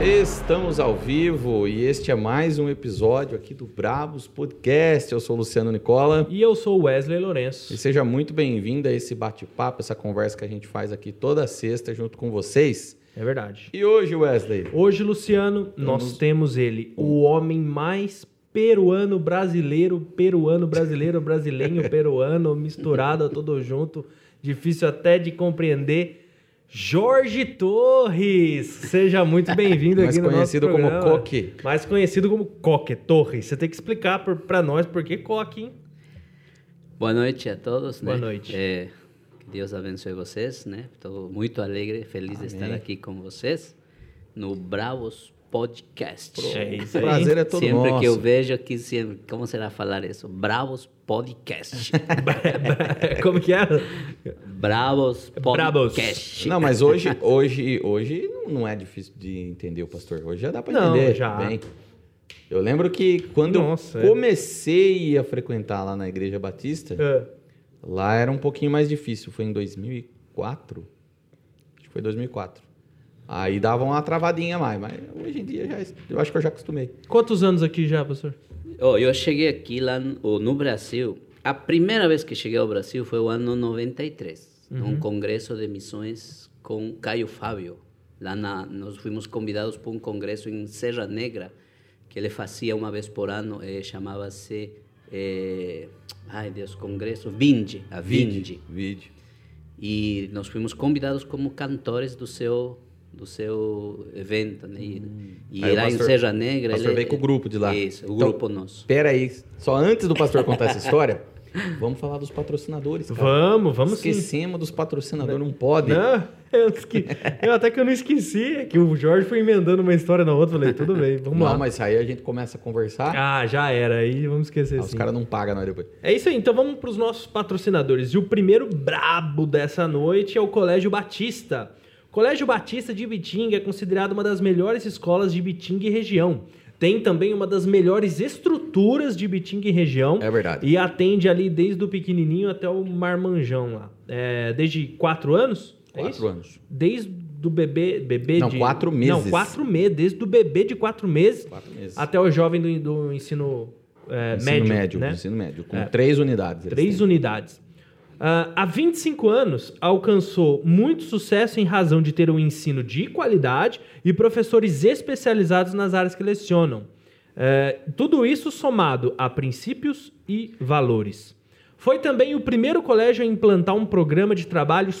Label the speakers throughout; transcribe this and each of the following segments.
Speaker 1: Estamos ao vivo e este é mais um episódio aqui do Brabos Podcast. Eu sou o Luciano Nicola.
Speaker 2: E eu sou o Wesley Lourenço.
Speaker 1: E seja muito bem-vindo a esse bate-papo, essa conversa que a gente faz aqui toda sexta junto com vocês.
Speaker 2: É verdade.
Speaker 1: E hoje, Wesley,
Speaker 2: Hoje, Luciano, nós temos ele,
Speaker 1: um
Speaker 2: o homem mais peruano brasileiro, peruano brasileiro, brasileiro peruano, misturado todo junto, difícil até de compreender. Jorge Torres, seja muito bem-vindo aqui
Speaker 1: mais
Speaker 2: no nosso
Speaker 1: conhecido como
Speaker 2: programa.
Speaker 1: Coque.
Speaker 2: Mais conhecido como Coque Torres. Você tem que explicar por, pra nós por que Coque, hein?
Speaker 3: Boa noite a todos. né?
Speaker 2: Boa noite.
Speaker 3: É, que Deus abençoe vocês, né? Estou muito alegre, feliz de estar aqui com vocês no Bravos Podcast.
Speaker 2: É isso
Speaker 1: O
Speaker 2: aí.
Speaker 1: prazer é todo
Speaker 3: sempre
Speaker 1: nosso.
Speaker 3: que eu vejo aqui, sempre, como será falar isso? Bravos Podcast.
Speaker 2: Como que é?
Speaker 3: Bravos
Speaker 2: Bravos.
Speaker 3: Podcast.
Speaker 1: Não, mas hoje, hoje, hoje não é difícil de entender o pastor. Hoje já dá para
Speaker 2: Não,
Speaker 1: entender
Speaker 2: já.
Speaker 1: bem. Eu lembro que quando
Speaker 2: Nossa, é.
Speaker 1: eu comecei a frequentar lá na Igreja Batista,
Speaker 2: Ah,
Speaker 1: Lá era um pouquinho mais difícil, foi em 2004. Acho que foi 2004. Aí dava uma travadinha a mais, mas hoje em dia já, eu acho que eu já acostumei.
Speaker 2: Quantos anos aqui já, pastor?
Speaker 3: Ó, Oh, eu cheguei aqui lá no, no Brasil. A primeira vez que cheguei ao Brasil foi o ano 93,
Speaker 1: Uhum.
Speaker 3: num congresso de missões com Caio Fábio. Lá na, nós fomos convidados para um congresso em Serra Negra, que ele fazia uma vez por ano, eh, chamava-se. eh, ai Deus, congresso. Vinge, a Vinge.
Speaker 1: Vídeo.
Speaker 3: E nós fomos convidados como cantores do seu do seu evento, né? E, e
Speaker 1: Hum. Aí o
Speaker 3: lá
Speaker 1: pastor-
Speaker 3: em Serra Negra.
Speaker 1: o pastor veio com o grupo de lá.
Speaker 3: Isso, o
Speaker 1: Então-
Speaker 3: grupo nosso.
Speaker 1: Pera aí, só antes do pastor contar essa história, vamos falar dos patrocinadores. Cara.
Speaker 2: Vamos, vamos sim.
Speaker 1: Esquecemos dos patrocinadores, não pode.
Speaker 2: Não, eu, esque- eu até que eu não esqueci, é que o Jorge foi emendando uma história na outra, eu falei, tudo bem, vamos
Speaker 1: Não,
Speaker 2: lá.
Speaker 1: mas aí a gente começa a conversar,
Speaker 2: Ah, já era, aí vamos esquecer
Speaker 1: ah, os
Speaker 2: sim.
Speaker 1: caras não pagam nós depois.
Speaker 2: É isso aí, então vamos para os nossos patrocinadores. E o primeiro brabo dessa noite é o Colégio Batista. O Colégio Batista de Bitinga é considerado uma das melhores escolas de Bitinga e região. Tem também uma das melhores estruturas de Bitinga e região.
Speaker 1: É verdade.
Speaker 2: E atende ali desde o pequenininho até o marmanjão lá. É, desde quatro anos? É
Speaker 1: Quatro
Speaker 2: isso?
Speaker 1: anos.
Speaker 2: Desde do bebê, bebê
Speaker 1: Não,
Speaker 2: de...
Speaker 1: quatro meses.
Speaker 2: Não, quatro meses. Desde o bebê de quatro meses
Speaker 1: Quatro meses.
Speaker 2: até o jovem do, do ensino, é,
Speaker 1: ensino
Speaker 2: médio,
Speaker 1: médio,
Speaker 2: né?
Speaker 1: ensino médio, com
Speaker 2: É.
Speaker 1: três unidades. eles
Speaker 2: Três
Speaker 1: têm.
Speaker 2: unidades. Ah, há 25 anos, alcançou muito sucesso em razão de ter um ensino de qualidade e professores especializados nas áreas que lecionam. Eh, tudo isso somado a princípios e valores. Foi também o primeiro colégio a implantar um programa de trabalho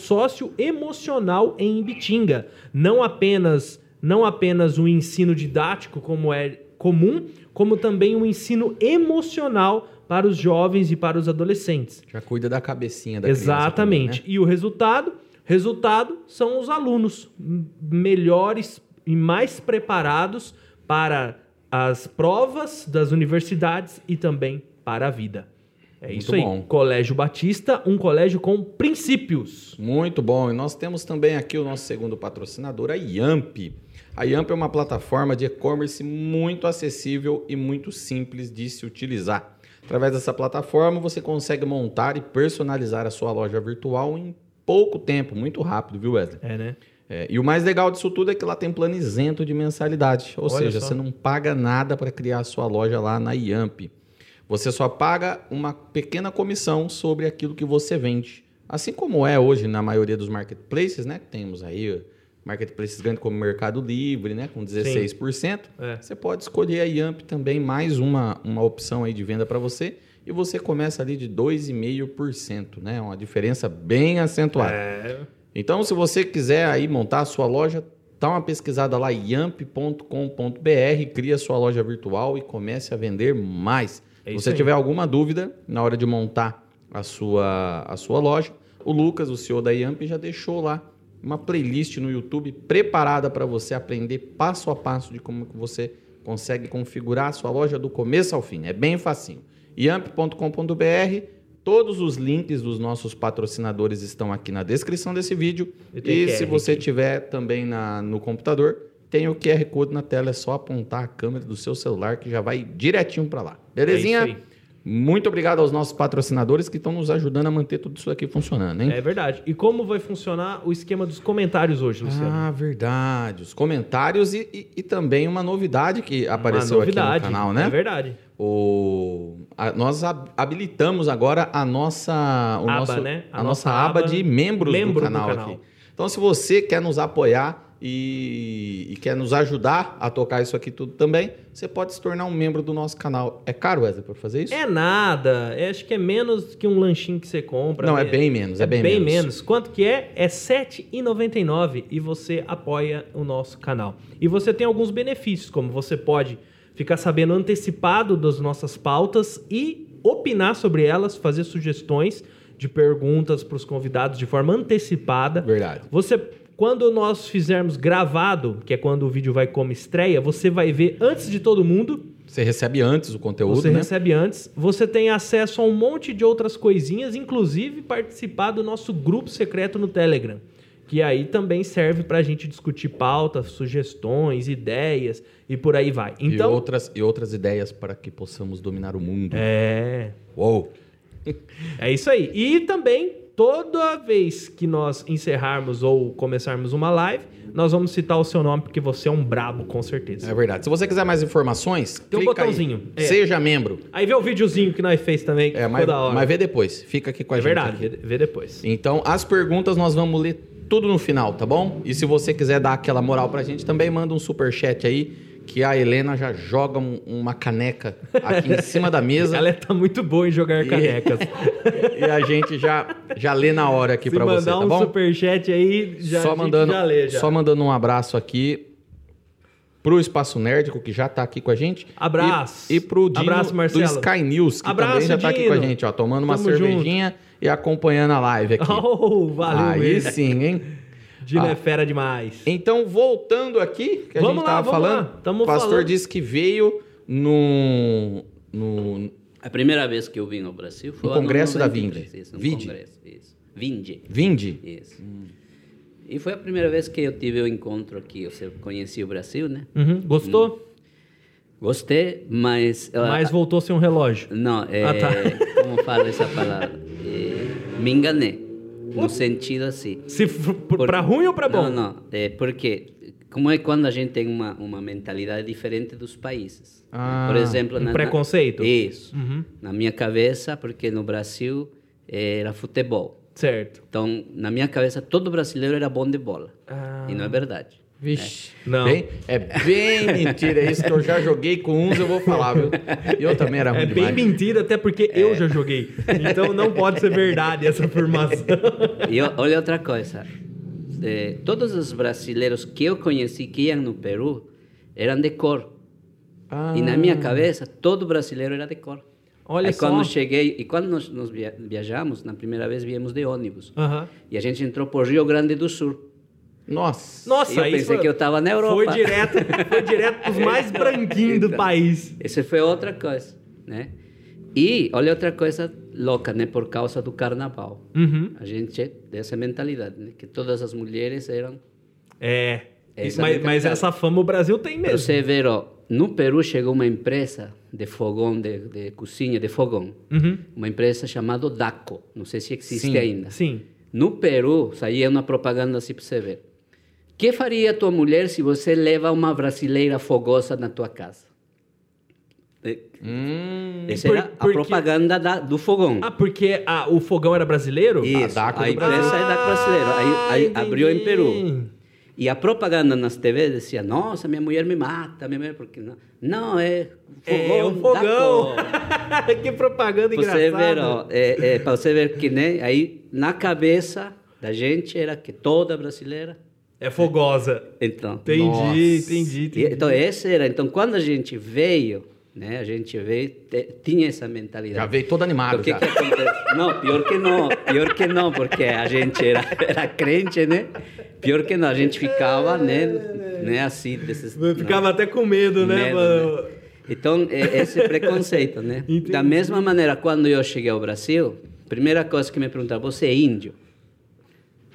Speaker 2: socioemocional em Ibitinga. Não apenas, não apenas o ensino didático, como é comum, como também o ensino emocional para os jovens e para os adolescentes.
Speaker 1: Já cuida da cabecinha da criança também,
Speaker 2: Exatamente.
Speaker 1: né?
Speaker 2: E o resultado? Resultado são os alunos m- melhores e mais preparados para as provas das universidades e também para a vida. É
Speaker 1: Muito
Speaker 2: isso aí.
Speaker 1: bom.
Speaker 2: Colégio Batista, um colégio com princípios.
Speaker 1: Muito bom. E nós temos também aqui o nosso segundo patrocinador, a Yamp. A Yamp é uma plataforma de e-commerce muito acessível e muito simples de se utilizar. Através dessa plataforma, você consegue montar e personalizar a sua loja virtual em pouco tempo, muito rápido, viu, Wesley?
Speaker 2: É, né?
Speaker 1: É, e o mais legal disso tudo é que lá tem plano isento de mensalidade, ou
Speaker 2: Olha
Speaker 1: seja,
Speaker 2: só.
Speaker 1: você não paga nada para criar a sua loja lá na Iamp. Você só paga uma pequena comissão sobre aquilo que você vende. Assim como é hoje na maioria dos marketplaces, né? que Temos aí ó, marketplaces grandes como Mercado Livre, né? Com 16%.
Speaker 2: É.
Speaker 1: Você pode escolher a Yamp também, mais uma, uma opção aí de venda para você. E você começa ali de 2,5%, né? Uma diferença bem acentuada.
Speaker 2: É.
Speaker 1: Então, se você quiser aí montar a sua loja, dá uma pesquisada lá yamp.com.br, cria sua loja virtual e comece a vender mais.
Speaker 2: É
Speaker 1: se
Speaker 2: isso
Speaker 1: você
Speaker 2: aí.
Speaker 1: tiver alguma dúvida na hora de montar a sua, a sua loja, o Lucas, o CEO da Yamp, já deixou lá uma playlist no YouTube preparada para você aprender passo a passo de como que você consegue configurar a sua loja do começo ao fim. É bem facinho. yamp.com.br Todos os links dos nossos patrocinadores estão aqui na descrição desse vídeo.
Speaker 2: E tem
Speaker 1: E
Speaker 2: QR
Speaker 1: se você tiver também na- no computador, tem o QR Code na tela, é só apontar a câmera do seu celular que já vai direitinho para lá. Belezinha?
Speaker 2: É isso aí.
Speaker 1: Muito obrigado aos nossos patrocinadores que estão nos ajudando a manter tudo isso aqui funcionando, hein?
Speaker 2: É verdade. E como vai funcionar o esquema dos comentários hoje, Luciano?
Speaker 1: Ah, verdade. Os comentários e, e- e também uma novidade que apareceu
Speaker 2: Uma novidade.
Speaker 1: aqui no canal, né?
Speaker 2: É verdade.
Speaker 1: O, a- nós hab- habilitamos agora a nossa, o
Speaker 2: Aba,
Speaker 1: nosso-
Speaker 2: né?
Speaker 1: a, nossa, aba, de membros do,
Speaker 2: membro do
Speaker 1: canal
Speaker 2: canal.
Speaker 1: aqui. Então, se você quer nos apoiar e, e quer nos ajudar a tocar isso aqui tudo também, você pode se tornar um membro do nosso canal. É caro, Wesley, por fazer isso?
Speaker 2: É nada. É, acho que é menos que um lanchinho que você compra. né?
Speaker 1: Não, é bem menos. É, bem, menos.
Speaker 2: Quanto que é? É R$ 7,99 e você apoia o nosso canal. E você tem alguns benefícios, como você pode ficar sabendo antecipado das nossas pautas e opinar sobre elas, fazer sugestões de perguntas para os convidados de forma antecipada.
Speaker 1: Verdade.
Speaker 2: Você, quando nós fizermos gravado, que é quando o vídeo vai como estreia, você vai ver antes de todo mundo.
Speaker 1: Você recebe antes o conteúdo,
Speaker 2: Você
Speaker 1: né?
Speaker 2: recebe antes. Você tem acesso a um monte de outras coisinhas, inclusive participar do nosso grupo secreto no Telegram. Que aí também serve pra gente discutir pautas, sugestões, ideias e por aí vai.
Speaker 1: e,
Speaker 2: Então.
Speaker 1: outras, e outras ideias para que possamos dominar o mundo.
Speaker 2: É.
Speaker 1: Uou!
Speaker 2: É isso aí. E também, toda vez que nós encerrarmos ou começarmos uma live, nós vamos citar o seu nome, porque você é um brabo, com certeza.
Speaker 1: É verdade. Se você quiser mais informações,
Speaker 2: Tem um
Speaker 1: clica aí.
Speaker 2: botãozinho. É.
Speaker 1: Seja membro.
Speaker 2: Aí vê o videozinho que nós fez também, que
Speaker 1: É,
Speaker 2: ficou
Speaker 1: mas,
Speaker 2: da hora.
Speaker 1: mas vê depois. Fica aqui com a
Speaker 2: é
Speaker 1: gente.
Speaker 2: verdade,
Speaker 1: aqui.
Speaker 2: vê, vê depois.
Speaker 1: Então, as perguntas nós vamos ler tudo no final, tá bom? E se você quiser dar aquela moral pra gente, também manda um superchat aí, que a Helena já joga um- uma caneca aqui em cima da mesa.
Speaker 2: Ela tá muito boa em jogar
Speaker 1: E-
Speaker 2: canecas.
Speaker 1: E a gente já, já lê na hora aqui
Speaker 2: Se
Speaker 1: pra
Speaker 2: mandar
Speaker 1: você, tá
Speaker 2: um
Speaker 1: bom?
Speaker 2: superchat aí, já, a
Speaker 1: só,
Speaker 2: gente
Speaker 1: mandando,
Speaker 2: já lê. Já.
Speaker 1: só mandando um abraço aqui pro Espaço Nerdico, que já tá aqui com a gente.
Speaker 2: Abraço.
Speaker 1: E, e pro Dino
Speaker 2: Abraço,
Speaker 1: do
Speaker 2: Marcelo.
Speaker 1: Sky News, que
Speaker 2: Abraço,
Speaker 1: também já tá aqui com a
Speaker 2: Dino.
Speaker 1: gente, ó, tomando uma
Speaker 2: Tamo
Speaker 1: cervejinha e acompanhando a live aqui.
Speaker 2: Oh, valeu
Speaker 1: Aí
Speaker 2: mesmo.
Speaker 1: sim, hein?
Speaker 2: Dino
Speaker 1: Ah.
Speaker 2: é fera demais.
Speaker 1: Então, voltando aqui, que a
Speaker 2: Vamos
Speaker 1: gente
Speaker 2: lá,
Speaker 1: tava
Speaker 2: vamos
Speaker 1: falando,
Speaker 2: lá. Tamo
Speaker 1: o pastor
Speaker 2: falando.
Speaker 1: disse que veio no, no
Speaker 3: A primeira vez que eu vim ao Brasil foi
Speaker 1: No
Speaker 3: lá no
Speaker 1: Congresso da
Speaker 3: 93,
Speaker 1: Vinde.
Speaker 3: Isso, no
Speaker 1: Vinde.
Speaker 3: Congresso, isso. Vinde.
Speaker 1: Vinde.
Speaker 3: Isso.
Speaker 1: Hum.
Speaker 3: E foi a primeira vez que eu tive o encontro aqui. Você conhecia o Brasil, né?
Speaker 2: Uhum, Gostou?
Speaker 3: Gostei, mas... ah,
Speaker 2: Mas voltou sem um relógio.
Speaker 3: Não, é...
Speaker 2: Ah, tá.
Speaker 3: Como fala essa palavra? É, me enganei. No sentido assim.
Speaker 2: Se f- p-
Speaker 3: Por-
Speaker 2: pra ruim ou pra bom?
Speaker 3: Não, não. É porque, como é quando a gente tem uma, uma mentalidade diferente dos países.
Speaker 1: Ah,
Speaker 3: Por exemplo,
Speaker 2: um preconceito?
Speaker 3: Isso.
Speaker 2: Uhum.
Speaker 3: Na minha cabeça, porque no Brasil eh, era futebol.
Speaker 2: Certo.
Speaker 3: Então, na minha cabeça, todo brasileiro era bom de bola.
Speaker 2: Ah.
Speaker 3: E não é verdade.
Speaker 1: Vixe.
Speaker 2: Não.
Speaker 1: Bem- é bem mentira é isso, que eu já joguei com uns, eu vou falar, viu? E eu também era ruim
Speaker 2: É bem
Speaker 1: demais.
Speaker 2: mentira, até porque
Speaker 3: É.
Speaker 2: eu já joguei. Então não pode ser verdade essa afirmação.
Speaker 3: E o- olha outra coisa. Eh, todos os brasileiros que eu conheci que iam no Peru eram de cor.
Speaker 1: Ah,
Speaker 3: E na minha cabeça, todo brasileiro era de cor.
Speaker 2: Olha
Speaker 3: Aí
Speaker 2: só.
Speaker 3: quando cheguei, e quando nós, nós via- viajamos, na primeira vez viemos de ônibus.
Speaker 2: Aham.
Speaker 3: E a gente entrou por Rio Grande do Sul.
Speaker 1: Nossa.
Speaker 2: Nossa,
Speaker 3: Eu
Speaker 2: aí
Speaker 3: pensei que eu tava na Europa. É,
Speaker 2: Foi direto, foi direto pros mais branquinhos do
Speaker 3: Então.
Speaker 2: país.
Speaker 3: Essa foi outra coisa, né? E olha outra coisa louca, né? Por causa do carnaval.
Speaker 2: Uhum.
Speaker 3: A gente tem essa mentalidade, né? Que todas as mulheres eram...
Speaker 2: É.
Speaker 3: Essa
Speaker 2: mas,
Speaker 3: mentalidade.
Speaker 2: mas essa fama o Brasil tem mesmo.
Speaker 3: Você vê, ó, no Peru chegou uma empresa de fogão, de, de cozinha, de fogão.
Speaker 2: Uhum.
Speaker 3: Uma empresa chamada Daco. Não sei se existe
Speaker 1: Sim.
Speaker 3: ainda.
Speaker 2: Sim.
Speaker 3: No Peru, saía uma propaganda assim para você ver. Que faria tua mulher se você leva uma brasileira fogosa na tua casa? Eh,
Speaker 1: Hum,
Speaker 3: Essa
Speaker 2: por-
Speaker 3: era a
Speaker 2: por quê?
Speaker 3: propaganda da- do fogão.
Speaker 2: Ah, porque a- o fogão era brasileiro?
Speaker 3: Isso,
Speaker 1: a Daco
Speaker 3: a
Speaker 1: do Brasil.
Speaker 3: empresa é da brasileira. Aí, aí
Speaker 2: Ah,
Speaker 3: abriu em
Speaker 2: entendi.
Speaker 3: Peru. E a propaganda nas TV dizia, nossa, minha mulher me mata, minha mulher, porque não, não é fogão.
Speaker 2: É, o fogão.
Speaker 3: da cor."
Speaker 2: que propaganda
Speaker 3: Você ver,
Speaker 2: engraçada.
Speaker 3: ó, é, é, pra você ver que, né, aí na cabeça da gente era que toda brasileira,
Speaker 2: É fogosa.
Speaker 3: então...
Speaker 2: Entendi,
Speaker 1: Nossa.
Speaker 2: entendi,
Speaker 3: E,
Speaker 2: entendi.
Speaker 3: então, essa era. Então, quando a gente veio, né, a gente veio, te- tinha essa mentalidade.
Speaker 1: já veio todo animado.
Speaker 3: O que
Speaker 1: já.
Speaker 2: é?
Speaker 3: que acontece? Não, pior que não, pior que não, porque a gente era, era crente, né? Pior que não, a gente ficava, né, né assim, desses...
Speaker 2: Eu Ficava até com medo,
Speaker 3: não,
Speaker 2: né,
Speaker 3: medo,
Speaker 2: mano?
Speaker 3: né? Então, é esse preconceito, né? Da mesma maneira, quando eu cheguei ao Brasil, primeira coisa que me perguntaram, você é índio?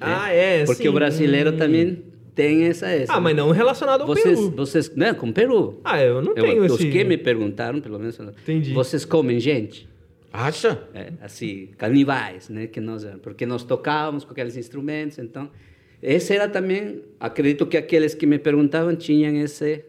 Speaker 3: Né?
Speaker 2: Ah, é,
Speaker 3: Porque
Speaker 2: sim.
Speaker 3: o brasileiro
Speaker 2: Hum.
Speaker 3: também tem essa... essa
Speaker 2: Ah, mas não relacionado ao
Speaker 3: vocês,
Speaker 2: Peru.
Speaker 3: vocês, né, com o Peru.
Speaker 2: Ah, eu não
Speaker 3: Eu-
Speaker 2: tenho
Speaker 3: os
Speaker 2: esse...
Speaker 3: que me perguntaram, pelo menos.
Speaker 2: Entendi.
Speaker 3: Vocês comem gente?
Speaker 1: Acha?
Speaker 3: é, assim, canibais, né? Que nós, porque nós tocávamos com aqueles instrumentos, então esse era também, acredito que aqueles que me perguntavam tinham esse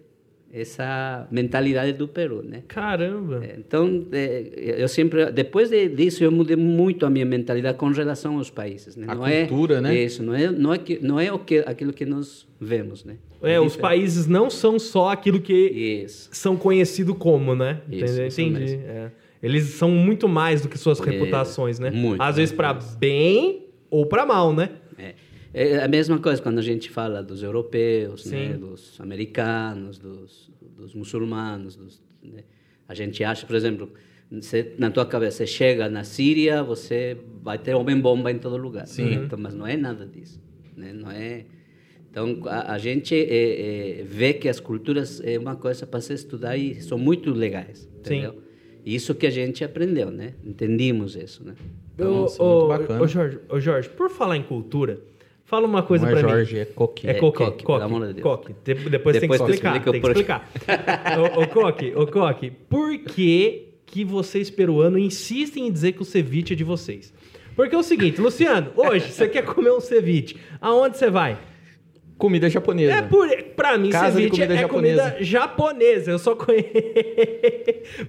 Speaker 3: essa mentalidade do Peru, né?
Speaker 2: Caramba.
Speaker 3: É, Então, é, eu sempre, depois de, disso, eu mudei muito a minha mentalidade com relação aos países, né?
Speaker 1: A
Speaker 3: não
Speaker 1: cultura,
Speaker 3: é,
Speaker 1: né?
Speaker 3: Isso, não é, não é que, não é o que, aquilo que nós vemos, né?
Speaker 2: É, os
Speaker 3: diferente.
Speaker 2: países não são só aquilo que
Speaker 3: Isso.
Speaker 2: são conhecidos como, né?
Speaker 3: Isso,
Speaker 2: Entendeu?
Speaker 3: isso
Speaker 2: Entendi.
Speaker 3: mesmo.
Speaker 2: é. Eles são muito mais do que suas
Speaker 3: É,
Speaker 2: reputações, né?
Speaker 3: muito,
Speaker 2: Às vezes
Speaker 3: muito
Speaker 2: pra bem ou pra mal, né?
Speaker 3: É. É a mesma coisa quando a gente fala dos europeus, né,
Speaker 2: Sim.
Speaker 3: dos americanos, dos, dos muçulmanos. Dos, né? A gente acha, por exemplo, você, na tua cabeça, você chega na Síria, você vai ter homem-bomba em todo lugar.
Speaker 1: Sim.
Speaker 3: né? Então, mas não é nada disso. Né? Não é... Então, a, a gente é, é, vê que as culturas é uma coisa para se estudar e são muito legais, entendeu? Isso que a gente aprendeu, né? Entendimos isso, né?
Speaker 1: Nossa,
Speaker 2: Então, ô,
Speaker 1: muito
Speaker 2: ô,
Speaker 1: bacana.
Speaker 2: ô, Jorge, ô, Jorge, por falar em cultura, fala uma coisa
Speaker 1: não é
Speaker 2: pra mim.
Speaker 1: Jorge, é Coque.
Speaker 2: É Coque,
Speaker 3: Coque,
Speaker 2: Coque,
Speaker 3: pelo amor de Deus.
Speaker 2: Coque. De- depois, tem que
Speaker 3: Depois tu
Speaker 2: explicar,
Speaker 3: explica o
Speaker 2: tem que explicar. ô, ô, Coque, ô, Coque, por que que vocês peruanos insistem em dizer que o ceviche é de vocês? Porque é o seguinte, Luciano, hoje você quer comer um ceviche, aonde você vai?
Speaker 1: Comida japonesa.
Speaker 2: É por, pra mim,
Speaker 1: Casa de
Speaker 2: ceviche
Speaker 1: comida
Speaker 2: é
Speaker 1: japonesa.
Speaker 2: comida japonesa, eu só conheço...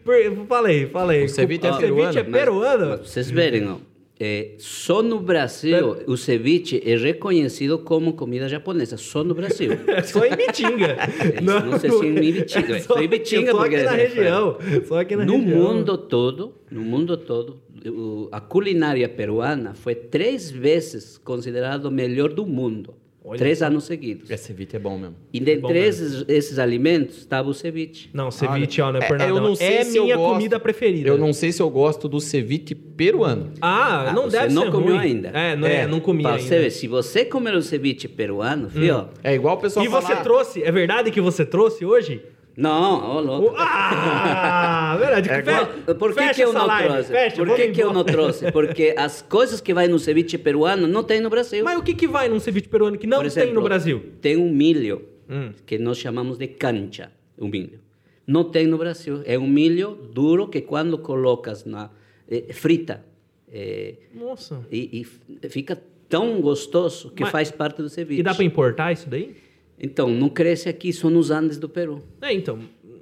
Speaker 2: Por- falei, falei.
Speaker 1: O ceviche é
Speaker 2: O ceviche é
Speaker 1: peruano,
Speaker 3: Mas-
Speaker 2: peruano?
Speaker 3: né? mas vocês verem, ó, é, só no Brasil o ceviche é reconhecido como comida japonesa, só no Brasil.
Speaker 2: É só em Bitinga.
Speaker 3: É, isso, não sei se em Ibitinga, é só em Ibitinga,
Speaker 2: Só aqui
Speaker 3: porque-
Speaker 2: na região. Só aqui na
Speaker 3: no
Speaker 2: região.
Speaker 3: mundo todo, no mundo todo, o- a culinária peruana foi três vezes considerada a melhor do mundo,
Speaker 2: Olha
Speaker 3: três anos seguidos.
Speaker 1: Esse vídeo é bom mesmo.
Speaker 3: E dentre
Speaker 2: né?
Speaker 3: esses, esses alimentos estava o ceviche.
Speaker 2: Não, ceviche, ó, não é
Speaker 1: É,
Speaker 2: por nada.
Speaker 1: eu
Speaker 2: não.
Speaker 1: não sei
Speaker 2: é
Speaker 1: se eu
Speaker 2: minha
Speaker 1: gosto.
Speaker 2: comida preferida.
Speaker 1: Eu não sei se eu gosto do ceviche peruano.
Speaker 2: Ah,
Speaker 3: Ah,
Speaker 2: não
Speaker 3: você
Speaker 2: deve
Speaker 3: não
Speaker 2: ser
Speaker 3: comeu
Speaker 2: ruim.
Speaker 3: ainda.
Speaker 2: É, não, é, não comi
Speaker 3: Pra
Speaker 2: ainda. Hum.
Speaker 3: você ver, se você comer um ceviche peruano, filho,
Speaker 1: É igual o pessoal
Speaker 2: E
Speaker 1: falar...
Speaker 2: você trouxe? É verdade que você trouxe hoje?
Speaker 3: não, ô louco.
Speaker 2: O- Uh, Ah, verdade.
Speaker 1: É
Speaker 2: Fe-
Speaker 3: Por- Por que,
Speaker 2: fecha
Speaker 3: que eu
Speaker 2: essa
Speaker 3: não
Speaker 2: live,
Speaker 3: trouxe?
Speaker 2: fecha,
Speaker 3: Por
Speaker 2: vamos
Speaker 3: que, que eu não
Speaker 2: embora.
Speaker 3: trouxe? Porque as coisas que vai no ceviche peruano não tem no Brasil.
Speaker 2: Mas o que, que vai num ceviche peruano que não
Speaker 3: Por
Speaker 2: tem
Speaker 3: exemplo,
Speaker 2: no Brasil?
Speaker 3: Tem um milho
Speaker 2: Hum.
Speaker 3: que nós chamamos de cancha, o milho. Não tem no Brasil. É um milho duro que quando colocas na eh, frita eh,
Speaker 2: Nossa.
Speaker 3: e, e fica tão gostoso que
Speaker 2: Mas-
Speaker 3: faz parte do ceviche.
Speaker 2: E dá pra importar isso daí?
Speaker 3: Então não cresce aqui, só nos Andes do Peru.
Speaker 2: É, então.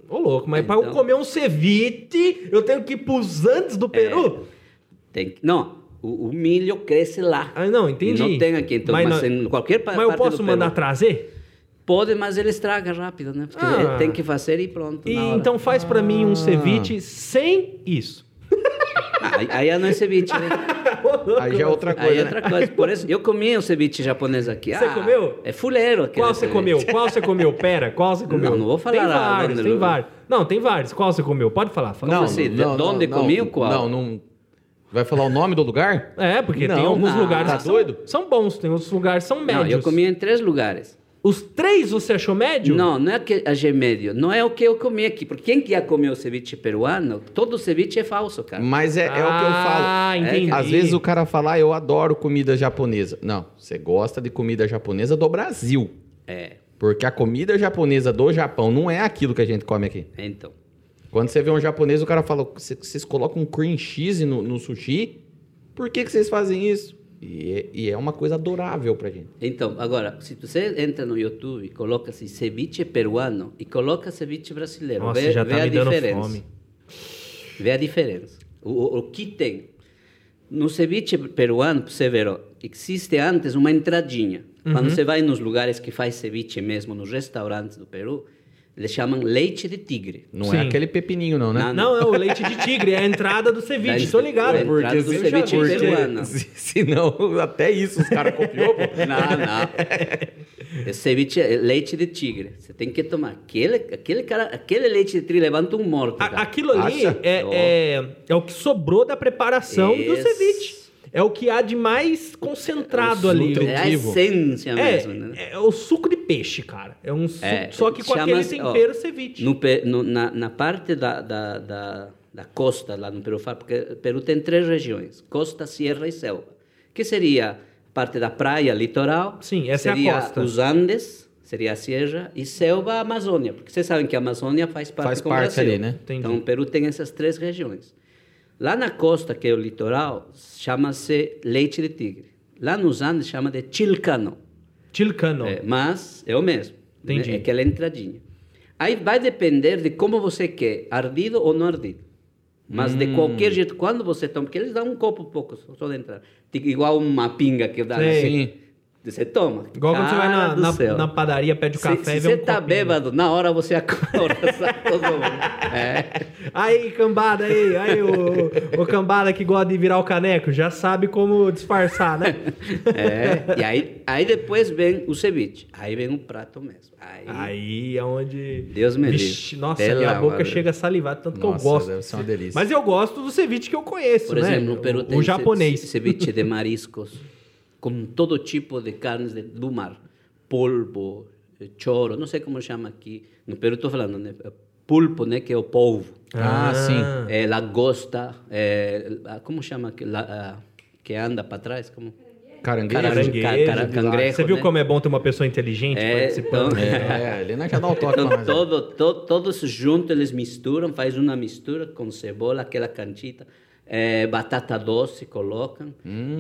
Speaker 2: Ô, louco, mas
Speaker 3: É,
Speaker 2: pra eu
Speaker 3: então. É.
Speaker 2: comer um ceviche, eu tenho que ir pros Andes do Peru?
Speaker 3: Tem que- não, o, o milho cresce lá.
Speaker 2: Ah, não, entendi.
Speaker 3: Não tem aqui, então, mas,
Speaker 2: não-
Speaker 3: em qualquer pa-
Speaker 2: Mas eu
Speaker 3: parte
Speaker 2: posso
Speaker 3: do
Speaker 2: mandar
Speaker 3: Peru.
Speaker 2: trazer?
Speaker 3: Pode, mas ele estraga rápido, né? Porque
Speaker 2: Ah.
Speaker 3: tem que fazer e pronto.
Speaker 2: E
Speaker 3: na hora.
Speaker 2: então faz pra mim um
Speaker 1: Ah.
Speaker 2: ceviche sem isso.
Speaker 3: Ah, aí- aí não é ceviche, né?
Speaker 1: Aí já é outra coisa,
Speaker 3: Aí
Speaker 1: né?
Speaker 3: é outra coisa. Por isso, eu comi um ceviche japonês aqui.
Speaker 2: Você
Speaker 3: Ah,
Speaker 2: comeu?
Speaker 3: É fuleiro aquele
Speaker 2: Qual você
Speaker 3: ceviche.
Speaker 2: comeu? Qual você comeu? Pera, qual você comeu?
Speaker 3: Não, não vou falar
Speaker 2: Tem
Speaker 3: nada,
Speaker 2: vários,
Speaker 3: né,
Speaker 2: tem
Speaker 3: Lu?
Speaker 2: vários. Não, tem vários. Qual você comeu? Pode falar. fala.
Speaker 3: Não. assim, de onde comi ou qual?
Speaker 1: Não, não... Vai falar o nome do lugar?
Speaker 2: É, porque tem
Speaker 1: Não,
Speaker 2: alguns
Speaker 3: não,
Speaker 2: lugares
Speaker 1: tá
Speaker 2: que são-
Speaker 1: doido?
Speaker 2: São, bons, tem outros lugares que são médios.
Speaker 3: Não, eu comi em três lugares.
Speaker 2: Os três você achou médio?
Speaker 3: Não, não é que a G médio. Não é o que eu comi aqui. Porque quem que ia comer o ceviche peruano, todo ceviche é falso, cara.
Speaker 2: Hum.
Speaker 1: Mas é, é o que eu falo.
Speaker 2: Ah,
Speaker 1: É,
Speaker 2: entendi.
Speaker 1: às vezes o cara fala, "Ah, eu adoro comida japonesa. Não, você gosta de comida japonesa do Brasil.
Speaker 3: É,
Speaker 1: Porque a comida japonesa do Japão não é aquilo que a gente come aqui.
Speaker 3: então.
Speaker 1: Quando você vê um japonês, o cara fala, "Cê- vocês colocam um cream cheese no, no sushi? Por que, que vocês fazem isso? E é, e é uma coisa adorável pra gente.
Speaker 3: Então, agora, se você entra no YouTube e coloca assim, ceviche peruano e coloca ceviche brasileiro,
Speaker 2: Nossa,
Speaker 3: vê,
Speaker 2: já
Speaker 3: vê
Speaker 2: tá
Speaker 3: a
Speaker 2: me dando
Speaker 3: diferença.
Speaker 2: fome.
Speaker 3: Vê a diferença. O, o, o que tem? No ceviche peruano, pra você ver, ó, existe antes uma entradinha.
Speaker 2: Uhum.
Speaker 3: Quando você vai nos lugares que faz ceviche mesmo, nos restaurantes do Peru, eles chamam leite de tigre.
Speaker 1: Não é
Speaker 2: Sim.
Speaker 1: aquele pepininho, não, né?
Speaker 3: Não,
Speaker 2: Não, é o leite de tigre, é a entrada do ceviche, tô ligado.
Speaker 3: É a entrada do
Speaker 1: se-
Speaker 3: ceviche
Speaker 1: porque-
Speaker 3: peruano.
Speaker 1: se- senão, até isso os caras copiou, pô.
Speaker 3: Não, não. É ceviche é leite de tigre. Você tem que tomar. Aquele, aquele, cara, aquele leite de tigre levanta um morto.
Speaker 2: A-
Speaker 3: cara.
Speaker 2: aquilo ali
Speaker 1: Acha?
Speaker 2: é,
Speaker 3: Ó.
Speaker 2: é, é o que sobrou da preparação do
Speaker 3: Isso.
Speaker 2: ceviche. É o que há de mais concentrado ali. né?
Speaker 1: nutrientes.
Speaker 3: É a
Speaker 1: nutritivo.
Speaker 3: essência mesmo. né?
Speaker 2: É, é o suco de peixe, cara. É um suco,
Speaker 3: É,
Speaker 2: só que com aquele
Speaker 3: chama-se, ó,
Speaker 2: tempero ceviche.
Speaker 3: No Pe- no- na, na parte da, da, da, da costa lá no Peru, porque o Peru tem três regiões, costa, sierra e selva, que seria a parte da praia, litoral.
Speaker 2: Sim, essa é a
Speaker 3: seria
Speaker 2: costa.
Speaker 3: os Andes, seria a sierra, e selva, a Amazônia, porque vocês sabem que a Amazônia faz parte
Speaker 1: Faz
Speaker 3: com o
Speaker 1: parte
Speaker 3: Brasil.
Speaker 1: ali, né?
Speaker 2: Entendi.
Speaker 3: Então o Peru tem essas três regiões. Lá na costa, que é o litoral, chama-se leite de tigre. Lá nos Andes chama de chilcano.
Speaker 2: Tilcano.
Speaker 3: É, mas é o mesmo.
Speaker 2: Entendi.
Speaker 3: Né? É aquela entradinha. Aí vai depender de como você quer, ardido ou não ardido. Mas
Speaker 2: Hum.
Speaker 3: de qualquer jeito, quando você toma, porque eles dão um copo pouco só- só de entrar. Tipo, Igual uma pinga que dá.
Speaker 2: Sei.
Speaker 3: assim, Você toma.
Speaker 2: Igual quando você vai na,
Speaker 3: Cara do
Speaker 2: na-
Speaker 3: céu.
Speaker 2: na padaria, pede o
Speaker 3: Se-
Speaker 2: café
Speaker 3: se
Speaker 2: e vê
Speaker 3: você
Speaker 2: um
Speaker 3: tá
Speaker 2: copinho.
Speaker 3: bêbado, na hora você acorda, sabe todo mundo. É.
Speaker 2: Aí, cambada, aí, aí, o, o cambada que gosta de virar o caneco, já sabe como disfarçar, né?
Speaker 3: É, e aí, aí depois vem o ceviche. Aí vem o prato mesmo. Aí,
Speaker 2: Aí é onde.
Speaker 3: Deus me
Speaker 2: Vixe,
Speaker 3: livre.
Speaker 2: nossa,
Speaker 3: Pela
Speaker 2: minha boca
Speaker 3: madre.
Speaker 2: chega a salivar, de tanto que
Speaker 1: Nossa,
Speaker 2: eu gosto.
Speaker 1: deve ser uma delícia.
Speaker 2: Mas eu gosto do ceviche que eu conheço,
Speaker 3: por
Speaker 2: né?
Speaker 3: exemplo, no Peru
Speaker 2: o,
Speaker 3: tem
Speaker 2: o
Speaker 3: ce-
Speaker 2: japonês.
Speaker 3: ce- ceviche de mariscos, com todo tipo de carnes de- do mar. Polvo, eh, choro, não sei como chama aqui. No Peru estou falando, né? eh, Pulpo, né? Que é o Eh, polvo.
Speaker 1: Ah, sim.
Speaker 3: É, lagosta, é, ah, como chama? Que, la- ah, que anda para trás? Como?
Speaker 1: Caranguejo?
Speaker 3: Caranguejo.
Speaker 2: Caranguejo,
Speaker 3: Ca- cara- cangrejo,
Speaker 2: Você viu
Speaker 3: né?
Speaker 2: como é bom ter uma pessoa inteligente
Speaker 3: É,
Speaker 2: participando?
Speaker 3: então-
Speaker 1: É, ele não é que dá o toque
Speaker 3: Então,
Speaker 1: lá, mas é.
Speaker 3: todo, to- todos juntos eles misturam, faz uma mistura com cebola, aquela cantita, eh, batata doce colocam,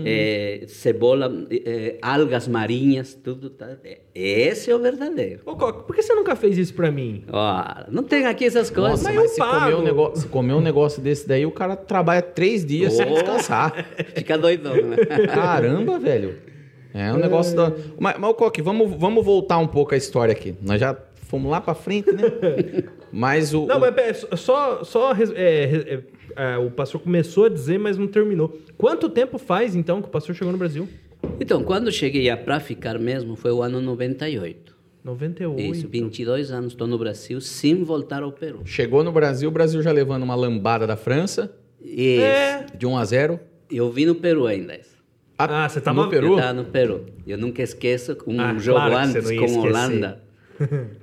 Speaker 3: eh, cebola, eh, algas marinhas, tudo. Tá, eh, esse é o verdadeiro.
Speaker 2: Ô, Coca, por que você nunca fez isso pra mim?
Speaker 3: Ó, não tem aqui essas coisas.
Speaker 1: Nossa, mas,
Speaker 2: mas eu
Speaker 1: se,
Speaker 2: pago.
Speaker 1: comer um negócio, se comer um negócio desse daí, o cara trabalha três dias sem
Speaker 3: Oh.
Speaker 1: descansar.
Speaker 3: Fica doidão, né?
Speaker 1: Caramba, velho. É um negócio da. Mas, mas Coque, vamos, vamos voltar um pouco a história aqui. Nós já fomos lá pra frente, né? Mas o.
Speaker 2: Não,
Speaker 1: o-
Speaker 2: mas pera, só, só res- é, res- é, ah, o pastor começou a dizer, mas não terminou. Quanto tempo faz, então, que o pastor chegou no Brasil?
Speaker 3: Então, quando cheguei para ficar mesmo, foi o ano 98.
Speaker 2: 98.
Speaker 3: Isso, 22 anos, estou no Brasil sem voltar ao Peru.
Speaker 1: Chegou no Brasil, o Brasil já levando uma lambada da França,
Speaker 3: Isso.
Speaker 2: É.
Speaker 1: de 1 a 0
Speaker 3: Eu vim no Peru ainda.
Speaker 1: A-
Speaker 2: Ah, você tava-
Speaker 1: no Peru?
Speaker 3: Eu tava no Peru. Eu nunca esqueço um
Speaker 2: Ah,
Speaker 3: jogo
Speaker 2: claro que você
Speaker 3: antes
Speaker 2: não ia
Speaker 3: com
Speaker 2: esquecer.
Speaker 3: Holanda.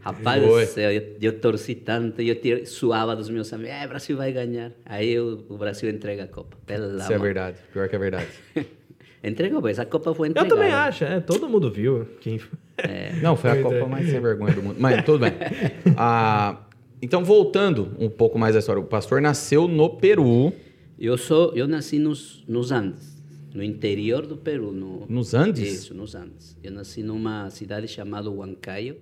Speaker 3: Rapaz
Speaker 1: Foi.
Speaker 3: do céu, eu, eu torci tanto, eu tira- suava dos meus amigos. É, Brasil vai ganhar. Aí o, o Brasil entrega a Copa. Pela
Speaker 1: Isso é
Speaker 3: mão.
Speaker 1: verdade. Pior que é verdade.
Speaker 3: Entregou, pois a Copa foi
Speaker 2: Eu
Speaker 3: entregada.
Speaker 2: também acho, é, todo mundo viu. Quem...
Speaker 1: Não, foi a
Speaker 2: Pois
Speaker 1: Copa
Speaker 2: é.
Speaker 1: mais sem vergonha do mundo. Mas tudo bem. Ah, então, voltando um pouco mais à história. O pastor nasceu no Peru,
Speaker 3: Eu, sou, eu nasci nos, nos Andes, no interior do Peru. No,
Speaker 1: nos Andes.
Speaker 3: Isso, nos Andes. Eu nasci numa cidade chamada Huancayo,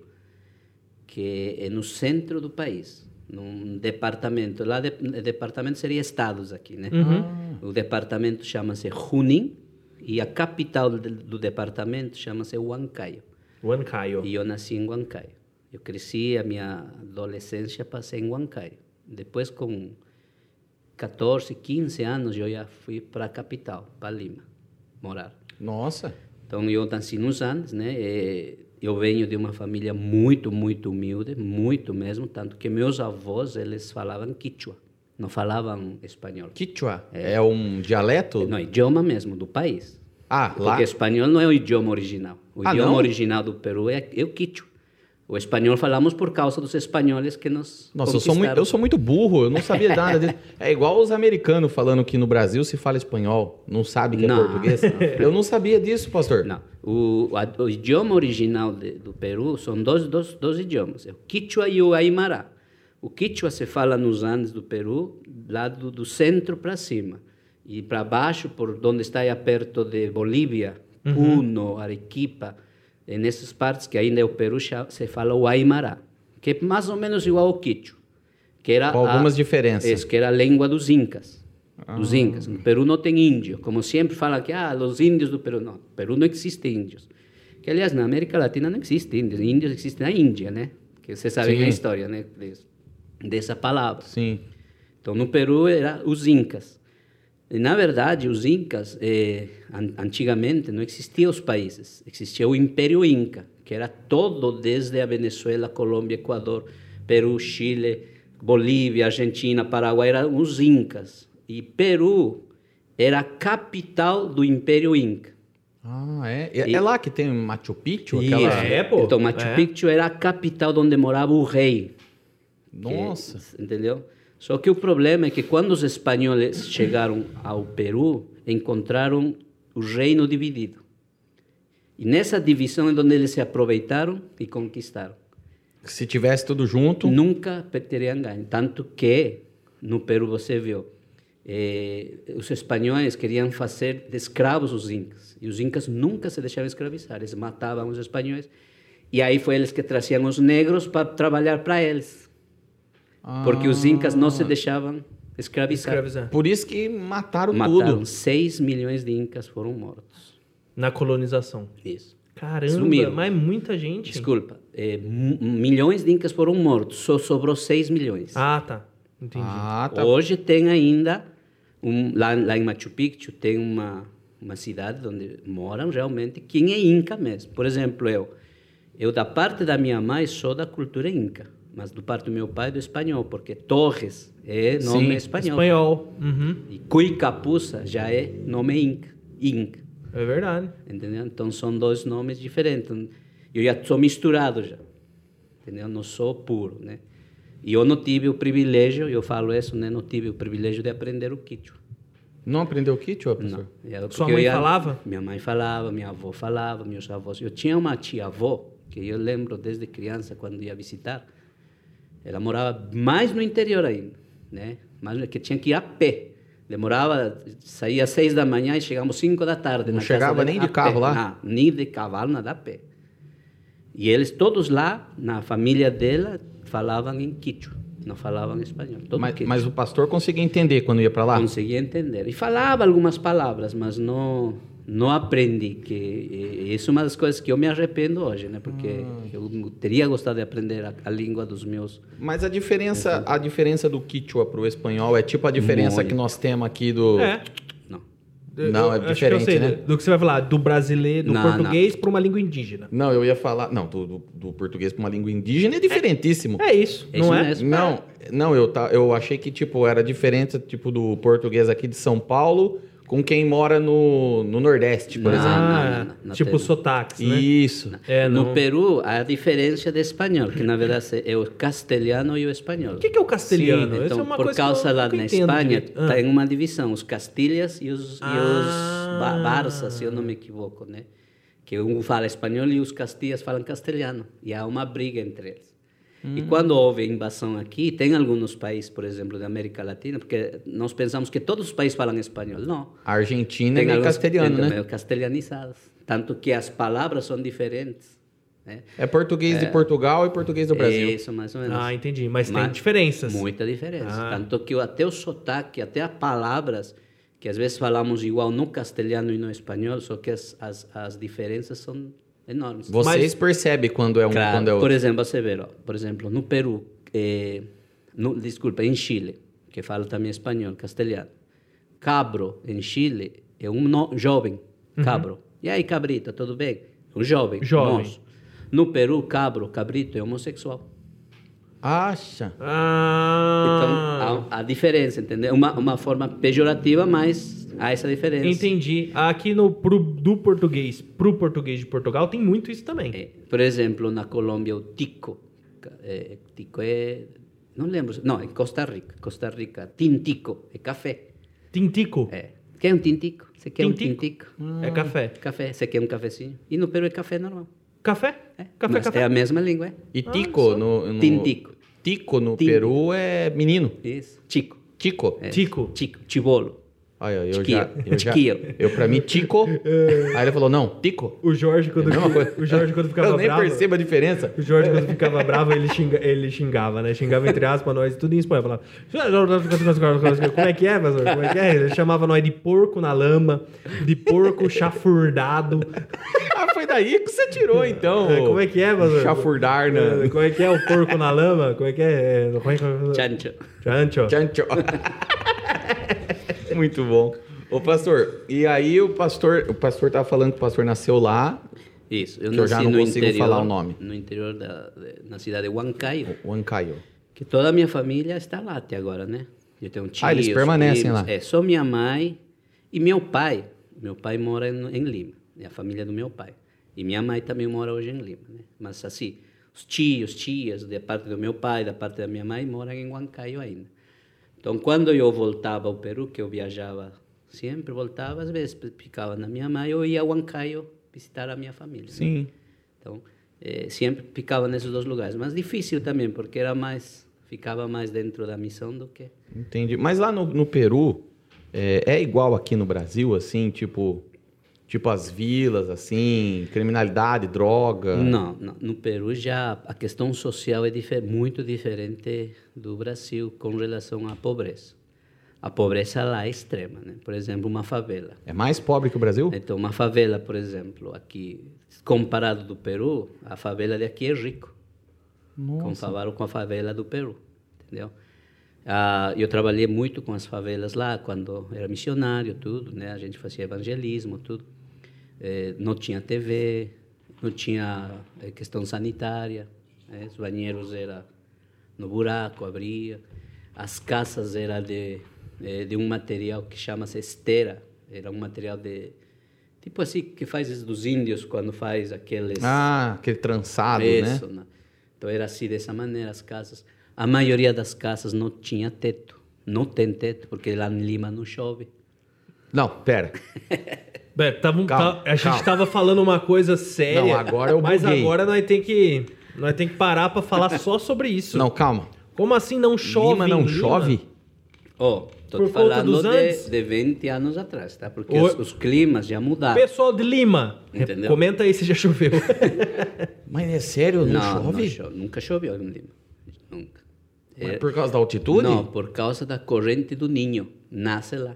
Speaker 3: que é no centro do país, num departamento. Lá, de, departamento seria estados aqui, né?
Speaker 1: Uhum.
Speaker 3: O departamento chama-se Junín e a capital de- do departamento chama-se Huancayo.
Speaker 2: One Caio.
Speaker 3: E eu nasci em Huancayo. Eu cresci, a minha adolescência passei em Huancayo. Depois, com 14, 15 anos, eu já fui para a capital, para Lima, morar.
Speaker 1: Nossa.
Speaker 3: Então eu nasci nos Andes, né? E eu venho de uma família muito, muito humilde, muito mesmo, tanto que meus avós eles falavam quichua, não falavam espanhol.
Speaker 1: Quichua. É, um dialeto?
Speaker 3: É, Não, idioma mesmo do país.
Speaker 1: Ah, lá.
Speaker 3: Porque espanhol não é o idioma original. O
Speaker 1: Ah,
Speaker 3: idioma
Speaker 1: não?
Speaker 3: original do Peru é, é o quichua. O espanhol falamos por causa dos espanhóis que nos
Speaker 1: Nossa, eu sou, muito,
Speaker 3: conquistaram.
Speaker 1: eu sou muito burro, eu não sabia nada disso. É igual os americanos falando que no Brasil se fala espanhol, não sabe que é
Speaker 3: Não.
Speaker 1: português. Eu não sabia disso, pastor.
Speaker 3: Não, o, a- o idioma original de- do Peru são dois, dois, dois idiomas, é o Quichua e o Aymara. O Quichua se fala nos Andes do Peru, lá do, do centro para cima. E para baixo, por onde está aí perto de Bolívia,
Speaker 1: Uhum.
Speaker 3: Puno, Arequipa, eh, nessas partes que ainda é o Peru, cha- se fala o Aymara, que é mais ou menos igual ao Quichua. Que era
Speaker 1: Com algumas
Speaker 3: a-
Speaker 1: diferenças.
Speaker 3: Isso, que era a língua dos incas. Dos incas. No Peru não tem índio. Como sempre fala que, ah, os índios do Peru. Não, no Peru não existe índios. Que, aliás, na América Latina não existe índios. Índios existem na Índia, né? Que vocês sabem
Speaker 1: Sim.
Speaker 3: a história, né? Des- Dessa palavra.
Speaker 1: Sim.
Speaker 3: Então, no Peru era os incas. E, na verdade, os incas, eh, an- antigamente, não existiam os países. Existia o Império Inca, que era todo desde a Venezuela, Colômbia, Equador, Peru, Chile, Bolívia, Argentina, Paraguai, eram os incas. E Peru era a capital do Império Inca.
Speaker 1: Ah, é? É,
Speaker 3: E-
Speaker 1: é lá que tem Machu Picchu?
Speaker 3: Isso.
Speaker 1: Aquela...
Speaker 2: É, pô.
Speaker 3: Então, Machu
Speaker 2: É.
Speaker 3: Picchu era a capital onde morava o rei. Que-
Speaker 1: Nossa.
Speaker 3: entendeu? Só que o problema é que quando os espanhóis chegaram ao Peru, encontraram o reino dividido. E nessa divisão é onde eles se aproveitaram e conquistaram.
Speaker 1: Se tivesse tudo junto,
Speaker 3: Nunca pe- teriam ganho. Tanto que no Peru você viu eh, os espanhóis queriam fazer de escravos os incas e os incas nunca se deixaram escravizar eles matavam os espanhóis e aí foi eles que traziam os negros para trabalhar para eles
Speaker 1: Ah.
Speaker 3: porque os incas não se deixavam escravizar,
Speaker 2: Escravizar.
Speaker 1: Por isso que mataram,
Speaker 3: mataram
Speaker 1: tudo.
Speaker 3: 6 milhões de incas foram mortos
Speaker 2: Na colonização.
Speaker 3: isso
Speaker 2: Caramba,
Speaker 3: Sumiram.
Speaker 2: mas é muita gente.
Speaker 3: desculpa eh, mu- milhões de incas foram mortos só sobrou 6 milhões
Speaker 2: Ah, tá. Entendi.
Speaker 1: Ah, tá.
Speaker 3: Hoje tem ainda, um- lá, lá em Machu Picchu, tem uma, uma cidade onde moram realmente quem é Inca mesmo. Por exemplo, eu, eu da parte da minha mãe sou da cultura Inca, mas do parte do meu pai é do espanhol, porque Torres é nome
Speaker 1: Sim,
Speaker 3: espanhol.
Speaker 2: Espanhol. Uhum.
Speaker 3: E Cuicapuça já é nome Inca, Inca,
Speaker 2: É verdade.
Speaker 3: entendeu? Então são dois nomes diferentes. Eu já sou misturado já, entendeu? Não sou puro, né? E eu não tive o privilégio, eu falo isso, né? Não tive o privilégio de aprender o quichua.
Speaker 1: Não aprendeu o kit, ô, professor?
Speaker 3: Não. Eu-
Speaker 2: Sua
Speaker 3: porque
Speaker 2: mãe
Speaker 3: eu ia-
Speaker 2: falava?
Speaker 3: Minha mãe falava, minha avó falava, meus avós. Eu tinha uma tia-avó, que eu lembro desde criança, quando ia visitar. Ela morava mais no interior ainda, né? Mas que tinha que ir a pé. Demorava, saía às seis da manhã e chegamos às cinco da tarde.
Speaker 1: Não
Speaker 3: na casa
Speaker 1: chegava
Speaker 3: dela,
Speaker 1: nem
Speaker 3: a
Speaker 1: de
Speaker 3: pé.
Speaker 1: carro lá?
Speaker 3: Não, nem de cavalo, nada a pé. E eles todos lá, na família dela, falavam em quichua. Não falavam espanhol. Todo
Speaker 1: Mas,
Speaker 3: quichua
Speaker 1: mas o pastor conseguia entender quando ia pra lá?
Speaker 3: conseguia entender. E falava algumas palavras, mas não não aprendi que e- e isso é uma das coisas que eu me arrependo hoje, né? Porque eu teria gostado de aprender a, a língua dos meus.
Speaker 1: Mas a diferença, a diferença do Quichua pro espanhol é tipo a diferença
Speaker 3: Muito.
Speaker 1: que nós temos aqui do.
Speaker 2: É.
Speaker 3: Não.
Speaker 1: Não, é
Speaker 2: acho que
Speaker 1: diferente, né?
Speaker 2: do- Do que você vai falar, do brasileiro, do
Speaker 3: Não,
Speaker 2: português pra uma língua indígena.
Speaker 1: Não, eu ia falar. Não, do, do- do português pra uma língua indígena é diferentíssimo.
Speaker 2: É isso,
Speaker 3: É
Speaker 2: não
Speaker 3: isso
Speaker 2: é?
Speaker 3: mesmo.
Speaker 1: Não, não, eu, tá, eu achei que, tipo, era diferente, tipo, do português aqui de São Paulo com quem mora no, no Nordeste, por
Speaker 3: Não,
Speaker 1: exemplo.
Speaker 2: Ah,
Speaker 3: não, não, não
Speaker 2: tipo
Speaker 3: tem.
Speaker 2: sotaques, né?
Speaker 1: Isso.
Speaker 2: É, não.
Speaker 3: No Peru, a diferença de espanhol, que na verdade é o castelhano e o espanhol.
Speaker 2: O que, que é o castelhano?
Speaker 3: Sim,
Speaker 2: Essa
Speaker 3: então,
Speaker 2: é uma
Speaker 3: por
Speaker 2: coisa que eu
Speaker 3: causa lá
Speaker 2: nunca
Speaker 3: na
Speaker 2: entendo
Speaker 3: Espanha, tá
Speaker 2: direito. Ah.
Speaker 3: tem uma divisão, os castilhas e os, e os
Speaker 2: Ah.
Speaker 3: ba- Barça, se eu não me equivoco, né? Que um fala espanhol e os castilhas falam castelhano. E há uma briga entre eles. E
Speaker 2: Hum.
Speaker 3: quando houve invasão aqui, tem alguns países, por exemplo, da América Latina, porque nós pensamos que todos os países falam espanhol. Não.
Speaker 1: A Argentina é
Speaker 3: Tem
Speaker 1: meio
Speaker 3: alguns-
Speaker 1: castelhano,
Speaker 3: tem
Speaker 1: né?
Speaker 3: meio Castelhanizadas. Tanto que as palavras são diferentes. Né?
Speaker 1: É português de Portugal e português do Brasil.
Speaker 3: Isso, mais ou menos.
Speaker 2: Ah, entendi. Mas, tem
Speaker 3: né? Mas-
Speaker 2: diferenças.
Speaker 3: Muita diferença.
Speaker 2: Ah.
Speaker 3: Tanto que até o sotaque, até as palavras, que às vezes falamos igual no castelhano e no espanhol, só que as, as, as diferenças são enormes.
Speaker 1: Vocês percebem quando é um
Speaker 3: Claro.
Speaker 1: quando é
Speaker 3: Por
Speaker 1: outro.
Speaker 3: exemplo, você vê, ó, por exemplo, no Peru, eh, no, desculpa, em Chile, que fala também espanhol, castelhano. Cabro, em Chile, é um no- jovem,
Speaker 1: Uhum.
Speaker 3: cabro. E aí, cabrita, tudo bem? Um jovem,
Speaker 2: Jovem.
Speaker 3: moço. No Peru, cabro, cabrito é homossexual.
Speaker 1: Acha.
Speaker 2: Ah,
Speaker 3: Então, há a diferença, entendeu? Uma, uma forma pejorativa, mas há essa diferença.
Speaker 2: entendi. Aqui no pro, do português pro português de Portugal tem muito isso também.
Speaker 3: É, Eh, por exemplo, na Colômbia, o tico. ca- É, tico é... Não lembro. Não, em Costa Rica. Costa Rica, tintico é café.
Speaker 2: Tintico é,
Speaker 3: É. Quer um tintico? Você quer um
Speaker 2: Tintico.
Speaker 3: tintico?
Speaker 2: café.
Speaker 3: Café. Você quer um cafezinho? E no Peru é café normal. ¿eh?
Speaker 2: Café?
Speaker 3: É,
Speaker 2: Café,
Speaker 3: mas
Speaker 2: café.
Speaker 3: é a mesma língua, é?
Speaker 2: Ah,
Speaker 1: E Tico no, no.
Speaker 3: Tintico.
Speaker 1: Tico no
Speaker 3: Tintico.
Speaker 1: Peru é menino.
Speaker 3: Isso. Chico.
Speaker 1: Tico.
Speaker 3: É.
Speaker 2: Tico.
Speaker 3: Chico. Chibolo.
Speaker 1: Olha, eu
Speaker 3: Tiquinho.
Speaker 1: já. Eu, já
Speaker 3: Tiquinho.
Speaker 1: eu pra mim, Tico. Aí ele falou, não, Tico.
Speaker 2: O Jorge quando
Speaker 1: É mesma coisa.
Speaker 2: o Jorge quando ficava
Speaker 1: Eu nem
Speaker 2: bravo.
Speaker 1: percebo a diferença.
Speaker 2: O Jorge, quando ficava bravo, ele, xinga- ele xingava, né? Xingava entre aspas nós, tudo em espanhol. Falava, como é que é, pastor? Como é que é? Ele chamava nós de porco na lama, de porco chafurdado.
Speaker 1: Ah, foi daí que você tirou, então. né?
Speaker 2: É, como é que é, pastor?
Speaker 1: Chafurdarna.
Speaker 2: Como é que é o porco na lama? Como é que é? É, como é que é?
Speaker 3: Chancho.
Speaker 2: Chancho.
Speaker 1: Tchancho. Muito bom. Ô, pastor, e aí o pastor, o pastor tava falando que o pastor nasceu lá,
Speaker 3: Isso. Eu
Speaker 1: Que eu
Speaker 3: nasci
Speaker 1: já não
Speaker 3: no
Speaker 1: consigo
Speaker 3: interior,
Speaker 1: falar o nome.
Speaker 3: No interior da, de- na cidade de Huancayo.
Speaker 1: o Ancaio.
Speaker 3: Que toda a minha família está lá até agora, né? Eu tenho tios,
Speaker 1: Ah, eles permanecem
Speaker 3: primos.
Speaker 1: lá.
Speaker 3: É, só minha mãe e meu pai. Meu pai mora em, em Lima, é a família do meu pai. E minha mãe também mora hoje em Lima, né? Mas assim, os tios, tias, da parte do meu pai, da parte da minha mãe, moram em Huancayo ainda. Então, quando eu voltava ao Peru, que eu viajava sempre, voltava, às vezes ficava na minha mãe, eu ia a Huancayo visitar a minha família. né?
Speaker 1: Sim.
Speaker 3: Então, eh, sempre ficava nesses dois lugares, mas difícil também, porque era mais ficava mais dentro da missão do que
Speaker 1: Entendi. Mas lá no, no Peru, É, é igual aqui no Brasil, assim, tipo, tipo as vilas, assim, criminalidade, droga?
Speaker 3: Não, não, no Peru já a questão social é difer muito diferente do Brasil com relação à pobreza. A pobreza lá é extrema, né? Por exemplo, uma favela.
Speaker 1: É mais pobre que o Brasil?
Speaker 3: Então, uma favela, por exemplo, aqui, comparado do Peru, a favela de aqui é rico. Comparado com a favela do Peru, entendeu? Ah, eu trabalhei muito com as favelas lá, quando era missionário, tudo, né? A gente fazia evangelismo, tudo. Eh, não tinha TV, não tinha eh, questão sanitária, né? os banheiros era no buraco, abria. As casas eram de, eh, de um material que chama-se esteira, era um material de... Tipo assim, que faz isso dos índios quando faz aqueles...
Speaker 1: Ah, aquele trançado,
Speaker 3: Isso,
Speaker 1: né?
Speaker 3: né? Então era assim dessa maneira as casas. A maioria das casas não tinha teto. Não tem teto, porque lá em Lima não chove.
Speaker 1: Não, pera.
Speaker 2: Beto, tava um-
Speaker 1: Calma,
Speaker 2: tá- a gente
Speaker 1: calma.
Speaker 2: tava falando uma coisa séria.
Speaker 1: Não, agora eu
Speaker 2: Mas
Speaker 1: buguei.
Speaker 2: agora nós tem que nós tem que parar pra falar só sobre isso.
Speaker 1: Não, calma.
Speaker 2: Como assim não chove?
Speaker 1: Lima
Speaker 2: em
Speaker 1: não
Speaker 2: Lima?
Speaker 1: chove?
Speaker 3: Oh, tô
Speaker 2: Por conta
Speaker 3: te falando
Speaker 2: dos Andes?
Speaker 3: de, de 20 anos atrás, tá? Porque
Speaker 2: Oi.
Speaker 3: os, os climas já mudaram.
Speaker 2: Pessoal de Lima,
Speaker 3: Entendeu?
Speaker 2: comenta aí se já choveu.
Speaker 1: Mas é sério, não,
Speaker 3: não,
Speaker 1: chove?
Speaker 3: não chove. Nunca choveu em Lima. Nunca.
Speaker 1: Mas por causa da altitude?
Speaker 3: Não, por causa da corrente do ninho. Nasce lá.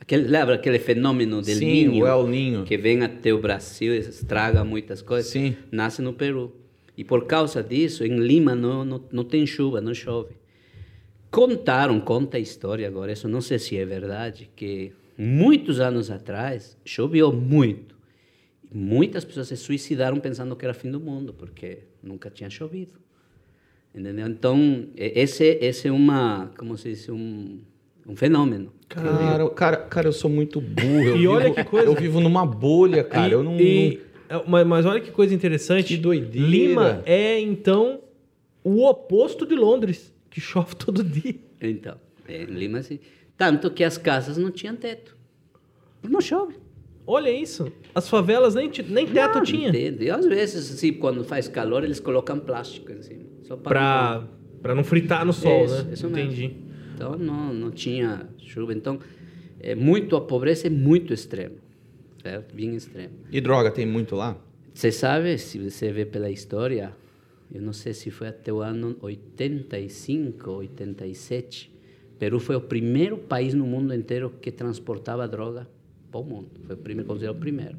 Speaker 3: Aquele, lembra aquele fenômeno del
Speaker 1: Sim,
Speaker 3: ninho?
Speaker 1: o El Niño.
Speaker 3: Que vem até o Brasil e estraga muitas coisas.
Speaker 1: Sim.
Speaker 3: Nasce no Peru. E por causa disso, em Lima não, não, não tem chuva, não chove. Contaram, conta a história agora, isso não sei se é verdade, que muitos anos atrás choveu muito. Muitas pessoas se suicidaram pensando que era fim do mundo, porque nunca tinha chovido. Entendeu? Então, e- esse, esse é uma, como se diz, um, um fenômeno.
Speaker 1: Cara, eu- cara, cara, eu sou muito burro. Eu
Speaker 2: E
Speaker 1: vivo,
Speaker 2: olha que coisa.
Speaker 1: Eu vivo numa bolha, cara.
Speaker 2: E-
Speaker 1: eu não.
Speaker 2: e- é, mas, mas olha que coisa interessante.
Speaker 1: Que doideira.
Speaker 2: Lima é, então, o oposto de Londres, que chove todo dia.
Speaker 3: Então, é, em Lima, sim. Tanto que as casas não tinham teto. Não chove.
Speaker 2: Olha isso. As favelas nem, ti- nem teto
Speaker 3: Não,
Speaker 2: tinha.
Speaker 3: Ah, entende? E às vezes, assim, quando faz calor, eles colocam plástico em cima. Só É
Speaker 2: Pra, pra não fritar no sol,
Speaker 3: Isso,
Speaker 2: né?
Speaker 3: isso mesmo.
Speaker 2: Entendi.
Speaker 3: Então, não, não tinha chuva. Então, é muito, a pobreza é muito extrema. Certo? Bem extrema.
Speaker 1: E droga, tem muito lá?
Speaker 3: Você sabe, se você vê pela história, eu não sei se foi até o ano 85, 87, Peru foi o primeiro país no mundo inteiro que transportava droga para o mundo. Foi o primeiro, considerado o primeiro.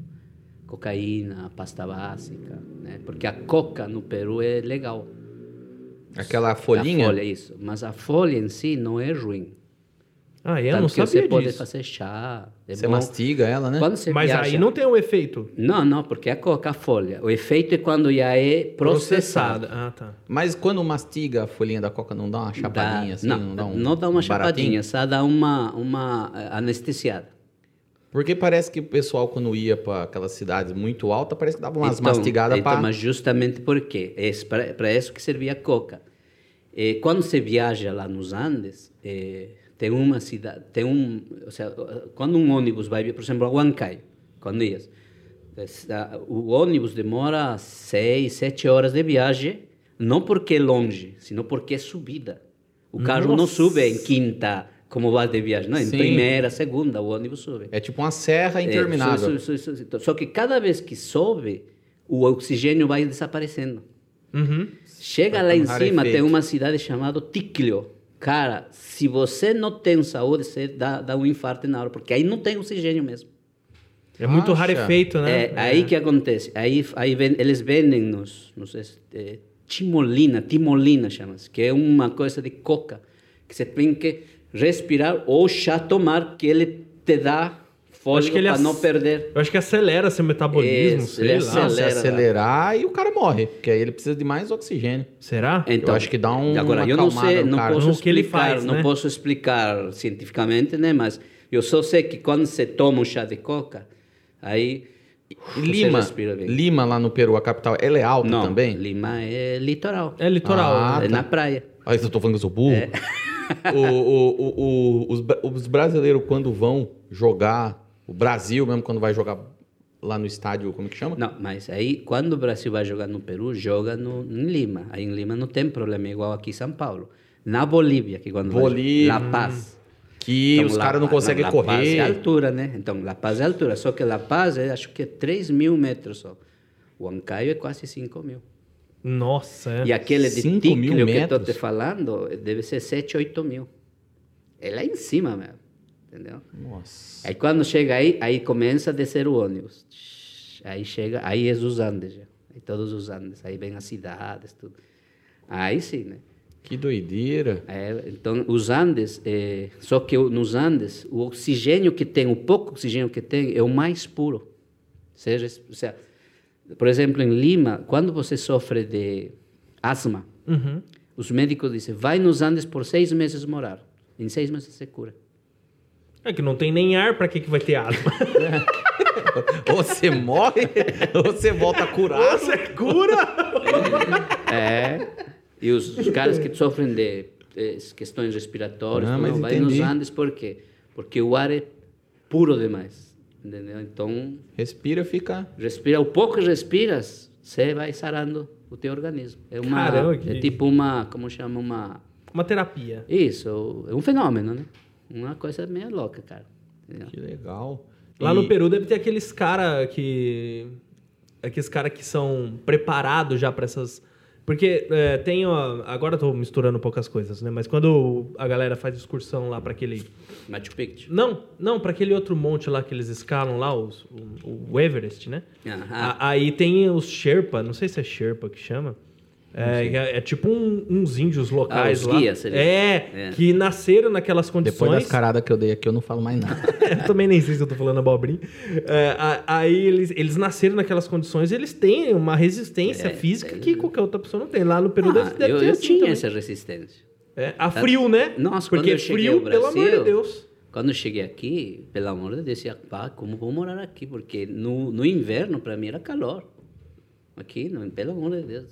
Speaker 3: Cocaína, pasta básica, né? Porque a coca no Peru é legal.
Speaker 1: Aquela folhinha?
Speaker 3: A folha, isso. Mas a folha em si não é ruim.
Speaker 2: Ah, eu
Speaker 3: Tanto
Speaker 2: não
Speaker 3: que você
Speaker 2: sabia
Speaker 3: pode
Speaker 2: disso.
Speaker 3: fazer chá. É
Speaker 1: Você
Speaker 3: bom.
Speaker 1: mastiga ela, né?
Speaker 3: Quando você
Speaker 2: Mas
Speaker 3: viaja-
Speaker 2: aí não tem o efeito
Speaker 3: Não, não, porque a coca, a folha. O efeito é quando já é
Speaker 2: processado.
Speaker 3: processado.
Speaker 2: Ah, tá.
Speaker 1: Mas quando mastiga a folhinha da coca, não dá uma chapadinha
Speaker 3: Dá-
Speaker 1: assim?
Speaker 3: não,
Speaker 1: Não, dá um
Speaker 3: uma
Speaker 1: um baratinho?
Speaker 3: chapadinha, só dá uma, uma eh, anestesiada.
Speaker 1: Porque parece que o pessoal, quando ia pra aquelas cidades muito altas, parece que dava umas mastigadas
Speaker 3: então,
Speaker 1: pra...
Speaker 3: Mas justamente porque é para isso que servia a coca. Eh, quando você viaja lá nos Andes, eh, tem uma cidade, tem um, ou seja, quando um ônibus vai, por exemplo, a Huancayo, quando ias, eh, a- o ônibus demora seis, sete horas de viagem, não porque é longe, sino porque é subida. O carro não
Speaker 2: Nossa.
Speaker 3: sube em quinta, como vai de viagem, não, em
Speaker 1: Sim.
Speaker 3: primeira, segunda, o ônibus sube.
Speaker 1: É tipo uma serra
Speaker 3: É,
Speaker 1: interminável.
Speaker 3: su- su- su- su- su- Só que cada vez que sobe, o oxigênio vai desaparecendo.
Speaker 2: Uhum.
Speaker 3: Chega lá
Speaker 1: Vai
Speaker 3: em
Speaker 1: com
Speaker 3: cima, tem
Speaker 1: rarefeito.
Speaker 3: uma cidade chamada Ticlio. Cara, se você não tem saúde, você dá, dá um infarto na hora, porque aí não tem oxigênio mesmo.
Speaker 2: É muito
Speaker 1: Acha?
Speaker 2: rarefeito, né?
Speaker 3: É, aí que acontece. Aí, aí ven- eles vendem nos, nos eh, timolina, timolina chama-se, que é uma coisa de coca, que você tem que respirar ou chá tomar, que ele te dá
Speaker 2: Acho
Speaker 3: fôlego
Speaker 2: que ele
Speaker 3: para
Speaker 2: ac-
Speaker 3: não perder.
Speaker 2: Eu acho que acelera seu metabolismo,
Speaker 3: Isso,
Speaker 2: sei
Speaker 3: ele
Speaker 2: lá.
Speaker 1: Não,
Speaker 3: acelera.
Speaker 1: se acelerar e o cara morre, porque aí ele precisa de mais oxigênio.
Speaker 2: Será?
Speaker 3: É.
Speaker 1: Eu acho que dá um-
Speaker 3: Então, Agora,
Speaker 1: uma
Speaker 3: eu não
Speaker 1: acalmada
Speaker 3: sei,
Speaker 1: no
Speaker 3: não
Speaker 1: cara.
Speaker 3: posso
Speaker 2: O que ele
Speaker 3: explicar,
Speaker 2: faz,
Speaker 3: não
Speaker 2: né?
Speaker 3: posso explicar cientificamente, né? Mas eu só sei que quando você toma um chá de coca, aí você
Speaker 1: Lima,
Speaker 3: respira bem.
Speaker 1: Lima lá no Peru, a capital, ela é alta
Speaker 3: não,
Speaker 1: também?
Speaker 3: Lima é litoral.
Speaker 2: É litoral.
Speaker 1: Ah,
Speaker 3: É
Speaker 1: tá.
Speaker 3: na praia.
Speaker 1: Aí eu tô falando que eu sou burro. O- o- o- o- os, bra- os brasileiros, quando vão jogar, o Brasil mesmo, quando vai jogar lá no estádio, como é que chama?
Speaker 3: Não, mas aí quando o Brasil vai jogar no Peru, joga no, em Lima. Aí é em Lima não tem problema, igual aqui em São Paulo. Na Bolívia, que quando vai-
Speaker 1: Bolívia.
Speaker 3: La Paz.
Speaker 1: que os
Speaker 3: Então, La
Speaker 1: caras não
Speaker 3: Pa-
Speaker 1: conseguem
Speaker 3: La Paz
Speaker 1: correr.
Speaker 3: é altura, né? Então, La Paz é altura. Só que La Paz, é, acho que é 3 mil metros só. O Ancaio é quase 5 mil.
Speaker 2: Nossa, é.
Speaker 3: E aquele de
Speaker 1: Cinco mil
Speaker 3: Ticlio que eu tô
Speaker 1: metros?
Speaker 3: te falando, deve ser 7, 8 mil. É lá em cima mesmo, entendeu?
Speaker 1: Nossa.
Speaker 3: Aí quando chega aí, aí começa a descer o ônibus. Aí chega, aí é os Andes já. Aí todos os Andes, aí vem as cidades, tudo. Aí sim, né?
Speaker 1: Que doideira.
Speaker 3: É, então, os Andes, é, só que o- nos Andes, o oxigênio que tem, o pouco oxigênio que tem, é o mais puro. Seja, ou seja, por exemplo, em Lima, quando você sofre de asma,
Speaker 2: Uhum.
Speaker 3: os médicos dizem, vai nos Andes por seis meses morar. Em seis meses você cura.
Speaker 2: É que não tem nem ar, pra que, que vai ter asma?
Speaker 1: Ou você morre, ou você volta curado.
Speaker 2: Ah, Você cura?
Speaker 3: É. E os, os caras que sofrem de, eh, questões respiratórias,
Speaker 1: Ah,
Speaker 3: não,
Speaker 1: mas
Speaker 3: vai
Speaker 1: entendi.
Speaker 3: nos Andes por quê? Porque o ar é puro demais. Entendeu? Então,
Speaker 1: Respira, fica.
Speaker 3: respira o pouco que respiras, você vai sarando o teu organismo. É uma
Speaker 2: Caramba, que-
Speaker 3: é tipo uma, como chama uma
Speaker 2: Uma terapia.
Speaker 3: Isso, é um fenômeno, né? Uma coisa meio louca, cara. Entendeu?
Speaker 1: Que legal.
Speaker 2: Lá
Speaker 1: E-
Speaker 2: no Peru deve ter aqueles cara que. Aqueles cara que são preparados já pra essas. Porque é, tem, ó, agora eu tô misturando um pouco as coisas, né? Mas quando a galera faz excursão lá pra aquele.
Speaker 3: Machu Picchu.
Speaker 2: Não, não, pra aquele outro monte lá que eles escalam lá, os- o, o Everest, né?
Speaker 3: Aham.
Speaker 2: A- aí tem os Sherpa, não sei se é Sherpa que chama. É, é- é tipo um- uns índios locais
Speaker 3: Ah, os
Speaker 2: lá.
Speaker 3: guias, eles-
Speaker 2: é,
Speaker 3: é.
Speaker 2: que nasceram naquelas
Speaker 1: Depois das
Speaker 2: condições.
Speaker 1: caradas que eu dei aqui, eu não falo mais nada.
Speaker 2: eu também nem sei se eu tô falando abobrinha. É, a- aí eles, eles nasceram naquelas condições e eles têm uma resistência
Speaker 3: É,
Speaker 2: física
Speaker 3: tem.
Speaker 2: que qualquer outra pessoa não tem. Lá no Peru
Speaker 3: Ah,
Speaker 2: deve, deve
Speaker 3: eu
Speaker 2: ter
Speaker 3: eu
Speaker 2: assim
Speaker 3: tinha
Speaker 2: também.
Speaker 3: essa resistência.
Speaker 2: É, a frio, né?
Speaker 3: Nossa, quando
Speaker 2: Porque
Speaker 3: eu cheguei
Speaker 2: frio,
Speaker 3: ao Brasil,
Speaker 2: pelo amor de Deus.
Speaker 3: Quando eu cheguei aqui, pelo amor de Deus, eu disse, pá, como vou morar aqui? Porque no, no inverno, para mim, era calor. Aqui, não, pelo amor de Deus.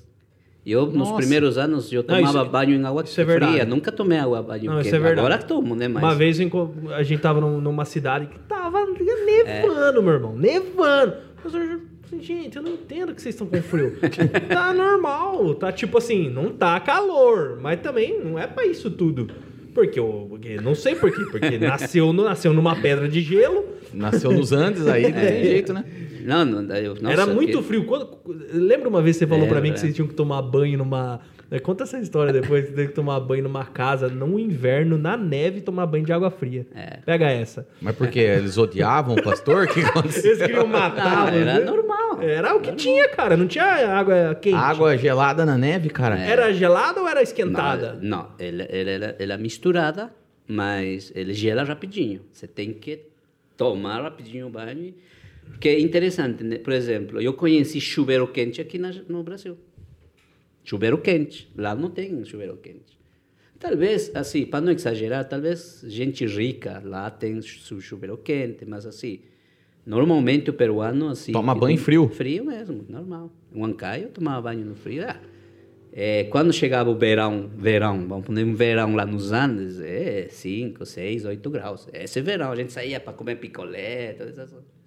Speaker 3: E Eu, nos
Speaker 1: Nossa.
Speaker 3: primeiros anos, eu
Speaker 2: Não, isso-
Speaker 3: tomava banho em água
Speaker 2: isso é
Speaker 3: fria.
Speaker 2: verdade.
Speaker 3: Nunca tomei água banho
Speaker 2: Não, isso
Speaker 3: quente.
Speaker 2: é verdade.
Speaker 3: Agora tomo, né? Mas
Speaker 2: Uma vez eu enco- a gente tava num- numa cidade que tava nevando, meu irmão. Nevando. Mas eu, eu- assim, gente, eu não entendo que vocês estão com frio. tá normal. Tá tipo assim, não tá calor. Mas também não é pra isso tudo. Porque eu, porque- não sei por quê. Porque nasceu, no- nasceu numa pedra de gelo.
Speaker 1: Nasceu nos Andes aí, não tem jeito, né?
Speaker 3: Não, não, eu, nossa,
Speaker 2: era muito
Speaker 3: que-
Speaker 2: frio. Quando- lembra uma vez que você falou pra mim que
Speaker 3: Lembro, é.
Speaker 2: vocês tinham que tomar banho numa... né, Conta essa história depois. que Você teve que tomar banho numa casa, no inverno, na neve, tomar banho de água fria.
Speaker 3: É.
Speaker 2: Pega essa.
Speaker 1: Mas porque eles odiavam o pastor? O que aconteceu?
Speaker 2: Eles queriam matar,
Speaker 3: Não,
Speaker 2: mano.
Speaker 3: era normal.
Speaker 2: Era o que tinha, cara. Não tinha água quente.
Speaker 1: Água gelada na neve, cara.
Speaker 2: Era gelada ou era
Speaker 3: Não,
Speaker 2: esquentada?
Speaker 3: é. Não, ela, ela, ela, ela é misturada, mas ele gela rapidinho. Você tem que tomar rapidinho o banho. Porque é interessante, né? Por exemplo, eu conheci chuveiro quente aqui na- no Brasil. Chuveiro quente. Lá não tem chuveiro quente. Talvez, assim, para não exagerar, talvez gente rica lá tem seu chuveiro quente, mas assim, normalmente o peruano, assim...
Speaker 1: Toma
Speaker 3: que
Speaker 1: banho
Speaker 3: tem-
Speaker 1: frio.
Speaker 3: Frio mesmo, normal. O Ancaio tomava banho no frio. Ah, é, quando chegava o verão, verão, vamos poner um verão lá nos Andes, é 5, 6, 8 graus. Esse é verão a gente saía para comer picolé, todas essas coisas.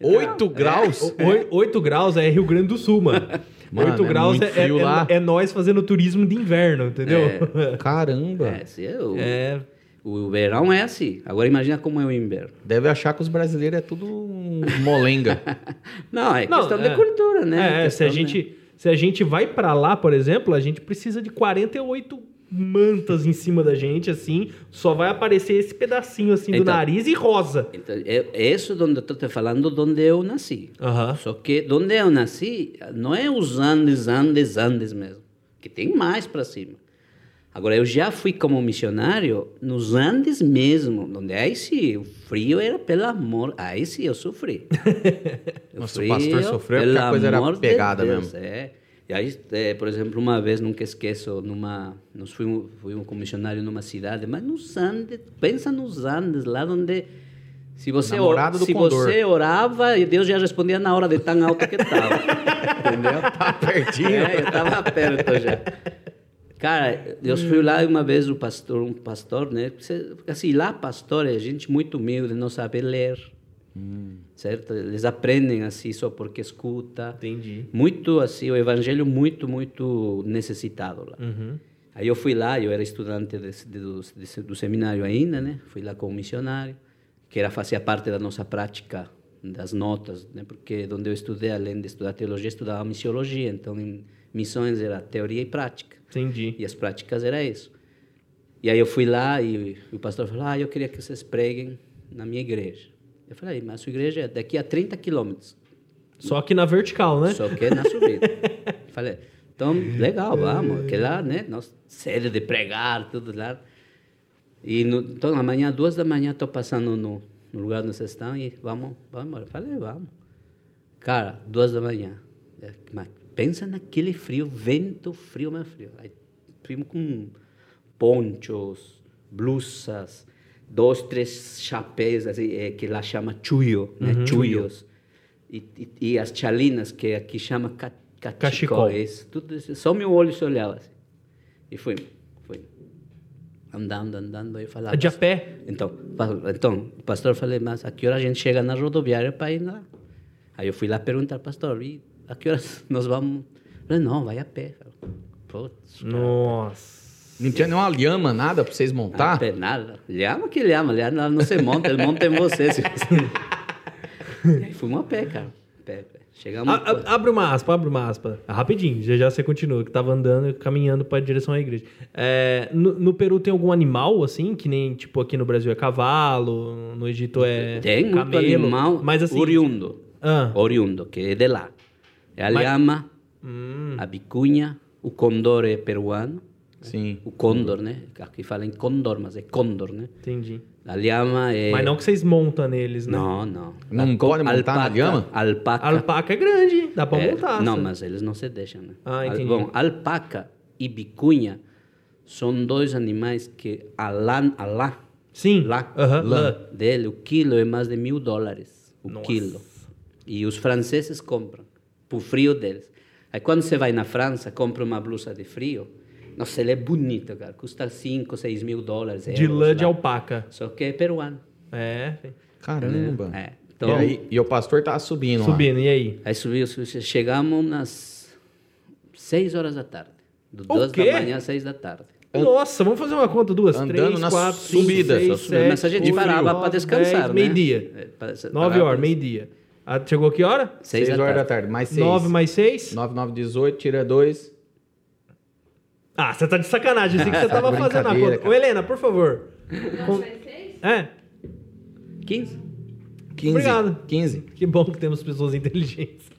Speaker 3: É.
Speaker 1: Oito graus?
Speaker 2: Oi- Oito graus é Rio Grande do Sul, mano.
Speaker 1: Mano,
Speaker 2: Oito
Speaker 1: é
Speaker 2: graus
Speaker 1: muito
Speaker 2: é, é,
Speaker 1: frio lá.
Speaker 2: é nós fazendo turismo de inverno, entendeu?
Speaker 1: Caramba.
Speaker 3: É, assim, é o,
Speaker 2: É.
Speaker 3: o verão é assim. Agora imagina como é o inverno.
Speaker 1: Deve achar que os brasileiros é tudo um molenga.
Speaker 3: Não, é
Speaker 2: Não,
Speaker 3: questão
Speaker 2: é.
Speaker 3: de cultura, né?
Speaker 2: É, se
Speaker 3: Questão
Speaker 2: a,
Speaker 3: de-
Speaker 2: gente, se a gente vai pra lá, por exemplo, a gente precisa de 48 mantas em cima da gente, assim. Só vai aparecer esse pedacinho, assim, do
Speaker 3: Então.
Speaker 2: nariz e rosa.
Speaker 3: Então, é, é isso onde eu estou te falando, onde eu nasci.
Speaker 2: Aham.
Speaker 3: Só que onde eu nasci, não é os Andes, Andes, Andes mesmo, que tem mais para cima. Agora, eu já fui como missionário nos Andes mesmo, onde aí sim, o frio era pelo amor, aí sim eu sofri. Eu
Speaker 1: Nossa, o pastor sofreu porque a
Speaker 3: pelo
Speaker 1: coisa era
Speaker 3: amor de
Speaker 1: pegada
Speaker 3: Deus,
Speaker 1: mesmo.
Speaker 3: É. E aí, é, por exemplo, uma vez, nunca esqueço, numa, nós fuimos, fuimos com missionário numa cidade, mas nos Andes, pensa nos Andes, lá onde... Se você, or-
Speaker 1: Namorado do
Speaker 3: se
Speaker 1: Condor.
Speaker 3: você orava, e Deus já respondia na hora de tão alto que estava. Entendeu?
Speaker 1: tá pertinho.
Speaker 3: É, eu tava perto já. Cara, eu fui lá uma vez o pastor, um pastor, né? Você- Assim, lá pastor é gente muito humilde, não sabe ler,
Speaker 1: Hum.
Speaker 3: certo? Eles aprendem assim só porque escuta.
Speaker 2: Entendi.
Speaker 3: Muito assim, o evangelho muito, muito necessitado lá.
Speaker 2: Uhum.
Speaker 3: Aí eu fui lá, eu era estudante desse- do, desse- do seminário ainda, né? Fui lá com o missionário, que era fazia parte da nossa prática das notas, né? Porque onde eu estudei, além de estudar teologia, estudava missiologia. Então, em missões era teoria e prática.
Speaker 2: Entendi.
Speaker 3: E as práticas era isso. E aí eu fui lá e o pastor falou: "Ah, eu queria que vocês preguem na minha igreja". Eu falei: "Mas a sua igreja é daqui a 30 quilômetros".
Speaker 2: Só que na vertical, né?
Speaker 3: Só que na subida. Falei, então, legal, vamos. Que lá, né? Nós, sede de pregar, tudo lá. E no, então, amanhã, duas da manhã, estou passando no, no lugar onde vocês estão e vamos, vamos. Eu Falei, vamos. Cara, duas da manhã. É, Mas pensa naquele frio, vento frio, mas frio. Aí, primo com ponchos, blusas, dois, três chapéus, assim, é, que lá chama chuyo, né? Chuyos. E, e, e as chalinas, que aqui chama ca,
Speaker 2: Cachecol.
Speaker 3: cachecol. Isso, tudo isso. Só meu olho se olhava assim. E fui, fui. Andando, andando, aí eu falava...
Speaker 2: De a pé.
Speaker 3: Então, pa- então, o pastor falei, mas a que hora a gente chega na rodoviária para ir lá? Aí eu fui lá perguntar, pastor, e a que horas nós vamos? Falei, não, vai a pé. Putz,
Speaker 2: É, Nossa.
Speaker 1: Não tinha nenhuma lhama, nada pra vocês montar?
Speaker 3: a pé nada. Ele ama que ele ama, ele ama, não se monta, ele monta em você. se você- e aí fomos a pé, cara. Pé, pé. Chegamos...
Speaker 2: A- a- abre uma aspa, abre uma aspa. É Rapidinho, já já você continua, que tava andando, e caminhando pra direção à igreja. É, no, no Peru tem algum animal, assim, que nem, tipo, aqui no Brasil é cavalo, no Egito é
Speaker 3: Tem muito
Speaker 2: camelo.
Speaker 3: animal
Speaker 2: mas assim...
Speaker 3: oriundo.
Speaker 2: Ah.
Speaker 3: Oriundo, que é de lá. É a lhama,
Speaker 2: Hum,
Speaker 3: a bicunha, o condor é peruano.
Speaker 1: Sim.
Speaker 3: O condor, né? Aqui falam condor, mas é condor, né?
Speaker 2: Entendi.
Speaker 3: A lhama é...
Speaker 2: Mas não que vocês montam neles, né?
Speaker 3: Não, não.
Speaker 1: Não pode montar na lhama?
Speaker 3: Alpaca. eh,
Speaker 2: A alpaca é grande, dá pra
Speaker 3: É,
Speaker 2: montar.
Speaker 3: Não,
Speaker 2: sabe?
Speaker 3: mas eles não se deixam, né?
Speaker 2: Ah,
Speaker 3: Al-
Speaker 2: entendi.
Speaker 3: Bom, alpaca e bicunha são dois animais que a lã, a lã,
Speaker 2: Sim.
Speaker 3: lá,
Speaker 2: Aham,
Speaker 3: lã
Speaker 2: lá.
Speaker 3: dele, o quilo é mais de mil dólares. O
Speaker 2: Nossa.
Speaker 3: quilo. E os franceses compram, por frio deles. Aí quando você vai na França, compra uma blusa de frio, nossa, ele é bonito, cara. Custa 5, 6 mil dólares.
Speaker 2: De
Speaker 3: euros
Speaker 2: lã de
Speaker 3: lá.
Speaker 2: alpaca.
Speaker 3: Só que é peruano.
Speaker 2: É.
Speaker 1: Caramba.
Speaker 3: É.
Speaker 1: e,
Speaker 3: Então,
Speaker 1: aí, e o pastor tá subindo, lá.
Speaker 2: Subindo, e aí?
Speaker 3: Aí subiu, subiu. Chegamos nas 6 horas da tarde. Do 2
Speaker 2: quê?
Speaker 3: da manhã às 6 da tarde.
Speaker 2: Nossa, vamos fazer uma conta, duas,
Speaker 1: Andando
Speaker 2: três,
Speaker 1: na
Speaker 2: quatro,
Speaker 1: subida, só
Speaker 2: cinco, seis,
Speaker 1: subida.
Speaker 2: sete,
Speaker 3: Mas a gente
Speaker 2: oito,
Speaker 3: parava
Speaker 2: nove,
Speaker 3: para descansar,
Speaker 2: dez,
Speaker 3: né?
Speaker 2: meio-dia.
Speaker 3: É, para-
Speaker 2: Nove
Speaker 3: parava
Speaker 2: horas,
Speaker 3: pra-
Speaker 2: meio-dia. Ah, chegou que hora?
Speaker 1: 6
Speaker 3: Seis
Speaker 1: horas da tarde, mais 6.
Speaker 2: Nove mais seis?
Speaker 1: 9, 9, 18, tira 2.
Speaker 2: Ah, você tá de sacanagem, assim que você
Speaker 1: Tá
Speaker 2: tava
Speaker 1: de
Speaker 2: fazendo a
Speaker 1: brincadeira,
Speaker 2: conta. Ô, Helena, por favor. Com- É,
Speaker 3: 15.
Speaker 1: 15.
Speaker 2: Obrigado.
Speaker 1: 15.
Speaker 2: que bom que temos pessoas inteligentes.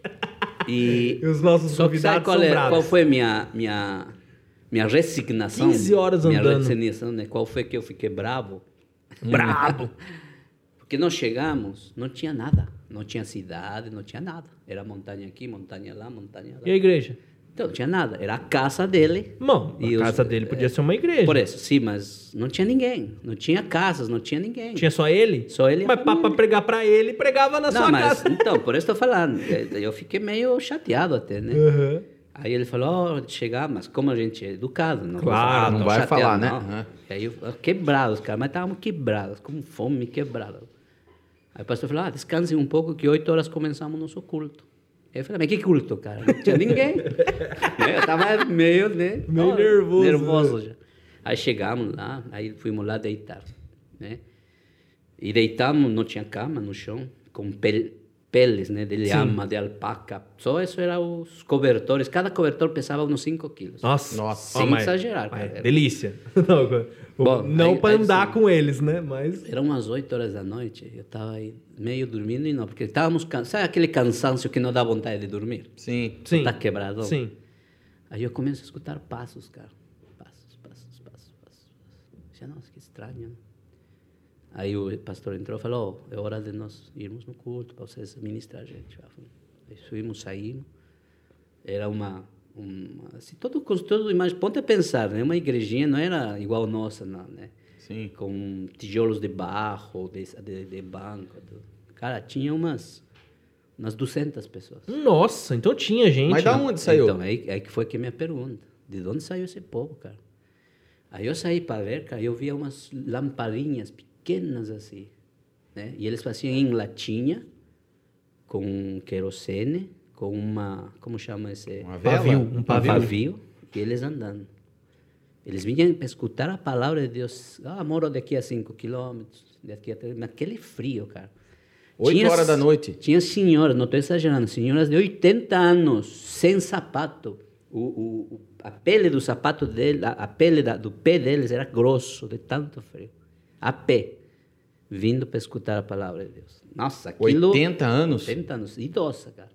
Speaker 3: E
Speaker 2: E os nossos
Speaker 3: Só que
Speaker 2: convidados
Speaker 3: sabe qual,
Speaker 2: são
Speaker 3: é- qual
Speaker 2: bravos.
Speaker 3: foi minha, minha, minha resignação?
Speaker 2: 15 horas
Speaker 3: Minha
Speaker 2: andando.
Speaker 3: resignação, né? Qual foi que eu fiquei bravo? bravo! Porque nós chegamos, não tinha nada. Não tinha cidade, não tinha nada. Era montanha aqui, montanha lá, montanha
Speaker 2: E
Speaker 3: lá.
Speaker 2: a igreja?
Speaker 3: Então, não tinha nada. Era a casa dele.
Speaker 2: Bom,
Speaker 3: E
Speaker 2: a
Speaker 3: os- é.
Speaker 2: casa dele podia ser uma igreja.
Speaker 3: Por isso, sim, mas não tinha ninguém. Não tinha casas, não tinha ninguém.
Speaker 2: Tinha só ele?
Speaker 3: Só ele e a
Speaker 2: Mas pra, pra pregar pra ele, pregava na
Speaker 3: não,
Speaker 2: sua
Speaker 3: mas,
Speaker 2: casa.
Speaker 3: então, por isso estou falando. Eu eu fiquei meio chateado até, né?
Speaker 2: Aham.
Speaker 3: Aí ele falou, oh, chegar, mas como a gente é educado, não
Speaker 2: Claro,
Speaker 3: vou falar,
Speaker 1: não
Speaker 3: tô
Speaker 1: vai
Speaker 3: chateado,
Speaker 1: falar, né?
Speaker 3: não.
Speaker 1: Aham.
Speaker 3: Aí eu, eu quebrados, cara, mas estávamos quebrados, com fome, quebrados. Aí o pastor falou, ah, descanse um pouco que oito horas começamos nosso culto. Aí eu falei, mas que culto, cara? Não tinha ninguém. Né? eu estava meio, né?
Speaker 2: Meio
Speaker 3: ó,
Speaker 2: nervoso,
Speaker 1: né?
Speaker 3: Nervoso já. Aí chegamos lá, aí fomos lá deitar, né? E deitamos, não tinha cama no chão, com pel- peles, né? De lhama, de alpaca. Só isso era os cobertores. Cada cobertor pesava uns 5 quilos.
Speaker 2: Nossa,
Speaker 1: Nossa,
Speaker 2: Ó,
Speaker 3: sem
Speaker 2: mas-
Speaker 3: exagerar, cara.
Speaker 2: mas delícia. Não,
Speaker 3: Bom,
Speaker 2: não
Speaker 3: aí-
Speaker 2: pra
Speaker 3: aí
Speaker 2: andar
Speaker 3: sim.
Speaker 2: com eles, né? Mas.
Speaker 3: Eram umas 8 horas da noite, eu estava aí meio dormindo e não, porque estávamos cansados. Sabe aquele cansaço que não dá vontade de dormir?
Speaker 1: Sim.
Speaker 2: Sim.
Speaker 3: Tá quebrado.
Speaker 2: Sim.
Speaker 3: Aí eu começo a escutar passos, cara. Passos, passos, passos, passos. Já, nossa, que estranho. né? Aí o pastor entrou e falou, "Ó, é hora de nós irmos no culto para vocês ministrar a gente. Eu falei, Aí subimos, saímos. Era uma... uma assim, todo construído, mas ponte a pensar, né? Uma igrejinha não era igual nossa, não, né?
Speaker 1: Sim.
Speaker 3: Com tijolos de barro, de, de, de banco. tudo. Cara, tinha umas, umas 200 pessoas.
Speaker 2: Nossa, então tinha gente.
Speaker 1: Mas um- da
Speaker 2: né?
Speaker 1: onde saiu?
Speaker 3: Então, aí, aí que foi que minha pergunta. De onde saiu esse povo, cara? Aí eu saí para ver, cara, eu via umas lamparinhas pequenas assim, né? E eles faziam em latinha, com querosene, com uma... Como chama esse?
Speaker 1: Uma vela?
Speaker 2: Pavio, um
Speaker 3: Um
Speaker 2: pavio.
Speaker 3: pavio. E eles andando. Eles vinham para escutar a palavra de Deus. Ah, moro daqui a 5 quilômetros, daqui a 3. Naquele frio, cara.
Speaker 1: 8
Speaker 3: Tinha-
Speaker 1: horas da noite.
Speaker 3: Tinha senhoras, não estou exagerando, senhoras de 80 anos, sem sapato. O, o- o- a pele do sapato dele, a, a pele da- do pé deles era grosso, de tanto frio. A pé, vindo para escutar a palavra de Deus. Nossa, aquilo...
Speaker 1: 80 anos?
Speaker 3: 80 anos, idosa, cara.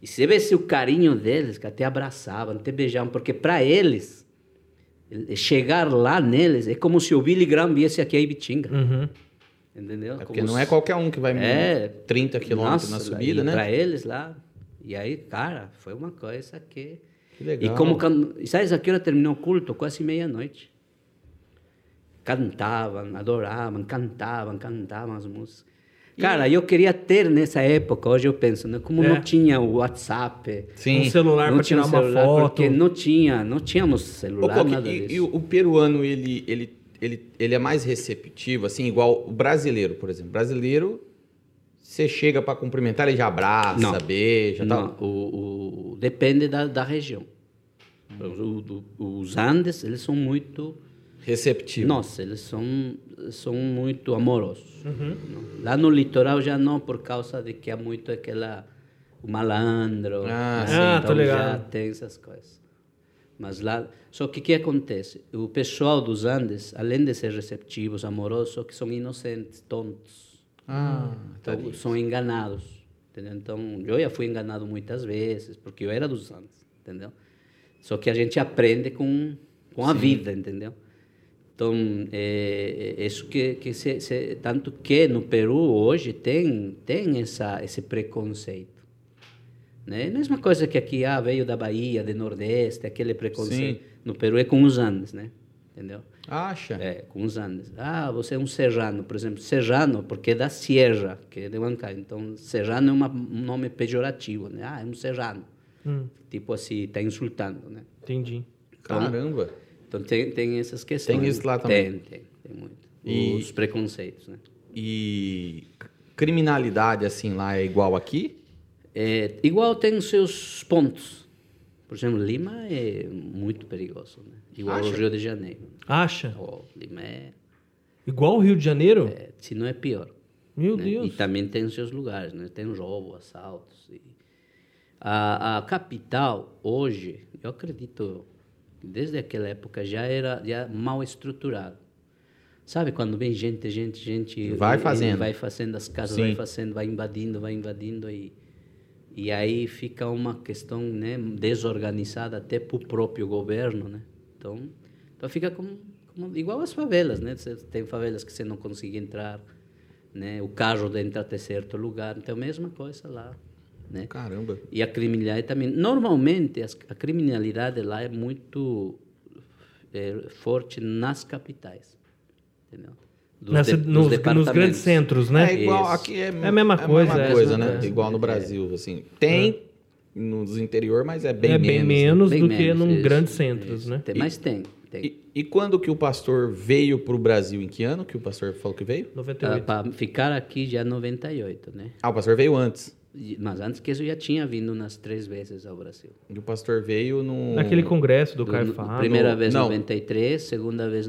Speaker 3: E você vê se o carinho deles, que até abraçavam, até beijavam, porque para eles, eh, chegar lá neles, é como se o Billy Graham viesse aqui a Ibitinga,
Speaker 2: Uhum.
Speaker 3: entendeu?
Speaker 1: É porque
Speaker 3: Como
Speaker 1: não é
Speaker 3: se-
Speaker 1: qualquer um que vai
Speaker 3: É.
Speaker 1: 30 quilômetros na
Speaker 3: nossa,
Speaker 1: subida,
Speaker 3: e
Speaker 1: né?
Speaker 3: Pra eles lá. E aí, cara, foi uma coisa que.
Speaker 1: Que legal.
Speaker 3: E como. can- e Sabe a que hora terminou o culto? Quase meia-noite. Cantavam, adoravam, cantavam, cantavam as músicas. Cara, eu queria ter nessa época, hoje eu penso, né? como
Speaker 2: É.
Speaker 3: não tinha o WhatsApp.
Speaker 1: Sim.
Speaker 2: Um celular
Speaker 3: não
Speaker 2: para
Speaker 3: tinha
Speaker 2: tirar uma
Speaker 3: celular,
Speaker 2: foto.
Speaker 3: Porque não tinha, não tínhamos
Speaker 1: Ô,
Speaker 3: celular,
Speaker 1: Coque,
Speaker 3: nada
Speaker 1: e,
Speaker 3: disso.
Speaker 1: e o, o peruano, ele, ele, ele, ele é mais receptivo, assim, igual o brasileiro, por exemplo. Brasileiro, você chega pra cumprimentar, ele já abraça,
Speaker 3: Não.
Speaker 1: beija,
Speaker 2: tá
Speaker 3: Não,
Speaker 1: tal.
Speaker 3: o, o- depende da, da região.
Speaker 2: Hum.
Speaker 3: O- o- os Andes, eles são muito...
Speaker 1: Receptivo.
Speaker 3: Nossa, eles são, são muito amorosos.
Speaker 2: Uhum.
Speaker 3: Lá no litoral já não, por causa de que há muito aquela... O malandro.
Speaker 1: Ah,
Speaker 3: né?
Speaker 1: sim.
Speaker 2: Ah, tô
Speaker 3: então já
Speaker 2: ligado.
Speaker 3: tem essas coisas. Mas lá... Só que o que acontece? O pessoal dos Andes, além de ser receptivos, amorosos, só que são inocentes, tontos.
Speaker 1: Ah, tá
Speaker 3: Então, são enganados, entendeu? Então, eu já fui enganado muitas vezes, porque eu era dos Andes, entendeu? Só que a gente aprende com, com a vida, entendeu? Então, é, é isso que, que se, se- tanto que no Peru hoje tem, tem essa, esse preconceito. Né? Mesma coisa que aqui, ah, veio da Bahia, do Nordeste, aquele preconceito.
Speaker 1: Sim.
Speaker 3: No Peru é com os Andes, né? Entendeu?
Speaker 1: Acha?
Speaker 3: É, com os Andes. Ah, você é um serrano, por exemplo. Serrano, porque é da Sierra, que é de Huancayo. Então, serrano é uma- um nome pejorativo, né? Ah, é um serrano.
Speaker 2: Hum,
Speaker 3: Tipo assim, está insultando, né?
Speaker 2: entendi.
Speaker 1: Caramba.
Speaker 3: Então, tem, tem essas questões.
Speaker 1: Tem isso lá também?
Speaker 3: Tem, tem, tem muito.
Speaker 1: E-
Speaker 3: Os preconceitos, né?
Speaker 1: E c- criminalidade, assim, lá é igual aqui?
Speaker 3: É, igual tem seus pontos. Por exemplo, Lima é muito perigoso, né? Igual o
Speaker 1: Acha?
Speaker 3: Rio de Janeiro.
Speaker 2: Acha?
Speaker 3: Oh, Lima é,
Speaker 2: Igual o Rio de Janeiro?
Speaker 3: é, se não é pior.
Speaker 2: Meu
Speaker 3: né? E
Speaker 2: Deus.
Speaker 3: também tem seus lugares, né? Tem roubo, assaltos. e- A, a capital hoje, eu acredito, desde aquela época já era já mal estruturado. Sabe quando vem gente, gente, gente e-
Speaker 1: Vai
Speaker 3: e- e
Speaker 1: fazendo.
Speaker 3: vai fazendo as casas,
Speaker 1: Sim.
Speaker 3: vai fazendo, vai invadindo, vai invadindo e e aí fica uma questão né desorganizada até para o próprio governo, né? Então, então fica como, como igual as favelas, né? Cê tem favelas que você não consegue entrar, né? O carro de entrar até certo lugar, então a mesma coisa lá, né?
Speaker 1: Caramba.
Speaker 3: E a criminalidade também. Normalmente, as- a criminalidade lá é muito eh, forte nas capitais. Entendeu? Dos
Speaker 2: Nas-
Speaker 3: de- dos
Speaker 2: nos, nos
Speaker 3: departamentos.
Speaker 2: grandes centros, né?
Speaker 1: É igual
Speaker 3: Isso.
Speaker 1: aqui. É,
Speaker 2: a mesma coisa, é,
Speaker 1: coisa,
Speaker 2: né?
Speaker 1: né? Igual no Brasil, assim. Tem nos interior, mas é bem
Speaker 2: é
Speaker 1: menos.
Speaker 2: bem
Speaker 1: né?
Speaker 2: menos
Speaker 3: Bem
Speaker 2: do que
Speaker 3: menos,
Speaker 2: num
Speaker 3: isso,
Speaker 2: grandes centros,
Speaker 3: isso.
Speaker 2: né?
Speaker 3: Tem, mas tem. tem.
Speaker 1: E, e quando que o pastor veio pro Brasil? Em que ano que o pastor falou que veio?
Speaker 3: Para
Speaker 2: 98.
Speaker 3: Ah, ficar aqui já é 98, né?
Speaker 1: Ah, o pastor veio antes.
Speaker 3: E- Mas antes que isso já tinha vindo nas três vezes ao Brasil.
Speaker 1: E o pastor veio no...
Speaker 2: Naquele congresso do,
Speaker 3: Um, Do-
Speaker 2: Caio
Speaker 3: no-
Speaker 2: Fábio.
Speaker 3: primeira
Speaker 1: no-
Speaker 3: vez
Speaker 1: não.
Speaker 3: 93, segunda vez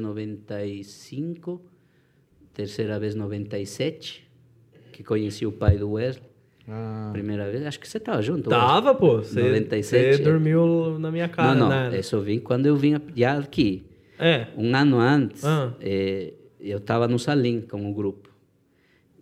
Speaker 3: 95, terceira vez 97, que conheci o pai do Wesley.
Speaker 1: Ah,
Speaker 3: Primeira vez, acho que você estava junto. Wesley.
Speaker 2: Tava, pô. Você
Speaker 3: 97.
Speaker 2: dormiu na minha casa.
Speaker 3: é. não, não,
Speaker 2: né?
Speaker 3: isso eu vim quando eu vim já aqui.
Speaker 2: É.
Speaker 3: Um ano antes,
Speaker 2: Ah.
Speaker 3: eh, eu estava no Salim com o grupo.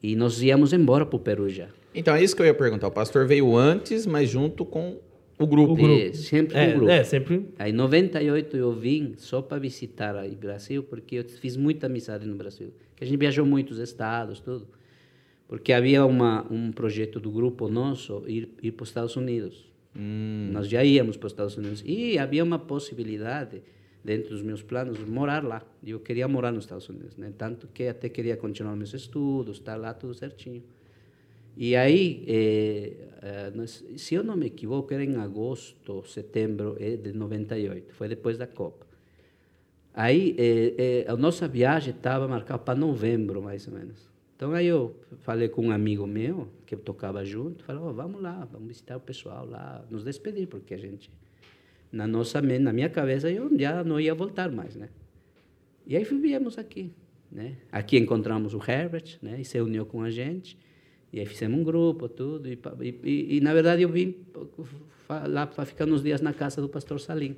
Speaker 3: E nós íamos embora para o Peru já.
Speaker 1: então é isso que eu ia perguntar. O pastor veio antes, mas junto com o grupo.
Speaker 2: O grupo.
Speaker 3: Eh, sempre com
Speaker 2: É,
Speaker 3: o grupo.
Speaker 2: é, sempre.
Speaker 3: Aí, em 98, eu vim só para visitar o Brasil, porque eu fiz muita amizade no Brasil. Que a gente viajou muitos estados, tudo. Porque havia uma, um projeto do grupo nosso ir, ir para os Estados Unidos. Nós já íamos para os Estados Unidos. E havia uma possibilidade, dentro dos meus planos, morar lá. E eu queria morar nos Estados Unidos, né? Tanto que até queria continuar meus estudos, estar lá tudo certinho. E aí, eh, eh, nós- se eu não me equivoco, era em agosto, setembro eh, de 98, foi depois da Copa. Aí, eh, eh, a nossa viagem estava marcada para novembro, mais ou menos. Então, aí eu falei com um amigo meu, que eu tocava junto, falou, "Ó, vamos lá, vamos visitar o pessoal lá, nos despedir, porque a gente na nossa men- na minha cabeça eu já não ia voltar mais, né? E aí viemos aqui, né? Aqui encontramos o Herbert, né? E se uniu com a gente. E aí fizemos um grupo, tudo. E, pa- e- e- e, na verdade eu vim fa- lá para ficar uns dias na casa do pastor Salim.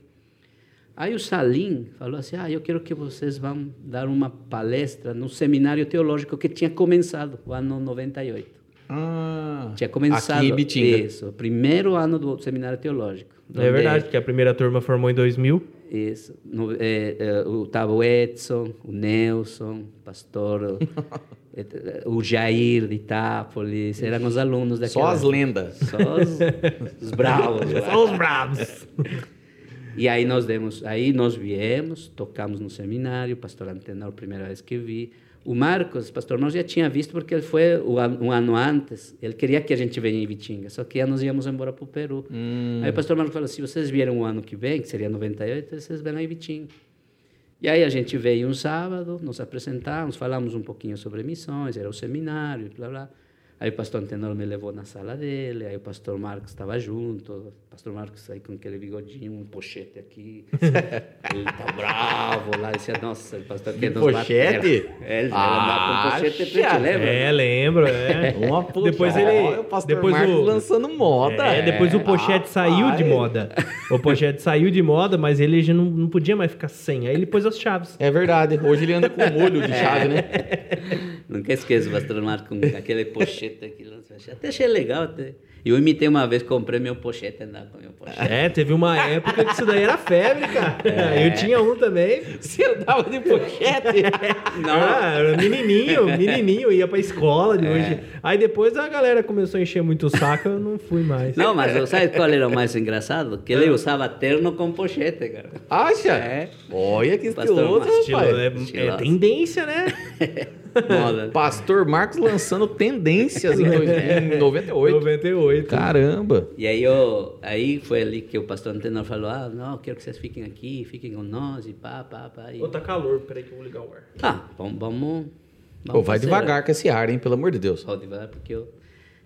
Speaker 3: Aí o Salim falou assim: Ah, eu quero que vocês vão dar uma palestra no seminário teológico que tinha começado, o ano 98.
Speaker 1: Ah,
Speaker 3: Tinha começado.
Speaker 1: Aqui em Ibitinga.
Speaker 3: Isso, o primeiro ano do seminário teológico.
Speaker 2: É verdade, porque a primeira turma formou em 2000.
Speaker 3: Isso. No, é, é, o tava o Edson, o Nelson, o pastor, o, o Jair de Itápolis, eram os alunos
Speaker 1: Só
Speaker 3: daquela.
Speaker 1: as lendas.
Speaker 3: Só os, os bravos. lá.
Speaker 2: Só os bravos.
Speaker 3: E aí nós demos, aí nós viemos, tocamos no seminário, o pastor Antenor, primeira vez que vi. O Marcos, pastor Marcos já tinha visto porque ele foi o an- um ano antes, ele queria que a gente venha em Vitinga, só que aí nós íamos embora para o Peru. Aí o pastor Marcos falou, se vocês vieram o ano que vem, que seria 98, vocês vêm lá em Vitinga. E aí a gente veio um sábado, nos apresentamos, falamos um pouquinho sobre missões, era o seminário, e blá blá. Aí o pastor Antenor me levou na sala dele, aí o pastor Marcos estava junto, o pastor Marcos aí com aquele bigodinho, um pochete aqui, ele tá bravo lá, dizia, nossa, o pastor quer nos matar.
Speaker 1: pochete?
Speaker 3: É, ele ah, com pochete
Speaker 1: Acha?
Speaker 3: preta, lembra?
Speaker 2: É, lembro, é.
Speaker 1: Uma puta.
Speaker 2: Depois ele-
Speaker 1: Olha o pastor
Speaker 2: depois
Speaker 1: Marcos
Speaker 2: o-
Speaker 1: lançando moda.
Speaker 2: É, depois o pochete saiu de
Speaker 1: Ah, rapaz.
Speaker 2: moda. O pochete saiu de moda, mas ele já não, não podia mais ficar sem. Aí ele pôs as chaves.
Speaker 1: É verdade. Hoje ele anda com molho de chave, né?
Speaker 3: Nunca esqueço o pastor Marcos com aquele pochete aqui. lá, Até achei legal. Até. Eu imitei uma vez, comprei meu pochete, andava com meu pochete.
Speaker 2: É, teve uma época que isso daí era febre, cara. Eu tinha um também.
Speaker 1: Você andava de pochete.
Speaker 3: Não.
Speaker 2: Ah, era menininho, menininho, ia pra escola de hoje. Aí depois a galera começou a encher muito o saco, eu não fui mais.
Speaker 3: Não, mas sabe qual era o mais engraçado? Que ele usava terno com pochete, cara.
Speaker 1: Acha?
Speaker 3: É.
Speaker 1: Olha que
Speaker 3: Pastor
Speaker 1: estiloso,
Speaker 3: Marcos.
Speaker 2: Estilo-
Speaker 1: rapaz.
Speaker 2: é, é
Speaker 3: Estiloso.
Speaker 2: tendência, né?
Speaker 3: Moda.
Speaker 1: Pastor Marcos lançando tendências em dois- em 98.
Speaker 2: 98.
Speaker 1: Caramba.
Speaker 3: E aí, eu, aí foi ali que o pastor Antenor falou, ah, não, quero que vocês fiquem aqui, fiquem com nós e pá, pá, pá. E...
Speaker 2: Ô, tá calor, peraí que eu vou ligar o ar.
Speaker 3: Tá, vamos...
Speaker 1: Ô,
Speaker 3: vamos, vamos
Speaker 1: Oh, vai
Speaker 3: fazer,
Speaker 1: devagar
Speaker 3: né?
Speaker 1: com esse ar, hein? Pelo amor de Deus.
Speaker 3: Só devagar, porque eu...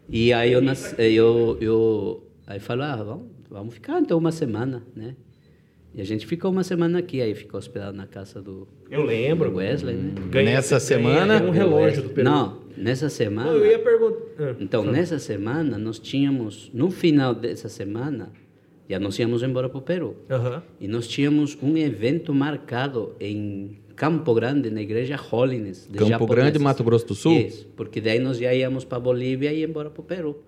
Speaker 3: E aí eu, nas, eh, eu, eu aí falo, ah, vamos, vamos ficar então uma semana, né? E a gente ficou uma semana aqui, aí ficou hospedado na casa do
Speaker 2: Eu lembro.
Speaker 3: Wesley, né?
Speaker 1: Nessa semana-
Speaker 2: um relógio do Peru.
Speaker 3: Não, nessa semana...
Speaker 2: Não, eu ia perguntar. Ah,
Speaker 3: Então, nessa semana, nós tínhamos, no final dessa semana, já nós íamos embora para o Peru.
Speaker 2: Aham.
Speaker 3: E nós tínhamos um evento marcado em Campo Grande, na igreja Holiness. de
Speaker 1: Campo
Speaker 3: japoneses.
Speaker 1: Grande, Mato Grosso do Sul?
Speaker 3: Isso, porque daí nós já íamos para Bolívia e embora para o Peru.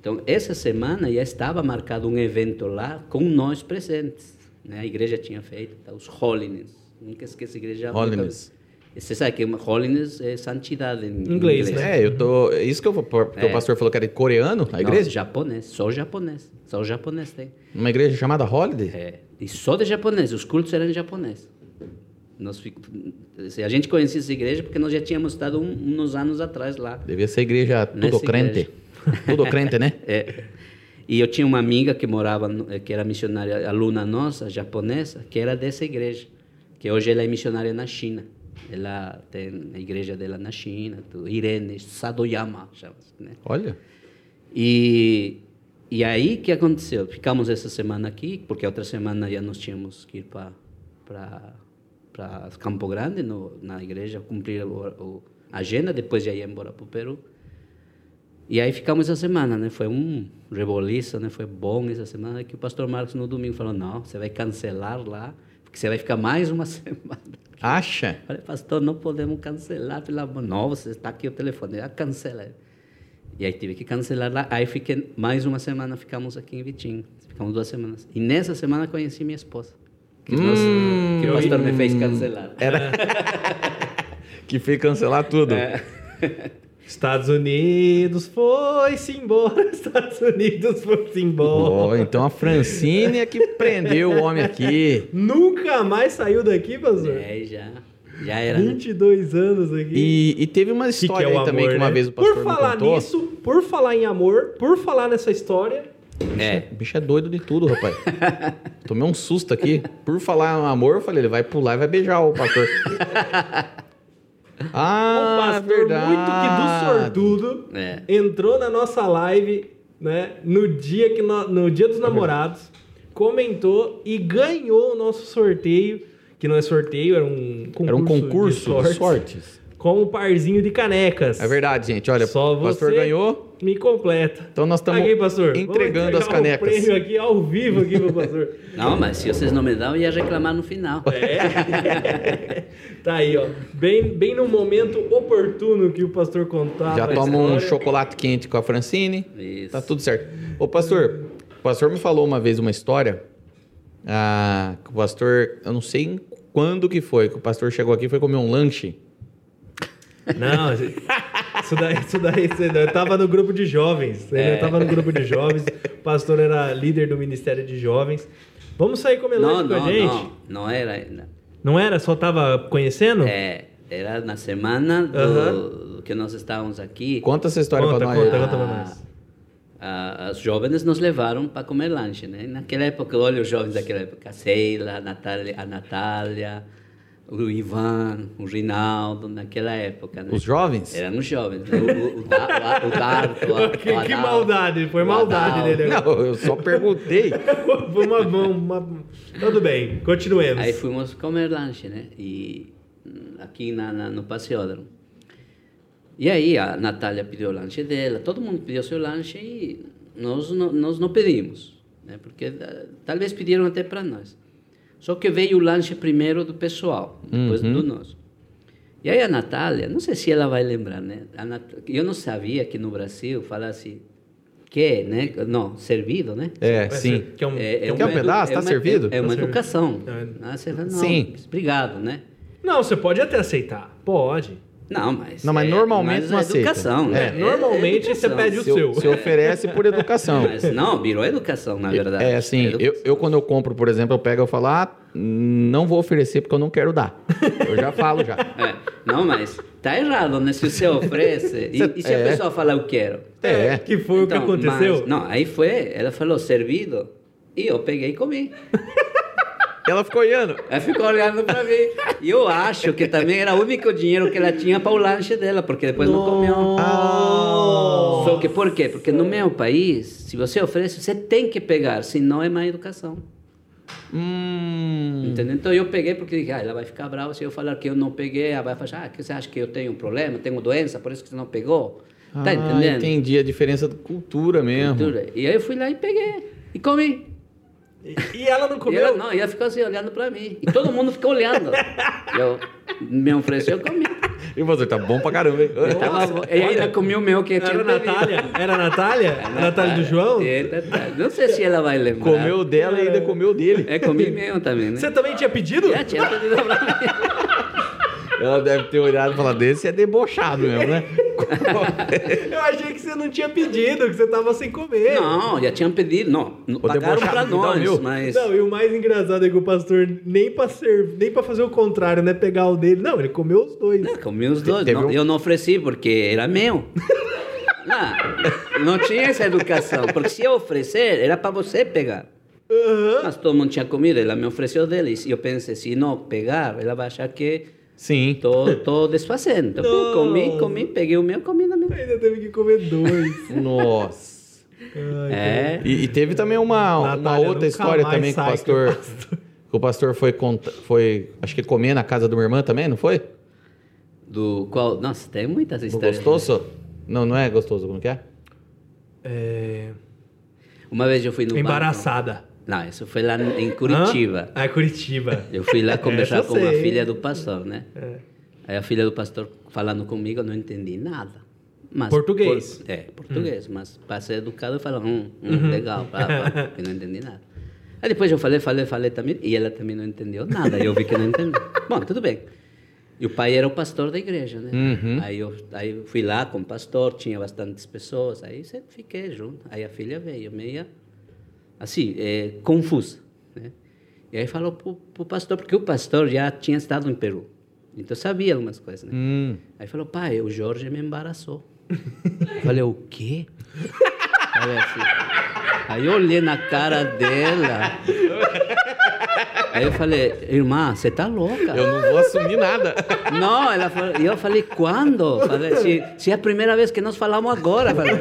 Speaker 3: Então, essa semana já estava marcado um evento lá com nós presentes. Né? A igreja tinha feito, tá? os Holiness. Nunca esqueço a igreja
Speaker 1: Holiness.
Speaker 3: Você sabe que Holiness é santidade em
Speaker 2: Inglês, né?
Speaker 1: É, eu tô. é Isso que eu vou. Porque o
Speaker 3: É.
Speaker 1: pastor falou que era coreano, a
Speaker 3: Não,
Speaker 1: igreja.
Speaker 3: japonês, só japonês. Só japonês tem.
Speaker 1: Uma igreja chamada Holiday.
Speaker 3: É, e só de japonês, os cultos eram em japonês. Nós, fi- a gente conhecia essa igreja porque nós já tínhamos estado um, uns anos atrás lá.
Speaker 1: Devia ser igreja tudo
Speaker 3: Nessa
Speaker 1: crente. Tudo crente, né?
Speaker 3: É. E eu tinha uma amiga que morava, no- eh, que era missionária, aluna nossa, japonesa, que era dessa igreja, que hoje ela é missionária na China. Ela tem a igreja dela na China, tudo. Irene Sadoyama, chama-se, né?
Speaker 1: Olha.
Speaker 3: E, e aí que aconteceu? Ficamos essa semana aqui, porque outra semana já nós tínhamos que ir para Campo Grande, no, na igreja, cumprir o, o- a agenda, depois já ia embora para o Peru. E aí ficamos essa semana, né? Foi um reboliço, né? Foi bom essa semana que o pastor Marcos no domingo falou: "Não, você vai cancelar lá, porque você vai ficar mais uma semana".
Speaker 1: Acha?
Speaker 3: Falei, pastor, não podemos cancelar, pelo amor. Não, você está aqui o telefone. Ah, cancela. E aí tive que cancelar lá. Aí fiquei mais uma semana, ficamos aqui em Vitinho. Ficamos duas semanas. E nessa semana conheci minha esposa.
Speaker 2: Hum,
Speaker 3: Que, nós- que o pastor me fez cancelar.
Speaker 1: Que fez cancelar tudo.
Speaker 3: É.
Speaker 2: Estados Unidos foi-se embora. Estados Unidos foi-se embora.
Speaker 1: Ó, então a Francine é que prendeu o homem aqui.
Speaker 2: Nunca mais saiu daqui, pastor.
Speaker 3: É, aí já, já era. né?
Speaker 2: 22 anos aqui.
Speaker 1: E, e teve uma
Speaker 2: Que que
Speaker 1: história
Speaker 2: é o
Speaker 1: aí
Speaker 2: amor,
Speaker 1: também que uma
Speaker 2: né?
Speaker 1: vez o pastor me
Speaker 2: Por falar
Speaker 1: contou.
Speaker 2: nisso, por falar em amor, por falar nessa história,
Speaker 3: É.
Speaker 1: O bicho é doido de tudo, rapaz. Tomei um susto aqui. Por falar em amor, eu falei, ele vai pular e vai beijar o pastor. ah,
Speaker 2: o pastor
Speaker 1: verdade.
Speaker 2: muito que do sortudo
Speaker 3: É.
Speaker 1: É
Speaker 2: entrou na nossa live, né, no dia que nó- no, dia dos namorados. comentou e ganhou o nosso sorteio, que não é sorteio, era um concurso,
Speaker 1: Era um concurso de sortes.
Speaker 2: com um parzinho de canecas.
Speaker 1: É verdade, gente. Olha,
Speaker 2: Só
Speaker 1: o pastor
Speaker 2: você-
Speaker 1: ganhou.
Speaker 2: Me completa.
Speaker 1: Então nós estamos
Speaker 2: aqui, pastor.
Speaker 1: entregando as
Speaker 2: vamos entregar
Speaker 1: canecas.
Speaker 2: O prêmio aqui ao vivo aqui pro pastor.
Speaker 3: Não, mas se vocês não me dão, eu ia reclamar no final.
Speaker 2: É. tá aí, ó. Bem, bem no momento oportuno que o pastor contava.
Speaker 1: Já
Speaker 2: a
Speaker 1: toma um
Speaker 2: Ah, é história.
Speaker 1: chocolate quente com a Francine.
Speaker 3: Isso.
Speaker 1: Tá tudo certo. Ô, pastor, o pastor me falou uma vez uma história. Ah, que o pastor, eu não sei em quando que foi, que o pastor chegou aqui e foi comer um lanche.
Speaker 2: Não, isso isso daí, isso daí, isso daí. Eu tava no grupo de jovens. Ele
Speaker 3: É.
Speaker 2: tava no grupo de jovens. O pastor era líder do Ministério de Jovens. Vamos sair comer
Speaker 3: Não,
Speaker 2: lanche com a
Speaker 3: não,
Speaker 2: é gente?
Speaker 3: não. Não era. ainda.
Speaker 2: Não era? Só tava conhecendo?
Speaker 3: É, era na semana do-
Speaker 2: Aham.
Speaker 3: que nós estávamos aqui.
Speaker 1: Conta essa história
Speaker 2: Conta,
Speaker 1: pra nós.
Speaker 2: conta,
Speaker 1: aí.
Speaker 2: conta pra nós.
Speaker 3: Ah, as jovens nos levaram para comer lanche, né? Naquela época, olha os jovens daquela época, a Sheila, a Natália, a Natália, o Ivan, o Rinaldo, naquela época, né?
Speaker 1: Os jovens?
Speaker 3: Eram os jovens, né? o, o, o, da, o, a- o Darto, a- o
Speaker 2: Que- que
Speaker 3: Adalto,
Speaker 2: maldade, foi
Speaker 3: o
Speaker 2: maldade
Speaker 3: Adalto.
Speaker 2: dele.
Speaker 1: Não, eu só perguntei.
Speaker 2: Foi uma, uma, uma- Tudo bem, continuemos.
Speaker 3: Aí fomos comer lanche, né? E hum, aqui na, na- no passeódromo. E aí a Natália pediu o lanche dela, todo mundo pediu seu lanche e nós não, nós não pedimos, né? Porque ah, talvez pediram até para nós. Só que veio o lanche primeiro do pessoal, depois do nosso. E aí a Natália, não sei se ela vai lembrar, né? A Nat- Eu não sabia que no Brasil falasse que, né? Não, servido, né?
Speaker 1: É,
Speaker 2: Vai
Speaker 1: sim.
Speaker 2: ser- Que é um, que é um-
Speaker 1: Quer um
Speaker 3: uma edu-
Speaker 1: pedaço?
Speaker 3: é
Speaker 1: Tá
Speaker 3: uma-
Speaker 1: servido?
Speaker 3: É, é uma
Speaker 2: Tá servido.
Speaker 3: educação.
Speaker 2: É.
Speaker 3: Ah, você fala, não,
Speaker 1: Sim.
Speaker 3: Obrigado, né?
Speaker 2: Não, você pode até aceitar. Pode.
Speaker 3: Não, mas.
Speaker 1: Não, mas
Speaker 3: é-
Speaker 1: normalmente
Speaker 3: mas
Speaker 1: não
Speaker 3: é
Speaker 1: aceita.
Speaker 3: educação, né?
Speaker 1: É,
Speaker 3: É
Speaker 2: normalmente você
Speaker 3: educação.
Speaker 2: pede o
Speaker 1: Se,
Speaker 2: seu.
Speaker 1: se oferece por educação.
Speaker 3: Mas não, virou educação, na verdade.
Speaker 1: É assim,
Speaker 3: Edu-
Speaker 1: eu, eu quando eu compro, por exemplo, eu pego e falo, ah, não vou oferecer porque eu não quero dar. Eu já falo já.
Speaker 3: É, Não, mas tá errado, né? Se você oferece. e,
Speaker 1: Você-
Speaker 3: e se
Speaker 1: é.
Speaker 3: a pessoa falar, eu quero?
Speaker 1: É.
Speaker 2: Que foi o que
Speaker 3: Então,
Speaker 2: aconteceu.
Speaker 3: mas- não, aí foi, ela falou, servido. E eu peguei e comi.
Speaker 1: Ela ficou olhando.
Speaker 3: Ela ficou olhando pra mim. E eu acho que também era o único dinheiro que ela tinha para o lanche dela, porque depois não comeu.
Speaker 1: Ah, Oh.
Speaker 3: Só que por quê? Porque no meu país, se você oferece, você tem que pegar, senão é má educação.
Speaker 1: Hum.
Speaker 3: Entendeu? Então eu peguei porque dije, ah, ela vai ficar brava se eu falar que eu não peguei, ela vai falar, ah, que você acha que eu tenho um problema, tenho doença, por isso que você não pegou. Tá
Speaker 1: Ah,
Speaker 3: entendendo?
Speaker 1: Entendi a diferença de cultura mesmo.
Speaker 3: Tudo. E aí eu fui lá e peguei e comi.
Speaker 2: E- E ela não
Speaker 3: E
Speaker 2: comeu.
Speaker 3: ela não, e ela ficou assim olhando pra mim. E todo mundo ficou olhando. eu me ofereceu, eu comi.
Speaker 1: E você tá bom pra caramba, hein?
Speaker 3: Eu tava- e ainda comi o meu que eu tinha um É
Speaker 2: Era a
Speaker 3: pedido.
Speaker 2: Natália? Era a Natália? A Natália do João?
Speaker 3: É, Natália. Não sei se ela vai lembrar.
Speaker 1: Comeu o dela e ainda comeu o dele.
Speaker 3: É, comi meu também, né?
Speaker 2: Você também tinha pedido?
Speaker 3: Já tinha pedido pra mim.
Speaker 1: Ela deve ter olhado e falado, desse é debochado mesmo, né?
Speaker 2: Eu achei que você não tinha pedido, que você tava sem comer.
Speaker 3: Não, já tinham pedido. Não, não
Speaker 1: Vou
Speaker 3: pagaram
Speaker 1: debochar,
Speaker 3: pra
Speaker 1: me dá o
Speaker 3: nós,
Speaker 1: meu.
Speaker 3: mas...
Speaker 2: Não, e o mais engraçado é que o pastor, nem pra, ser, nem pra fazer o contrário, né? Pegar o dele. Não, ele comeu os dois.
Speaker 3: Não, comi é, os dois.
Speaker 1: Teve
Speaker 3: Não,
Speaker 1: um-
Speaker 3: Eu não ofereci porque era meu. não, não tinha essa educação. Porque se eu oferecer, era pra você pegar.
Speaker 2: Aham.
Speaker 3: Mas todo mundo tinha comida, ela me ofereceu deles. E eu pensei, se não pegar, ela vai achar que
Speaker 1: Sim.
Speaker 3: tô, tô desfazendo. Então, fui, comi, comi, peguei o meu, comi na minha.
Speaker 2: Ainda teve que comer dois.
Speaker 1: Nossa.
Speaker 2: Ai,
Speaker 3: É.
Speaker 1: E, e teve também uma, uma
Speaker 2: Natália, nunca
Speaker 1: outra história
Speaker 2: mais
Speaker 1: também que o
Speaker 2: sai com o
Speaker 1: pastor... Que o pastor foi, cont- foi, acho que comer na casa de uma irmã também, não foi?
Speaker 3: Do qual. Nossa, tem muitas
Speaker 1: Não
Speaker 3: histórias.
Speaker 1: gostoso? Não, não é gostoso, como que é?
Speaker 2: É...
Speaker 3: Uma vez eu fui no.
Speaker 2: Embaraçada.
Speaker 3: banco- Não, isso foi lá em Curitiba.
Speaker 2: Hã? Ah, Curitiba.
Speaker 3: Eu fui lá conversar
Speaker 2: Essa É, eu
Speaker 3: com a
Speaker 2: sei.
Speaker 3: filha do pastor, né?
Speaker 2: É.
Speaker 3: Aí a filha do pastor falando comigo, eu não entendi nada. Mas
Speaker 2: Português.
Speaker 3: por- é, português, mas para ser educado eu falo, hum, hum, legal, pá, pá, eu não entendi nada. Aí depois eu falei, falei, falei também, e ela também não entendeu nada, eu vi que não entendeu. Bom, tudo bem. E o pai era o pastor da igreja, né? Aí, eu, aí eu fui lá com o pastor, tinha bastantes pessoas, aí sempre fiquei junto. Aí a filha veio, meia assim, é, confusa. Né? E aí falou para o pastor, porque o pastor já tinha estado em Peru. Então sabia algumas coisas, né?
Speaker 1: Hum.
Speaker 3: Aí falou, pai, o Jorge me embaraçou. Falei, o quê? Falei assim. Aí eu olhei na cara dela. Aí eu falei, irmã, você tá louca?
Speaker 1: Ah. Eu não vou assumir nada.
Speaker 3: Não, ela falou, e eu falei, quando? Falei, se, se é a primeira vez que nós falamos agora. Falei.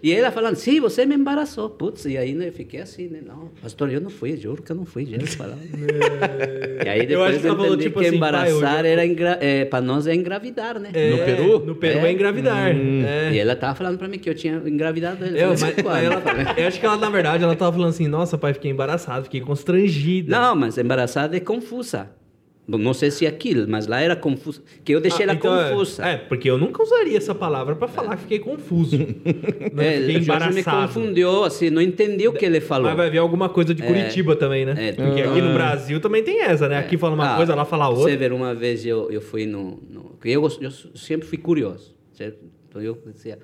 Speaker 3: E ela falando, sim, você me embaraçou. Putz, e aí né, eu fiquei assim, né? Não, pastor, eu não fui, juro que eu não fui. Eles falaram. e aí
Speaker 2: É. Eu acho
Speaker 3: depois
Speaker 2: que ela
Speaker 3: eu, entendi
Speaker 2: falou, tipo
Speaker 3: que
Speaker 2: assim, pai, eu
Speaker 3: embaraçar
Speaker 2: já-
Speaker 3: era engra... é, para nós é engravidar, né?
Speaker 2: É,
Speaker 1: No Peru?
Speaker 2: No Peru é,
Speaker 3: É.
Speaker 2: engravidar. É.
Speaker 3: E ela tava falando pra mim que eu tinha engravidado ele.
Speaker 2: Eu,
Speaker 3: Eu
Speaker 2: mas,
Speaker 3: falei,
Speaker 2: mas
Speaker 3: "Quando?"
Speaker 2: ela, tá-
Speaker 3: Eu falei,
Speaker 2: eu acho que ela, na verdade, ela tava falando assim, nossa, pai, fiquei embaraçado, fiquei constrangida.
Speaker 3: Não, mas embaraçada é confusa. Bom, Não sei se é aquilo, mas lá era confusa. Que eu deixei
Speaker 2: Ah,
Speaker 3: ela
Speaker 2: então é-
Speaker 3: confusa.
Speaker 2: É, porque eu nunca usaria essa palavra pra falar que fiquei confuso. né?
Speaker 3: É,
Speaker 2: fiquei
Speaker 3: o Jorge
Speaker 2: embaraçado.
Speaker 3: me confundiu, assim, não entendi o que ele falou.
Speaker 2: Mas vai vir alguma coisa de Curitiba também, né?
Speaker 3: É,
Speaker 2: Porque aqui no Brasil também tem essa, né? Aqui fala uma
Speaker 3: Ah,
Speaker 2: coisa, lá fala outra.
Speaker 3: Você vê, uma vez eu, eu fui no... no eu, gosto- eu sempre fui curioso, certo? Então eu dizia...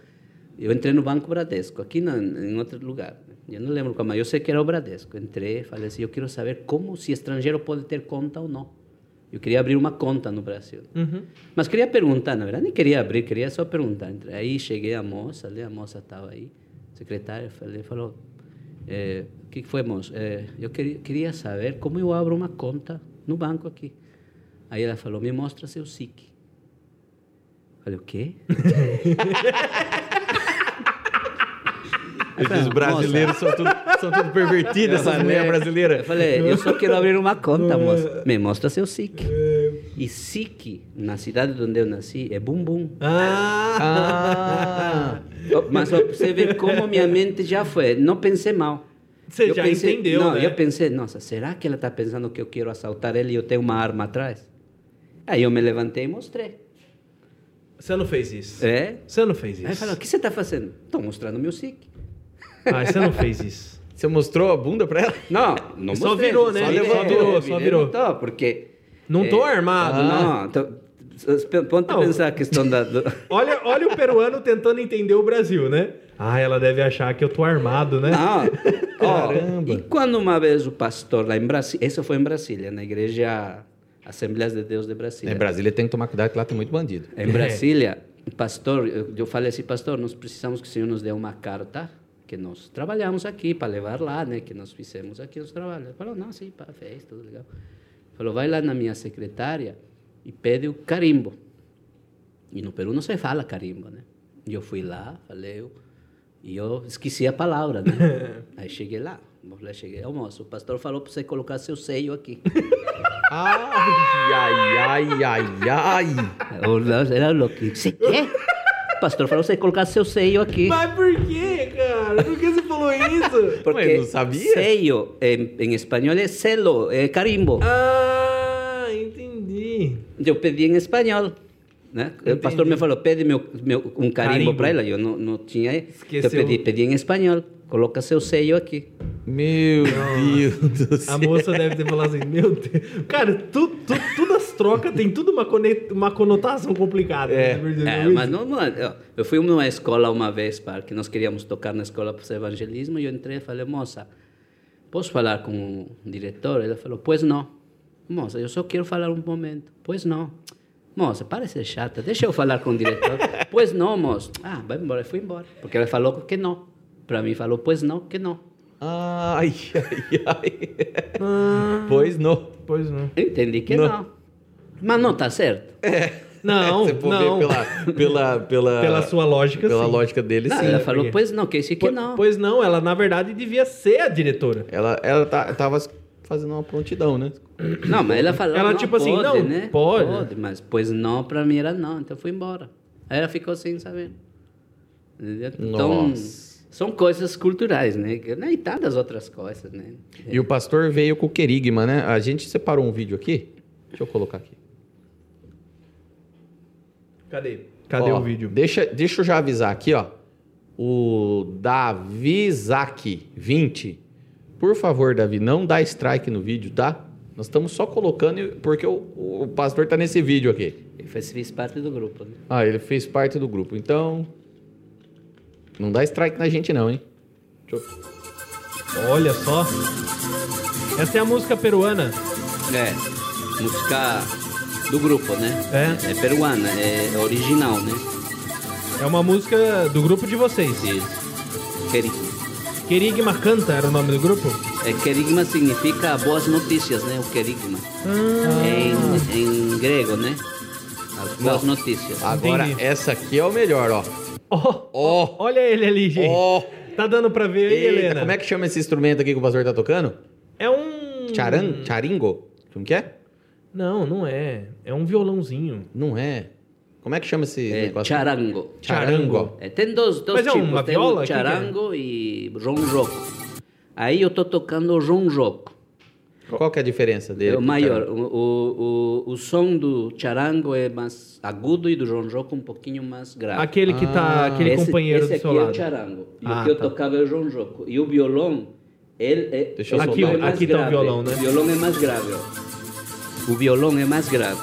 Speaker 3: Eu entrei no Banco Bradesco, aqui na, em outro lugar. Eu não lembro qual, mas eu sei que era o Bradesco. Entrei, falei assim, eu quero saber como, se estrangeiro pode ter conta ou não. Eu queria abrir uma conta no Brasil.
Speaker 2: Uhum.
Speaker 3: Mas queria perguntar, na verdade, nem queria abrir, queria só perguntar. Entre- Aí cheguei a moça, ali, a moça estava aí, secretária, falei, falou, eh, o que que foi, moça? Eh, eu queria, queria saber como eu abro uma conta no banco aqui. Aí ela falou, me mostra seu SIC. Falei, o quê?
Speaker 1: Esses brasileiros são tudo, são tudo pervertidos, essas mulheres
Speaker 3: Eu
Speaker 1: brasileiras.
Speaker 3: falei, eu só quero abrir uma conta, moça. Me mostra seu SIC. E SIC, na cidade onde eu nasci, é bumbum.
Speaker 2: Ah!
Speaker 1: Ah.
Speaker 3: Mas ó, você vê como minha mente já foi. Não pensei mal.
Speaker 2: Você já
Speaker 3: pensei-
Speaker 2: entendeu,
Speaker 3: Não,
Speaker 2: né?
Speaker 3: eu pensei, nossa, será que ela está pensando que eu quero assaltar ele e eu tenho uma arma atrás? Aí eu me levantei e mostrei.
Speaker 2: Você não fez isso.
Speaker 3: É?
Speaker 2: Você não fez
Speaker 3: Aí
Speaker 2: isso.
Speaker 3: falou, o que você está fazendo? Estou mostrando meu SIC.
Speaker 2: Ah, você não fez isso.
Speaker 1: Você mostrou a bunda pra ela?
Speaker 3: Não, não
Speaker 2: Só
Speaker 3: mostrei,
Speaker 2: virou, né?
Speaker 3: Só,
Speaker 2: Ele
Speaker 3: virou,
Speaker 2: só virou, só virou.
Speaker 3: Então, porque... É,
Speaker 2: Não tô armado, né?
Speaker 3: Não, tô, ponte a
Speaker 2: Não.
Speaker 3: pensar a questão da... do-
Speaker 2: Olha, olha o peruano tentando entender o Brasil, né? Ah, ela deve achar que eu tô armado, né?
Speaker 3: Não. Ó,
Speaker 1: Caramba.
Speaker 3: e quando uma vez o pastor lá em Brasília, isso foi em Brasília, na igreja Assembleias de Deus de Brasília.
Speaker 1: Em É, Brasília tem que tomar cuidado que lá tem muito bandido.
Speaker 3: Em Brasília, o pastor, eu, eu falei assim, pastor, nós precisamos que o senhor nos dê uma carta que nós trabalhamos aqui para levar lá, né? Que nós fizemos aqui os trabalhos. Ele falou, não, sim, pá, fez, tudo legal. Falou, vai lá na minha secretária e pede o carimbo. E no Peru não se fala carimbo, né? E eu fui lá, falei, eu- e eu esqueci a palavra, né? Aí cheguei lá, lá cheguei, ô moço, o pastor falou para você colocar seu seio aqui.
Speaker 1: Ai, ai, ai, ai, ai.
Speaker 3: Oh, Era louquinho. Você quê? O pastor falou pra você colocar seu seio aqui.
Speaker 2: Mas por quê, cara? Por que você falou isso?
Speaker 3: Porque
Speaker 1: Ué, não sabia?
Speaker 3: seio em, em espanhol é selo, é eh, carimbo.
Speaker 2: Ah, entendi.
Speaker 3: Eu pedi em espanhol. Né? O pastor me falou, pede meu, meu- um
Speaker 2: Carimbo.
Speaker 3: carimbo, pra ela. Eu não, não tinha.
Speaker 2: Esqueceu.
Speaker 3: Eu pedi, pedi em espanhol. Coloca seu seio aqui.
Speaker 1: Meu Deus do
Speaker 2: A
Speaker 1: céu.
Speaker 2: moça deve ter falado assim, meu Deus. Cara, tu, tu, tudo as trocas tem tudo uma, cone- uma conotação complicada.
Speaker 1: É.
Speaker 2: né? Verdade,
Speaker 3: É,
Speaker 2: Luiz?
Speaker 3: mas não, não, eu- eu fui numa escola uma vez, para que nós queríamos tocar na escola para o evangelismo, e eu entrei e falei, moça, posso falar com o diretor? Ela falou, pois não. Moça, eu só quero falar um momento. Pois não. Moça, para de ser chata, deixa eu falar com o diretor. pois não, moça. Ah, vai embora, fui embora. Porque ela falou que não. Para mim, falou, pois não, que não.
Speaker 1: Ai, ai, ai.
Speaker 2: Ah.
Speaker 1: Pois não.
Speaker 2: Pois não.
Speaker 3: Eu entendi que
Speaker 1: Não.
Speaker 3: não. Mas não está certo.
Speaker 2: Não,
Speaker 1: Você for
Speaker 2: não.
Speaker 1: ver pela, pela, pela,
Speaker 2: Pela sua lógica,
Speaker 1: pela
Speaker 2: sim.
Speaker 1: lógica dele,
Speaker 3: Não,
Speaker 1: sim.
Speaker 3: ela
Speaker 1: Ela,
Speaker 3: falou,
Speaker 2: porque-
Speaker 3: pois não, que esse que
Speaker 2: Po-
Speaker 3: não.
Speaker 2: Pois não, ela na verdade devia ser a diretora.
Speaker 1: ela, tá- tava fazendo uma prontidão, né?
Speaker 3: Não, mas ela falou.
Speaker 2: Ela,
Speaker 3: não,
Speaker 2: tipo assim,
Speaker 3: pode,
Speaker 2: não,
Speaker 3: né?
Speaker 2: pode.
Speaker 3: mas pois não, pra mim era não, então fui embora. Aí ela ficou sem saber. Entendeu? Então,
Speaker 1: Nossa.
Speaker 3: são coisas culturais, né? Que- né, E tantas outras coisas, né?
Speaker 1: E o pastor veio com o querigma, né? A gente separou um vídeo aqui. Deixa eu colocar aqui.
Speaker 2: Cadê? Cadê
Speaker 1: Ó,
Speaker 2: o vídeo?
Speaker 1: Deixa, deixa eu já avisar aqui, ó. O Davi Zac 20. Por favor, Davi, não dá strike no vídeo, tá? Nós estamos só colocando e- porque o, o pastor tá nesse vídeo aqui.
Speaker 3: Eu fiz, fiz parte do grupo, né?
Speaker 1: Ah, ele fez parte do grupo. Então, não dá strike na gente não, hein?
Speaker 2: Olha só. Essa é a música peruana.
Speaker 3: É, música do grupo, né?
Speaker 2: É.
Speaker 3: É peruana, é original, né?
Speaker 2: É uma música do grupo de vocês.
Speaker 3: Isso. Querigma.
Speaker 2: Querigma Canta era o nome do grupo?
Speaker 3: É, querigma significa boas notícias, né? O querigma.
Speaker 2: Ah.
Speaker 3: Em, em grego, né? As boas notícias.
Speaker 1: Agora
Speaker 2: Entendi.
Speaker 1: essa aqui é o melhor, ó.
Speaker 2: Ó,
Speaker 1: Ó.
Speaker 2: olha ele ali, gente.
Speaker 1: Ó.
Speaker 2: Tá dando pra ver aí,
Speaker 1: Eita,
Speaker 2: Helena?
Speaker 1: como é que chama esse instrumento aqui que o pastor tá tocando?
Speaker 2: É um...
Speaker 1: Charan, charingo? Como que é?
Speaker 2: Não, não é. É um violãozinho.
Speaker 1: Não é. Como é que chama esse
Speaker 3: É,
Speaker 1: negócio?
Speaker 3: charango.
Speaker 1: Charango.
Speaker 3: É, tem dois, dois
Speaker 2: Mas é
Speaker 3: tipos.
Speaker 2: uma
Speaker 3: tem
Speaker 2: viola?
Speaker 3: o
Speaker 2: Que que é?
Speaker 3: charango e ronjoco. Aí eu tô tocando o ronjoco.
Speaker 1: Qual que é a diferença dele?
Speaker 3: É o
Speaker 1: com
Speaker 3: maior. O, o, o, o som do charango é mais agudo e do ronjoco um pouquinho mais grave.
Speaker 2: Aquele que tá...
Speaker 1: Ah.
Speaker 2: Aquele
Speaker 3: esse,
Speaker 2: companheiro
Speaker 3: esse
Speaker 2: do seu
Speaker 3: aqui é
Speaker 2: lado.
Speaker 3: o charango. E
Speaker 2: Ah,
Speaker 3: o
Speaker 2: tá.
Speaker 3: que eu tocava é o ronjoco. E o violão, ele é.
Speaker 1: Deixa eu
Speaker 3: esse
Speaker 1: soltar
Speaker 3: é
Speaker 1: um
Speaker 3: mais
Speaker 2: pouquinho. Aqui tá o
Speaker 3: grave.
Speaker 2: violão, né?
Speaker 3: O violão é mais grave, ó. O violão é mais grave.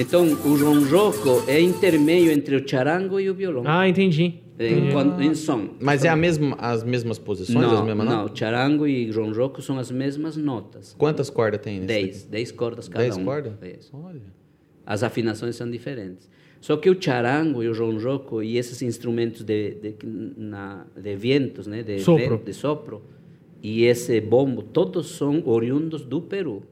Speaker 3: Então, o ronjoco é intermeio entre o charango e o violão.
Speaker 2: Ah, entendi.
Speaker 3: Em, quan- em som.
Speaker 1: Mas é a mesma, as mesmas posições? as
Speaker 3: Não,
Speaker 1: mesmas,
Speaker 3: não, charango e ronjoco são as mesmas notas.
Speaker 1: Quantas cordas tem nesse?
Speaker 3: Dez, dez cordas cada
Speaker 1: Dez
Speaker 3: um.
Speaker 1: cordas?
Speaker 3: Dez.
Speaker 1: Olha.
Speaker 3: As afinações são diferentes. Só que o charango e o ronjoco e esses instrumentos de, de, na- de vientos, né, de,
Speaker 2: Sopro.
Speaker 3: vento, de sopro, e esse bombo, todos são oriundos do Peru.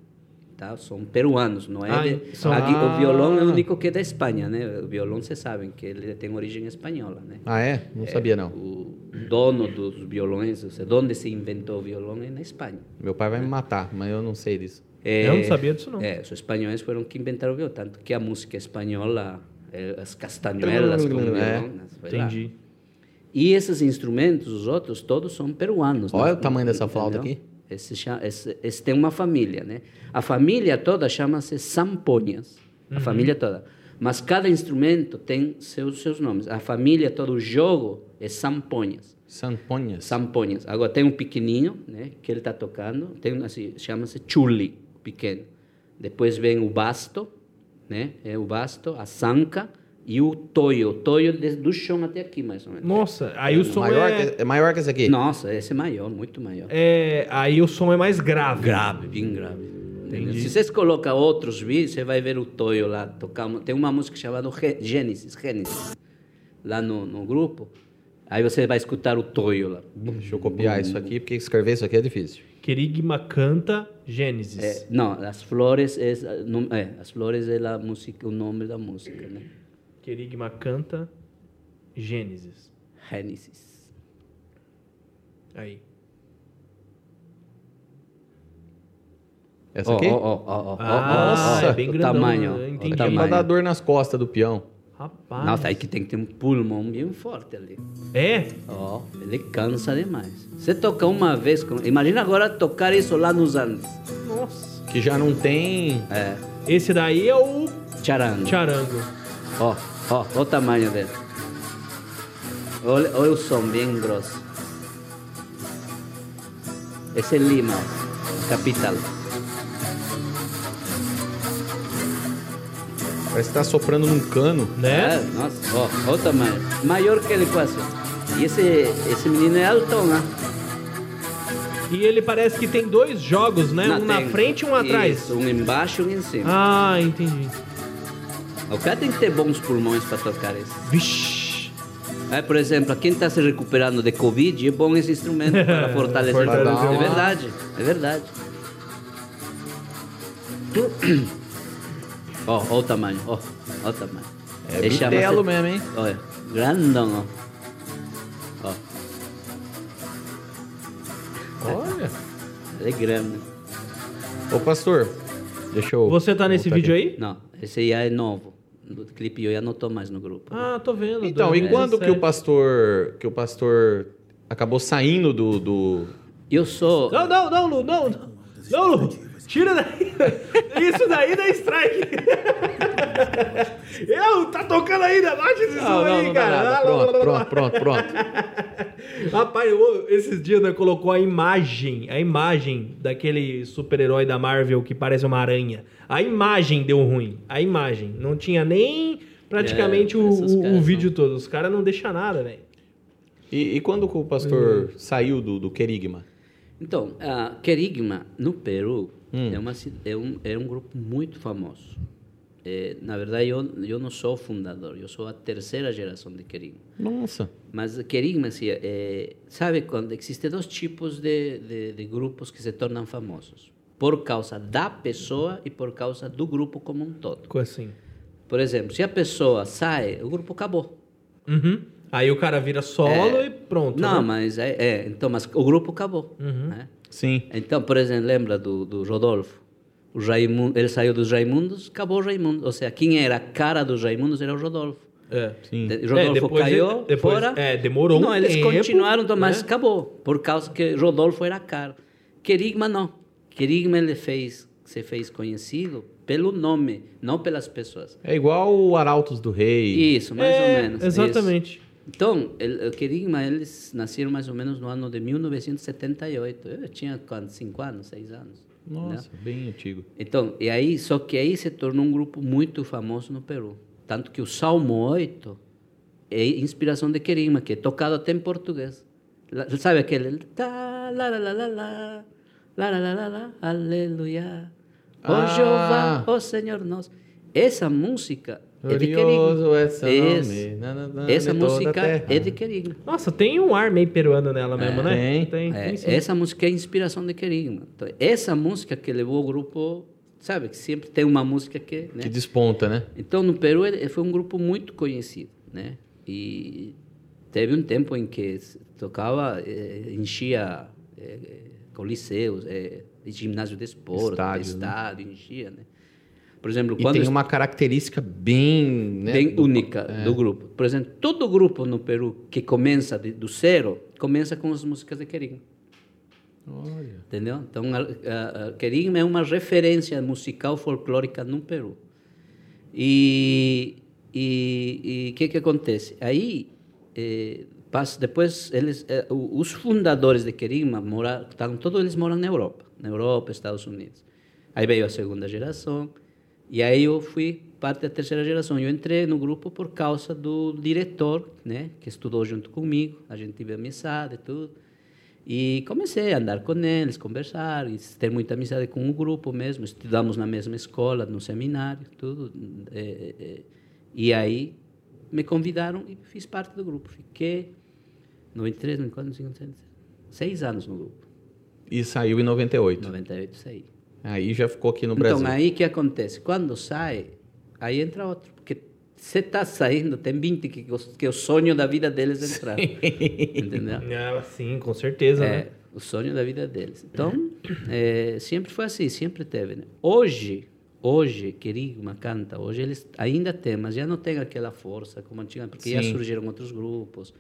Speaker 3: Tá? São peruanos, não é?
Speaker 2: Ah,
Speaker 3: de-
Speaker 2: são-
Speaker 3: aqui,
Speaker 1: Ah.
Speaker 3: O violão é o único que é da Espanha, né? O violão, vocês sabem que ele tem origem espanhola, né?
Speaker 1: Ah, é? Não sabia, não.
Speaker 3: O dono dos violões, ou seja, de onde se inventou o violão é na Espanha.
Speaker 1: Meu pai vai me matar, mas eu não sei disso.
Speaker 2: Eu não sabia disso, não.
Speaker 3: É, os espanhóis foram que inventaram o violão, tanto que a música espanhola, eh, as castanholas com violão,
Speaker 1: É,
Speaker 3: né, foi lá.
Speaker 2: Entendi.
Speaker 3: E esses instrumentos, os outros, todos são peruanos. né?
Speaker 1: Olha o tamanho dessa flauta aqui.
Speaker 3: Esse, cha- esse- esse tem uma família, né? A família toda chama-se samponhas, a família toda. Mas cada instrumento tem seus seus nomes. A família todo o jogo é samponhas.
Speaker 1: Samponhas.
Speaker 3: Samponhas. Agora tem um pequenininho, né, que ele está tocando, tem um assim, chama-se chuli, pequeno. Depois vem o basto, né, é o basto, a sanca e o toio. O toio de- do chão até aqui, mais ou menos.
Speaker 2: Nossa, aí o som
Speaker 1: maior
Speaker 2: é...
Speaker 1: que, é maior que esse aqui?
Speaker 3: Nossa, esse é maior, muito maior.
Speaker 2: é... Aí o som é mais grave.
Speaker 3: Grave, bem grave. entendeu? Se vocês colocam outros vídeos, você vai ver o toio lá tocar. Tem uma música chamada Gê- Gênesis, Gênesis, lá no, no grupo. Aí você vai escutar o toio lá.
Speaker 1: Deixa eu copiar isso aqui, porque escrever isso aqui é difícil.
Speaker 2: Querigma canta Gênesis.
Speaker 3: É, não, as Eh, flores eh, é, não, é, as flores é a música, o nome da música, né?
Speaker 2: Querigma canta Gênesis.
Speaker 3: Gênesis.
Speaker 2: Aí.
Speaker 1: Essa aqui?
Speaker 3: Ó, tá ó, ó, ó, ó, ó,
Speaker 2: Ah,
Speaker 3: ó,
Speaker 1: é
Speaker 3: ó,
Speaker 2: bem
Speaker 3: o
Speaker 2: grandão,
Speaker 3: tamanho,
Speaker 2: eu
Speaker 3: ó, o
Speaker 2: entendi.
Speaker 1: Dá pra
Speaker 3: tamanho.
Speaker 1: dar dor nas costas do peão.
Speaker 2: Rapaz.
Speaker 3: Nossa, aí que tem que ter um pulmão bem forte ali.
Speaker 2: É?
Speaker 3: Ó, ele cansa demais. Você toca uma vez, com... imagina agora tocar isso lá nos Andes.
Speaker 2: Nossa.
Speaker 1: Que já não tem.
Speaker 3: É,
Speaker 2: Esse daí é o
Speaker 3: Eh, charango. Oh,
Speaker 2: charango.
Speaker 3: Ó, ó, ó o tamanho dele. Olha, olha o som bem grosso. Esse é Lima, capital.
Speaker 1: Parece que tá soprando num cano.
Speaker 3: É,
Speaker 2: Né?
Speaker 3: nossa, ó, ó o tamanho. Maior que ele quase. E esse, esse menino é alto, né?
Speaker 2: E ele parece que tem dois jogos, né? um na
Speaker 3: tem-
Speaker 2: frente e um atrás.
Speaker 3: Isso, um embaixo e um em cima.
Speaker 2: Ah, entendi.
Speaker 3: O cara tem que ter bons pulmões para tocar isso.
Speaker 2: Ah. Vixe.
Speaker 3: É, por exemplo, quem está se recuperando de Covid, é bom esse instrumento para fortalecer.
Speaker 1: Fortalecer.
Speaker 3: É verdade, é verdade. Ó, ó o tamanho, ó, ó o tamanho.
Speaker 1: É
Speaker 3: Ele chama-se-
Speaker 1: belo mesmo, hein?
Speaker 3: Olha, grandão, ó. Ó,
Speaker 1: Olha.
Speaker 3: ele é grande.
Speaker 1: Ô, pastor, deixa eu.
Speaker 2: Você tá nesse
Speaker 1: voltar
Speaker 2: vídeo
Speaker 1: aqui.
Speaker 2: aí?
Speaker 3: Não, esse já é novo. O clipe eu já não tô mais no grupo.
Speaker 2: Ah, tô vendo.
Speaker 1: Então, e quando que o
Speaker 2: 2017.
Speaker 1: pastor. que o pastor acabou saindo do. do...
Speaker 3: Eu sou...
Speaker 2: Não, não, não, Lu, não. Não, não Lu. Tira daí. Isso daí dá strike. Eu, tá tocando ainda. Bate esse som aí,
Speaker 1: dá
Speaker 2: cara. Ah,
Speaker 1: nada.
Speaker 2: Lá, lá, lá, lá,
Speaker 1: Pronto,
Speaker 2: lá.
Speaker 1: pronto, pronto, pronto.
Speaker 2: Rapaz, eu- esses dias né, colocou a imagem, a imagem daquele super-herói da Marvel que parece uma aranha. A imagem deu ruim. A imagem. Não tinha nem praticamente
Speaker 3: É,
Speaker 2: o,
Speaker 3: esses
Speaker 2: o- o
Speaker 3: caras
Speaker 2: vídeo todo. Os caras não deixam nada, velho.
Speaker 1: E, e quando que o pastor saiu do, do querigma?
Speaker 3: Então, a Querigma, no Peru, é, uma, ci- é, um, é um grupo muito famoso. É, na verdade, eu, eu não sou o fundador, eu sou a terceira geração de Querigma.
Speaker 1: Nossa.
Speaker 3: Mas Querigma, assim, é, sabe quando existem dois tipos de, de, de grupos que se tornam famosos? Por causa da pessoa e por causa do grupo como um todo.
Speaker 2: Ficou assim.
Speaker 3: Por exemplo, se a pessoa sai, o grupo acabou.
Speaker 2: Uhum. Aí o cara vira solo e pronto.
Speaker 3: É. Não,
Speaker 2: né?
Speaker 3: mas é, é, então, mas o grupo acabou.
Speaker 2: Uhum.
Speaker 3: né?
Speaker 1: Sim.
Speaker 3: Então, por exemplo, lembra do, do Rodolfo? O Raimundo, ele saiu dos Raimundos, acabou o Raimundo. Ou seja, quem era a cara dos Raimundos era o Rodolfo.
Speaker 2: É.
Speaker 1: Sim.
Speaker 3: De- Rodolfo
Speaker 2: É, depois
Speaker 3: caiu
Speaker 2: ele- depois-
Speaker 3: fora.
Speaker 2: é, demorou um
Speaker 3: Não, eles
Speaker 2: tempo,
Speaker 3: continuaram, então, mas
Speaker 2: né?
Speaker 3: acabou. Por causa que Rodolfo era caro. Querigma, não. Querigma, ele fez, se fez conhecido pelo nome, não pelas pessoas.
Speaker 1: É igual o Arautos do Rei.
Speaker 3: Isso, mais
Speaker 2: É,
Speaker 3: ou menos.
Speaker 2: Exatamente.
Speaker 3: isso. Então, ele, o Querigma, eles nasceram mais ou menos no ano de 1978. Eu tinha, quanto? eh, Cinco anos, seis anos. né?
Speaker 1: Nossa, bem antigo.
Speaker 3: Então, e aí, só que aí se tornou um grupo muito famoso no Peru. Tanto que o Salmo 8 é inspiração de Querigma, que é tocado até em português. Lá- Sabe aquele? Tá, lá, lá, lá, lá, lá, lá, lá, lá, lá, lá, aleluia. Ó
Speaker 1: Ah.
Speaker 3: Jeová, ó Senhor nosso. Essa música é de
Speaker 1: Glorioso
Speaker 3: Querigma.
Speaker 1: é seu
Speaker 3: Esse-
Speaker 1: nome, na, na, na,
Speaker 3: Essa
Speaker 1: de toda a
Speaker 3: música
Speaker 1: terra.
Speaker 3: é de Querigma.
Speaker 2: Nossa, tem um ar meio peruano nela mesmo, né?
Speaker 1: Tem.
Speaker 2: Tem,
Speaker 3: É,
Speaker 2: tem sim.
Speaker 3: essa música é a inspiração de Querigma. Então, essa música que levou o grupo, sabe, que sempre tem uma música que, né?
Speaker 1: Que desponta, né?
Speaker 3: Então, no Peru, ele foi um grupo muito conhecido, né? E teve um tempo em que se tocava, eh, enchia eh, coliseus, eh, ginásio de esporte, estádio,
Speaker 1: Estádios, né?
Speaker 3: enchia, né? Por exemplo,
Speaker 1: E
Speaker 3: quando
Speaker 1: tem uma característica bem... Né,
Speaker 3: bem
Speaker 1: do-
Speaker 3: única do grupo. Por exemplo, todo grupo no Peru que começa de- do zero, começa com as músicas de Querigma.
Speaker 1: Olha.
Speaker 3: Entendeu? Então, a, a, a Querigma é uma referência musical folclórica no Peru. E e e que que acontece? Aí eh, passa, depois eles eh, o- os fundadores de Querigma moram, estão todos eles moram na Europa, na Europa, Estados Unidos. Aí veio a segunda geração e aí eu fui parte da terceira geração. Eu entrei no grupo por causa do diretor, né, que estudou junto comigo. A gente teve amizade e tudo. E comecei a andar com eles, conversar, e ter muita amizade com o grupo mesmo. Estudamos na mesma escola, no seminário, tudo. É, é, é. E aí me convidaram e fiz parte do grupo. Fiquei 93, 94, 95, 96, seis anos no grupo.
Speaker 1: E saiu em 98.
Speaker 3: 98 saí.
Speaker 1: Aí já ficou aqui no Brasil.
Speaker 3: Então, aí que acontece? Quando sai, aí entra outro. Porque você está saindo, tem 20 que, gos- que o sonho da vida deles é entrar. Entendeu?
Speaker 2: Ah, sim, com certeza,
Speaker 3: É,
Speaker 2: né?
Speaker 3: o sonho da vida deles. Então, é, sempre foi assim, sempre teve. Né? Hoje, hoje, Querigma canta, hoje eles ainda têm, mas já não tem aquela força como antigamente, porque já
Speaker 1: Sim.
Speaker 3: surgiram outros grupos.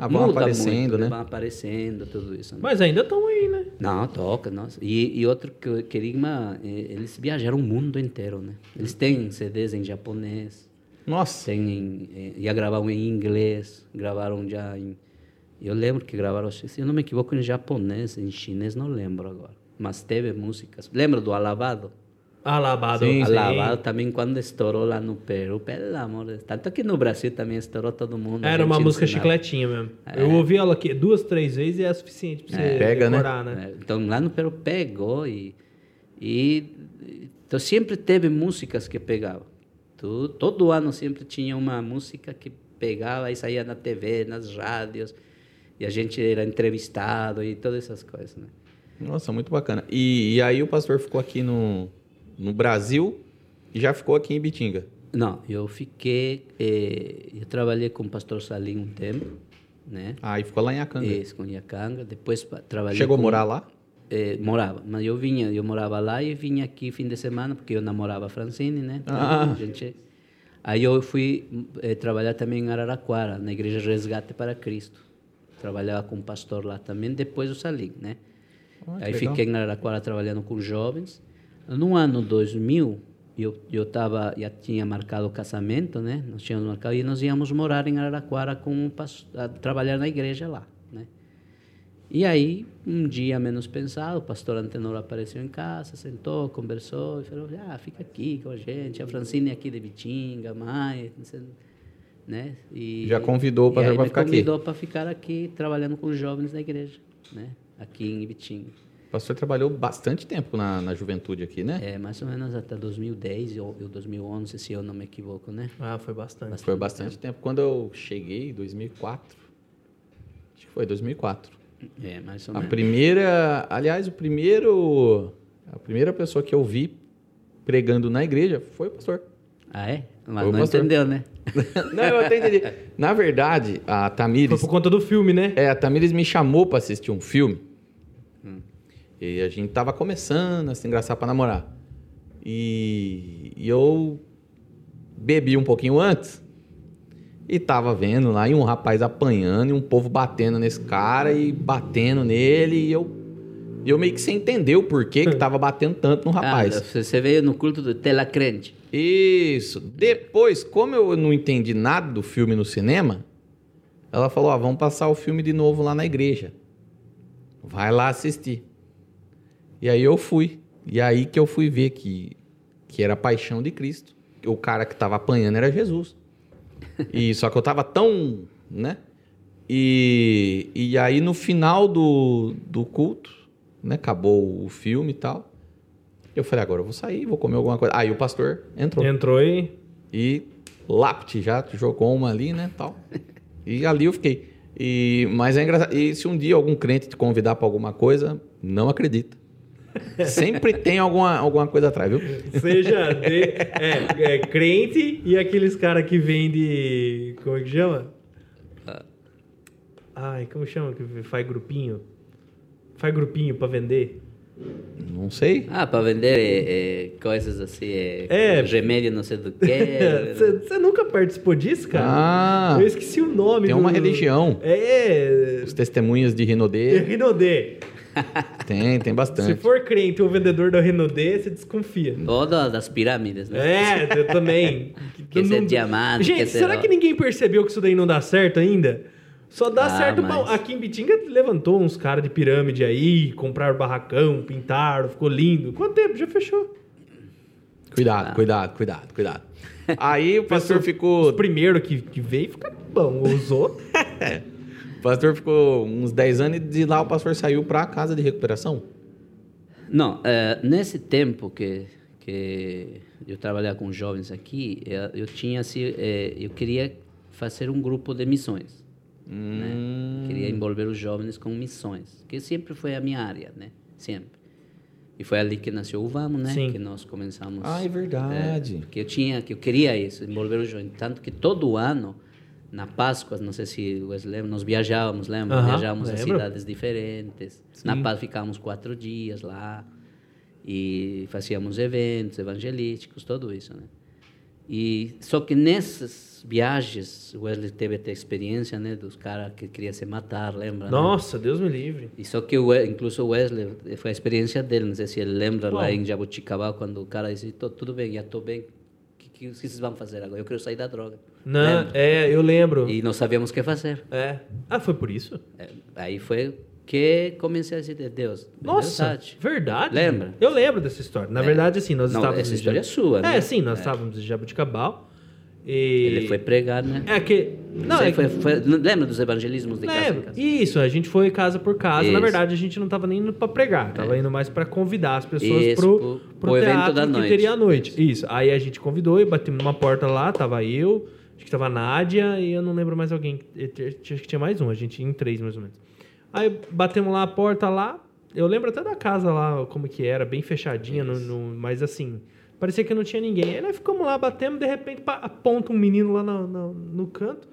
Speaker 1: Ah, vão aparecendo, né?
Speaker 3: Vão aparecendo, tudo isso. né?
Speaker 2: Mas ainda estão aí, né?
Speaker 3: Não, toca, nossa. E, e outro que- Querigma, eh, eles viajaram o mundo inteiro, né? Eles têm CDs em japonês,
Speaker 1: Nossa.
Speaker 3: tem em, eh, já gravaram em inglês, gravaram já em. Eu lembro que gravaram, se eu não me equivoco, em japonês, em chinês, não lembro agora. Mas teve músicas. Lembra do Alabado?
Speaker 2: Alabado.
Speaker 1: Sim, sim.
Speaker 3: Alabado também quando estourou lá no Peru, pelo amor de Deus. Tanto que no Brasil também estourou todo mundo. a
Speaker 2: Era uma
Speaker 3: gente
Speaker 2: música
Speaker 3: ensinava.
Speaker 2: chicletinha mesmo.
Speaker 3: É.
Speaker 2: Eu ouvi ela aqui duas, três vezes e é suficiente pra você
Speaker 1: Pega, né?
Speaker 2: decorar, né?
Speaker 3: É, Então lá no Peru pegou e, e então sempre teve músicas que pegava. Tu- todo ano sempre tinha uma música que pegava e saía na TV, nas rádios e a gente era entrevistado e todas essas coisas, né?
Speaker 1: Nossa, muito bacana. E, e aí o pastor ficou aqui no, no Brasil e já ficou aqui em Bitinga.
Speaker 3: Não, eu fiquei, eh, eu trabalhei com o pastor Salim um tempo, né?
Speaker 1: Aí ficou lá em Acanga.
Speaker 3: Esse, com Iacanga, depois pa- trabalhei
Speaker 1: Chegou a
Speaker 3: com-
Speaker 1: morar lá?
Speaker 3: Eh, morava, mas eu vinha, eu morava lá e vinha aqui fim de semana, porque eu namorava a Francine, né? Então,
Speaker 1: Ah.
Speaker 3: a gente- Aí eu fui eh, trabalhar também em Araraquara, na Igreja Resgate para Cristo. Trabalhava com um pastor lá também, depois o Salim, né?
Speaker 1: Ah, que
Speaker 3: Aí
Speaker 1: legal.
Speaker 3: fiquei em Araraquara trabalhando com jovens. No ano 2000, eu, eu tava, já tinha marcado o casamento, né? Nós tínhamos marcado e nós íamos morar em Araraquara com um pas- a trabalhar na igreja lá, né? E aí, um dia menos pensado, o pastor Antenor apareceu em casa, sentou, conversou e falou: "Ah, fica aqui com a gente, a Francine é aqui de Bitinga, mãe, não sei", né? E
Speaker 1: Já convidou o pastor
Speaker 3: e aí
Speaker 1: pra
Speaker 3: me
Speaker 1: ficar aqui.
Speaker 3: convidou para ficar aqui trabalhando com os jovens da igreja, né? Aqui em Ibitinga.
Speaker 1: O pastor trabalhou bastante tempo na, na juventude aqui, né?
Speaker 3: É, mais ou menos até 2010 ou ou 2011, se eu não me equivoco, né?
Speaker 2: Ah, foi bastante.
Speaker 1: Foi É, bastante tempo. Quando eu cheguei, 2004. Acho que foi 2004.
Speaker 3: É, mais ou
Speaker 1: A
Speaker 3: menos.
Speaker 1: primeira, aliás, o primeiro, a primeira pessoa que eu vi pregando na igreja foi o pastor.
Speaker 3: Ah, é? Mas
Speaker 1: Ô,
Speaker 3: não
Speaker 1: pastor.
Speaker 3: entendeu, né?
Speaker 1: Não, eu até entendi. Na verdade, a
Speaker 2: Foi
Speaker 1: Tamires.
Speaker 2: por conta do filme, né?
Speaker 1: É, a Tamires me chamou pra assistir um filme. E a gente tava começando a se engraçar pra namorar. E, e eu bebi um pouquinho antes. E tava vendo lá, e um rapaz apanhando, e um povo batendo nesse cara, e batendo nele, e eu, e eu meio que sem entender o porquê que tava batendo tanto no rapaz.
Speaker 3: Ah, você você veio no culto do Tela Crente.
Speaker 1: Isso. Depois, como eu não entendi nada do filme no cinema, ela falou: Ó, vamos passar o filme de novo lá na igreja. Vai lá assistir. E aí eu fui. E aí que eu fui ver que, que era a paixão de Cristo. que O cara que tava apanhando era Jesus. E só que eu tava tão, né? E, e aí no final do, do culto, né? Acabou o filme e tal. Eu falei, agora eu vou sair, vou comer alguma coisa. Aí o pastor entrou.
Speaker 2: Entrou e.
Speaker 1: E Lapte já jogou uma ali, né, tal. E ali eu fiquei. E, mas é engraçado. E se um dia algum crente te convidar para alguma coisa, não acredita. Sempre tem alguma, alguma coisa atrás, viu?
Speaker 2: Seja de- é, é, crente e aqueles caras que vende. Como é que chama? Ai, como chama? Que faz grupinho? Faz grupinho pra vender?
Speaker 1: Não sei.
Speaker 3: Ah, para vender é, é, coisas assim, é,
Speaker 2: É.
Speaker 3: remédio não sei do que. É.
Speaker 2: Você nunca participou disso, cara?
Speaker 1: Ah,
Speaker 2: Eu esqueci o nome.
Speaker 1: tem
Speaker 2: do-
Speaker 1: uma religião.
Speaker 2: É.
Speaker 1: Os testemunhas de Rinodê.
Speaker 2: Rinodê.
Speaker 1: Tem, tem
Speaker 2: Se
Speaker 1: bastante.
Speaker 2: for crente ou vendedor da Rinodê, você desconfia.
Speaker 3: Ou da- das pirâmides, né?
Speaker 2: É, eu também.
Speaker 3: Quer
Speaker 2: Não-
Speaker 3: ser diamante,
Speaker 2: Gente,
Speaker 3: quer ser
Speaker 2: será
Speaker 3: ó-
Speaker 2: que ninguém percebeu que isso daí não dá certo ainda? Só dá
Speaker 3: Ah,
Speaker 2: certo pra... um-
Speaker 3: mas-
Speaker 2: Aqui em Bitinga levantou uns caras de pirâmide aí, compraram barracão, pintaram, ficou lindo. Quanto tempo? Já fechou.
Speaker 1: Cuidado, cuidado, cuidado, cuidado. Aí o pastor
Speaker 2: Os
Speaker 1: ficou.
Speaker 2: primeiro que, que veio fica bom, usou.
Speaker 1: O pastor ficou uns 10 anos e de lá o pastor saiu pra casa de recuperação.
Speaker 3: Não, eh, nesse tempo que que eu trabalhava com jovens aqui, eh, eu tinha assim, eh, eu queria fazer um grupo de missões.
Speaker 1: Hum,
Speaker 3: Queria envolver os jovens com missões, que sempre foi a minha área, né? Sempre. E foi ali que nasceu o Vamos, né?
Speaker 2: Sim.
Speaker 3: Que nós começamos.
Speaker 1: Ah, é
Speaker 3: É,
Speaker 1: verdade.
Speaker 3: porque eu tinha, que eu queria isso, envolver os jovens. Tanto que todo ano, na Páscoa, não sei se vocês lembram, nós viajávamos, lembra?
Speaker 2: Aham,
Speaker 3: viajávamos a
Speaker 2: lembro.
Speaker 3: cidades diferentes. Na Páscoa ficávamos quatro dias lá e fazíamos eventos evangelísticos, tudo isso, né? E só que nessas viagens, o Wesley teve até experiência, né, dos caras que queria se matar, lembra? né?
Speaker 2: Nossa, Deus me livre.
Speaker 3: E só que o, We- incluso o Wesley, foi a experiência dele, não sei se ele lembra
Speaker 2: Bom.
Speaker 3: lá em Jabuticabal, quando o cara disse, "Tô- tudo bem, já estou bem, o que, que, que vocês vão fazer agora? Eu quero sair da droga.
Speaker 2: Não, é, eu lembro.
Speaker 3: E não sabíamos o que fazer.
Speaker 2: É. Ah, foi por isso?
Speaker 3: É, Aí foi que comecei a dizer, Deus, é
Speaker 2: Nossa,
Speaker 3: verdade.
Speaker 2: verdade.
Speaker 3: Lembra? É.
Speaker 2: Eu lembro dessa história. Na verdade, assim, nós
Speaker 3: Não,
Speaker 2: estávamos...
Speaker 3: essa
Speaker 2: em
Speaker 3: história é
Speaker 2: Jab-
Speaker 3: sua, né?
Speaker 2: É, sim, nós estávamos em Jabuticabal e...
Speaker 3: Ele foi pregar, né?
Speaker 2: É que... Não,
Speaker 3: Isso aí
Speaker 2: é que...
Speaker 3: foi- foi- lembra dos evangelismos de casa em
Speaker 2: Lembro.
Speaker 3: casa?
Speaker 2: Isso, a gente foi casa por casa. Na
Speaker 3: Isso. É.
Speaker 2: verdade, a gente não tava nem indo pra pregar, tava indo mais pra convidar as pessoas
Speaker 3: Isso,
Speaker 2: pro,
Speaker 3: pro-
Speaker 2: pro
Speaker 3: pro evento
Speaker 2: teatro
Speaker 3: da
Speaker 2: que
Speaker 3: noite.
Speaker 2: teria à noite. Isso. Aí a gente convidou e batemos numa porta lá, tava eu, acho que tava a Nádia e eu não lembro mais alguém. que- Acho que tinha mais um, a gente ia em três mais ou menos. Aí batemos lá a porta lá. Eu lembro até da casa lá, como que era, bem fechadinha, no, no- mas assim, parecia que não tinha ninguém. Aí nós ficamos lá, batemos, de repente pá, aponta um menino lá no, no, no canto.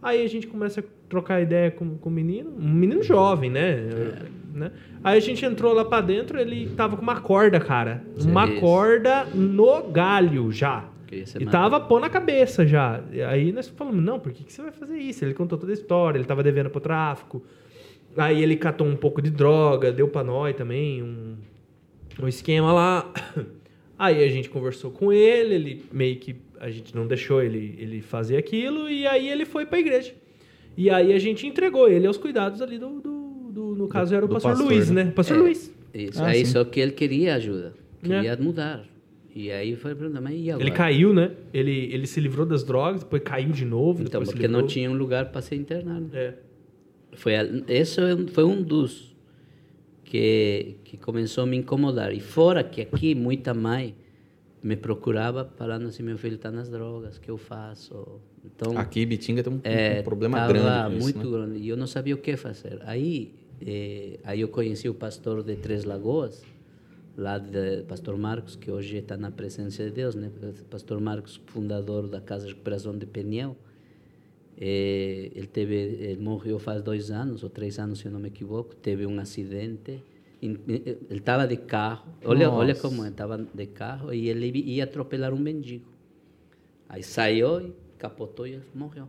Speaker 2: Aí a gente começa a trocar ideia com, com o menino, um menino jovem, né? Né? Aí a gente entrou lá pra dentro, ele tava com uma corda, cara. Uma
Speaker 3: Isso.
Speaker 2: corda no galho já.
Speaker 3: Queria ser
Speaker 2: E
Speaker 3: matado.
Speaker 2: tava pô na cabeça já. E Aí nós falamos, não, por que, que você vai fazer isso? Ele contou toda a história, ele tava devendo pro tráfico. Aí ele catou um pouco de droga, deu pra nós também, um, um esquema lá. Aí a gente conversou com ele, ele meio que a gente não deixou ele, ele fazer aquilo, e aí ele foi pra igreja. E aí a gente entregou ele aos cuidados ali do. do, do- no caso era o
Speaker 1: do
Speaker 2: pastor,
Speaker 1: pastor,
Speaker 2: Luiz, né?
Speaker 1: né?
Speaker 2: Pastor
Speaker 3: É.
Speaker 2: Luiz.
Speaker 3: Isso.
Speaker 1: Ah,
Speaker 3: aí
Speaker 1: sim.
Speaker 3: só que ele queria ajuda, queria mudar. E aí foi perguntar, mas e agora?
Speaker 2: Ele caiu, né? Ele, ele se livrou das drogas, depois caiu de novo.
Speaker 3: Então,
Speaker 2: depois se
Speaker 3: porque não
Speaker 2: livrou.
Speaker 3: tinha um lugar para ser internado.
Speaker 2: É.
Speaker 3: Foi a- esse é um- foi um dos que que começou a me incomodar. E fora que aqui muita mãe me procurava falando assim, meu filho está nas drogas, o que eu faço? Então,
Speaker 1: Aqui em Bitinga tem um,
Speaker 3: é,
Speaker 1: um problema
Speaker 3: tava
Speaker 1: grande. com isso,
Speaker 3: muito
Speaker 1: né?
Speaker 3: grande. E eu não sabia o que fazer. Aí, eh, aí eu conheci o pastor de Três Lagoas, lá de Pastor Marcos, que hoje está na presença de Deus, né? Pastor Marcos, fundador da Casa de Recuperação de Peniel, eh, ele teve, ele morreu faz dois anos ou três anos, se eu não me equivoco, teve um acidente. Em- Ele estava de carro, olha,
Speaker 1: Nossa.
Speaker 3: olha como estava de carro e ele ia atropelar um mendigo. Aí saiu, e capotou e morreu,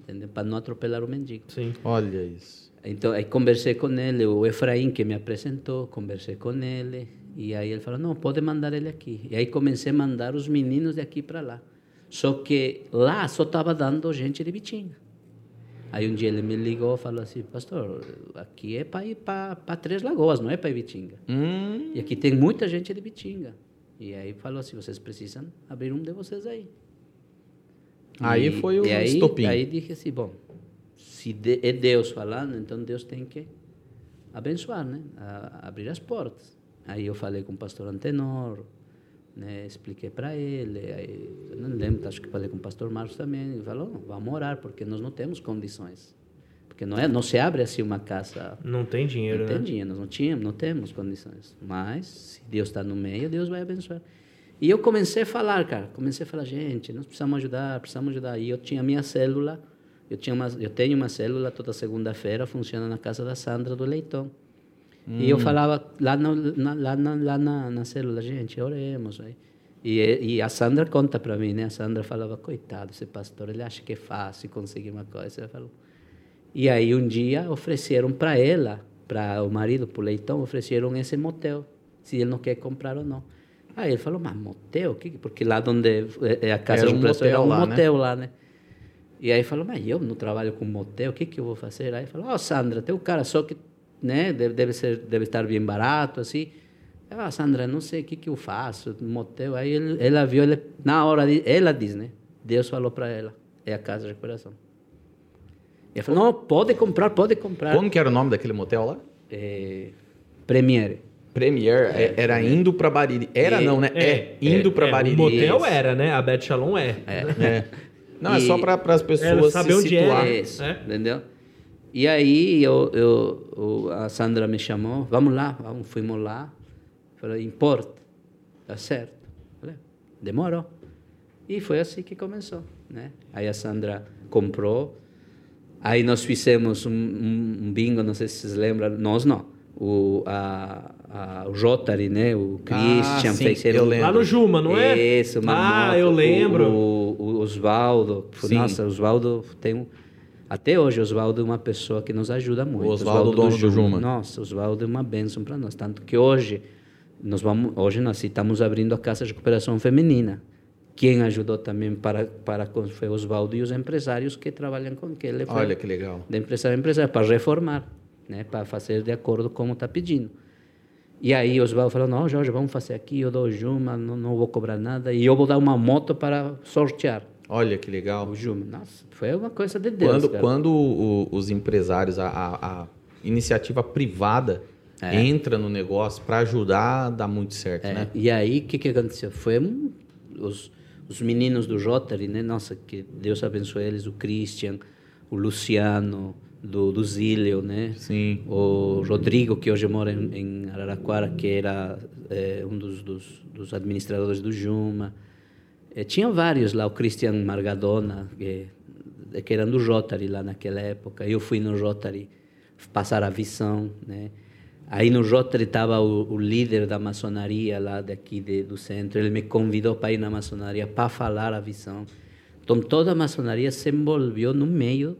Speaker 3: entendeu? Para não atropelar o mendigo.
Speaker 2: Sim.
Speaker 1: Olha isso.
Speaker 3: Então, aí conversei com ele, o Efraim que me apresentou, conversei com ele, e aí ele falou, não, pode mandar ele aqui. E aí comecei a mandar os meninos daqui para lá. Só que lá só estava dando gente de Bitinga. Aí um dia ele me ligou e falou assim, pastor, aqui é para ir para Três Lagoas, não é para Ibitinga.
Speaker 1: Hum,
Speaker 3: E aqui tem muita gente de Bitinga. E aí falou assim, vocês precisam abrir um de vocês aí.
Speaker 1: Aí
Speaker 3: E-
Speaker 1: foi o
Speaker 3: e aí,
Speaker 1: estopim.
Speaker 3: Aí dije assim, bom, se de, é Deus falando, então Deus tem que abençoar, né? A- abrir as portas. Aí eu falei com o pastor Antenor, né? expliquei para ele, aí, eu não lembro, acho que falei com o pastor Marcos também, ele falou, "Não, vamos orar, porque nós não temos condições. Porque não, é, não se abre assim uma casa
Speaker 2: Não tem dinheiro,
Speaker 3: não tem
Speaker 2: né?
Speaker 3: dinheiro, nós não tínhamos, não temos condições. Mas se Deus está no meio, Deus vai abençoar. E eu comecei a falar, cara, comecei a falar, gente, nós precisamos ajudar, precisamos ajudar. E eu tinha minha célula, eu tinha uma, eu tenho uma célula toda segunda-feira, funciona na casa da Sandra do Leitão. E eu falava lá na, na- lá na, lá na, na célula, gente, oremos, aí. E, e a Sandra conta para mim, né? A Sandra falava, coitado, esse pastor, ele acha que é fácil conseguir uma coisa. Ela falou, e aí um dia ofereceram para ela, para o marido, para o leitão, ofereceram esse motel, se ele não quer comprar ou não. Aí ele falou, mas motel? O que que-" Porque lá onde é- é a casa
Speaker 1: Era
Speaker 3: de
Speaker 1: um
Speaker 3: pressão era um
Speaker 1: motel lá, né?
Speaker 3: motel lá, né? E aí falou, mas eu não trabalho com motel, o que, que eu vou fazer? Aí falou, ó Sandra, tem um cara só que né, deve, deve, ser, deve estar bem barato, assim. Ela, ah, Sandra, não sei o que, que eu faço, motel. Aí ele- ela viu, ele, na hora, de- ela diz, né? Deus falou para ela, é a casa de recuperação. Ele falou, não, pode comprar, pode comprar.
Speaker 1: Como que era o nome daquele motel lá?
Speaker 3: É, Premiere.
Speaker 1: Premier. é- era indo pra Bariri. Era
Speaker 3: É,
Speaker 1: não, né? É. indo pra
Speaker 2: é,
Speaker 1: Bariri.
Speaker 2: O motel era, né? A Beth Shalom é.
Speaker 1: É. Não, é
Speaker 3: E-
Speaker 1: só para as
Speaker 2: Era
Speaker 1: pessoas
Speaker 2: saber
Speaker 1: se
Speaker 2: onde era.
Speaker 1: situar.
Speaker 2: Claro,
Speaker 3: É isso,
Speaker 2: né?
Speaker 3: entendeu? E aí eu, eu, o- a Sandra me chamou, vamos lá, vamos, fomos lá. Falei, importa, tá certo. Falei, demorou. E foi assim que começou, né? Aí a Sandra comprou, aí nós fizemos um, um- um bingo, não sei se vocês lembram, nós não. O, a, a, o Rotary, né? O Christian
Speaker 1: Ah, sim,
Speaker 3: fez um
Speaker 1: eu lembro.
Speaker 2: Lá no Juma, não é?
Speaker 3: Isso, Marmoto,
Speaker 2: Ah, eu lembro.
Speaker 3: O, o Osvaldo.
Speaker 1: Sim.
Speaker 3: Nossa, Osvaldo tem um. Até hoje, Osvaldo é uma pessoa que nos ajuda muito.
Speaker 1: O Osvaldo, dono do Juma.
Speaker 3: Nossa, Osvaldo é uma bênção para nós. Tanto que hoje nós, vamos, hoje nós estamos abrindo a Casa de Recuperação Feminina. Quem ajudou também para, para com- foi Osvaldo e os empresários que trabalham com que ele. É, foi-
Speaker 1: Olha que legal.
Speaker 3: da empresário a empresário, para reformar, né? para fazer de acordo com como está pedindo. E aí Oswaldo falou, não, Jorge, vamos fazer aqui, eu dou o Juma, não, não vou cobrar nada, e eu vou dar uma moto para sortear
Speaker 1: Olha que legal.
Speaker 3: o Juma. Nossa, foi uma coisa de Deus,
Speaker 1: Quando,
Speaker 3: cara.
Speaker 1: quando o- os empresários, a, a- a iniciativa privada entra no negócio para ajudar, dá muito certo,
Speaker 3: É,
Speaker 1: né?
Speaker 3: E aí, o que, que aconteceu? Foi um- os, os meninos do Rotary, né? Nossa, que Deus abençoe eles, o Christian, o Luciano, do, do Zílio, né?
Speaker 1: Sim.
Speaker 3: O Rodrigo, que hoje mora em, em Araraquara, que era eh, um dos, dos, dos administradores do Juma. Eh, tinha vários lá, o Christian Margadona, que, eh, que era do Rotary lá naquela época. Eu fui no Rotary passar a visão, né? Aí no Rotary estava o, o líder da maçonaria lá daqui de, do centro. Ele me convidou para ir na maçonaria para falar a visão. Então toda a maçonaria se envolveu no meio,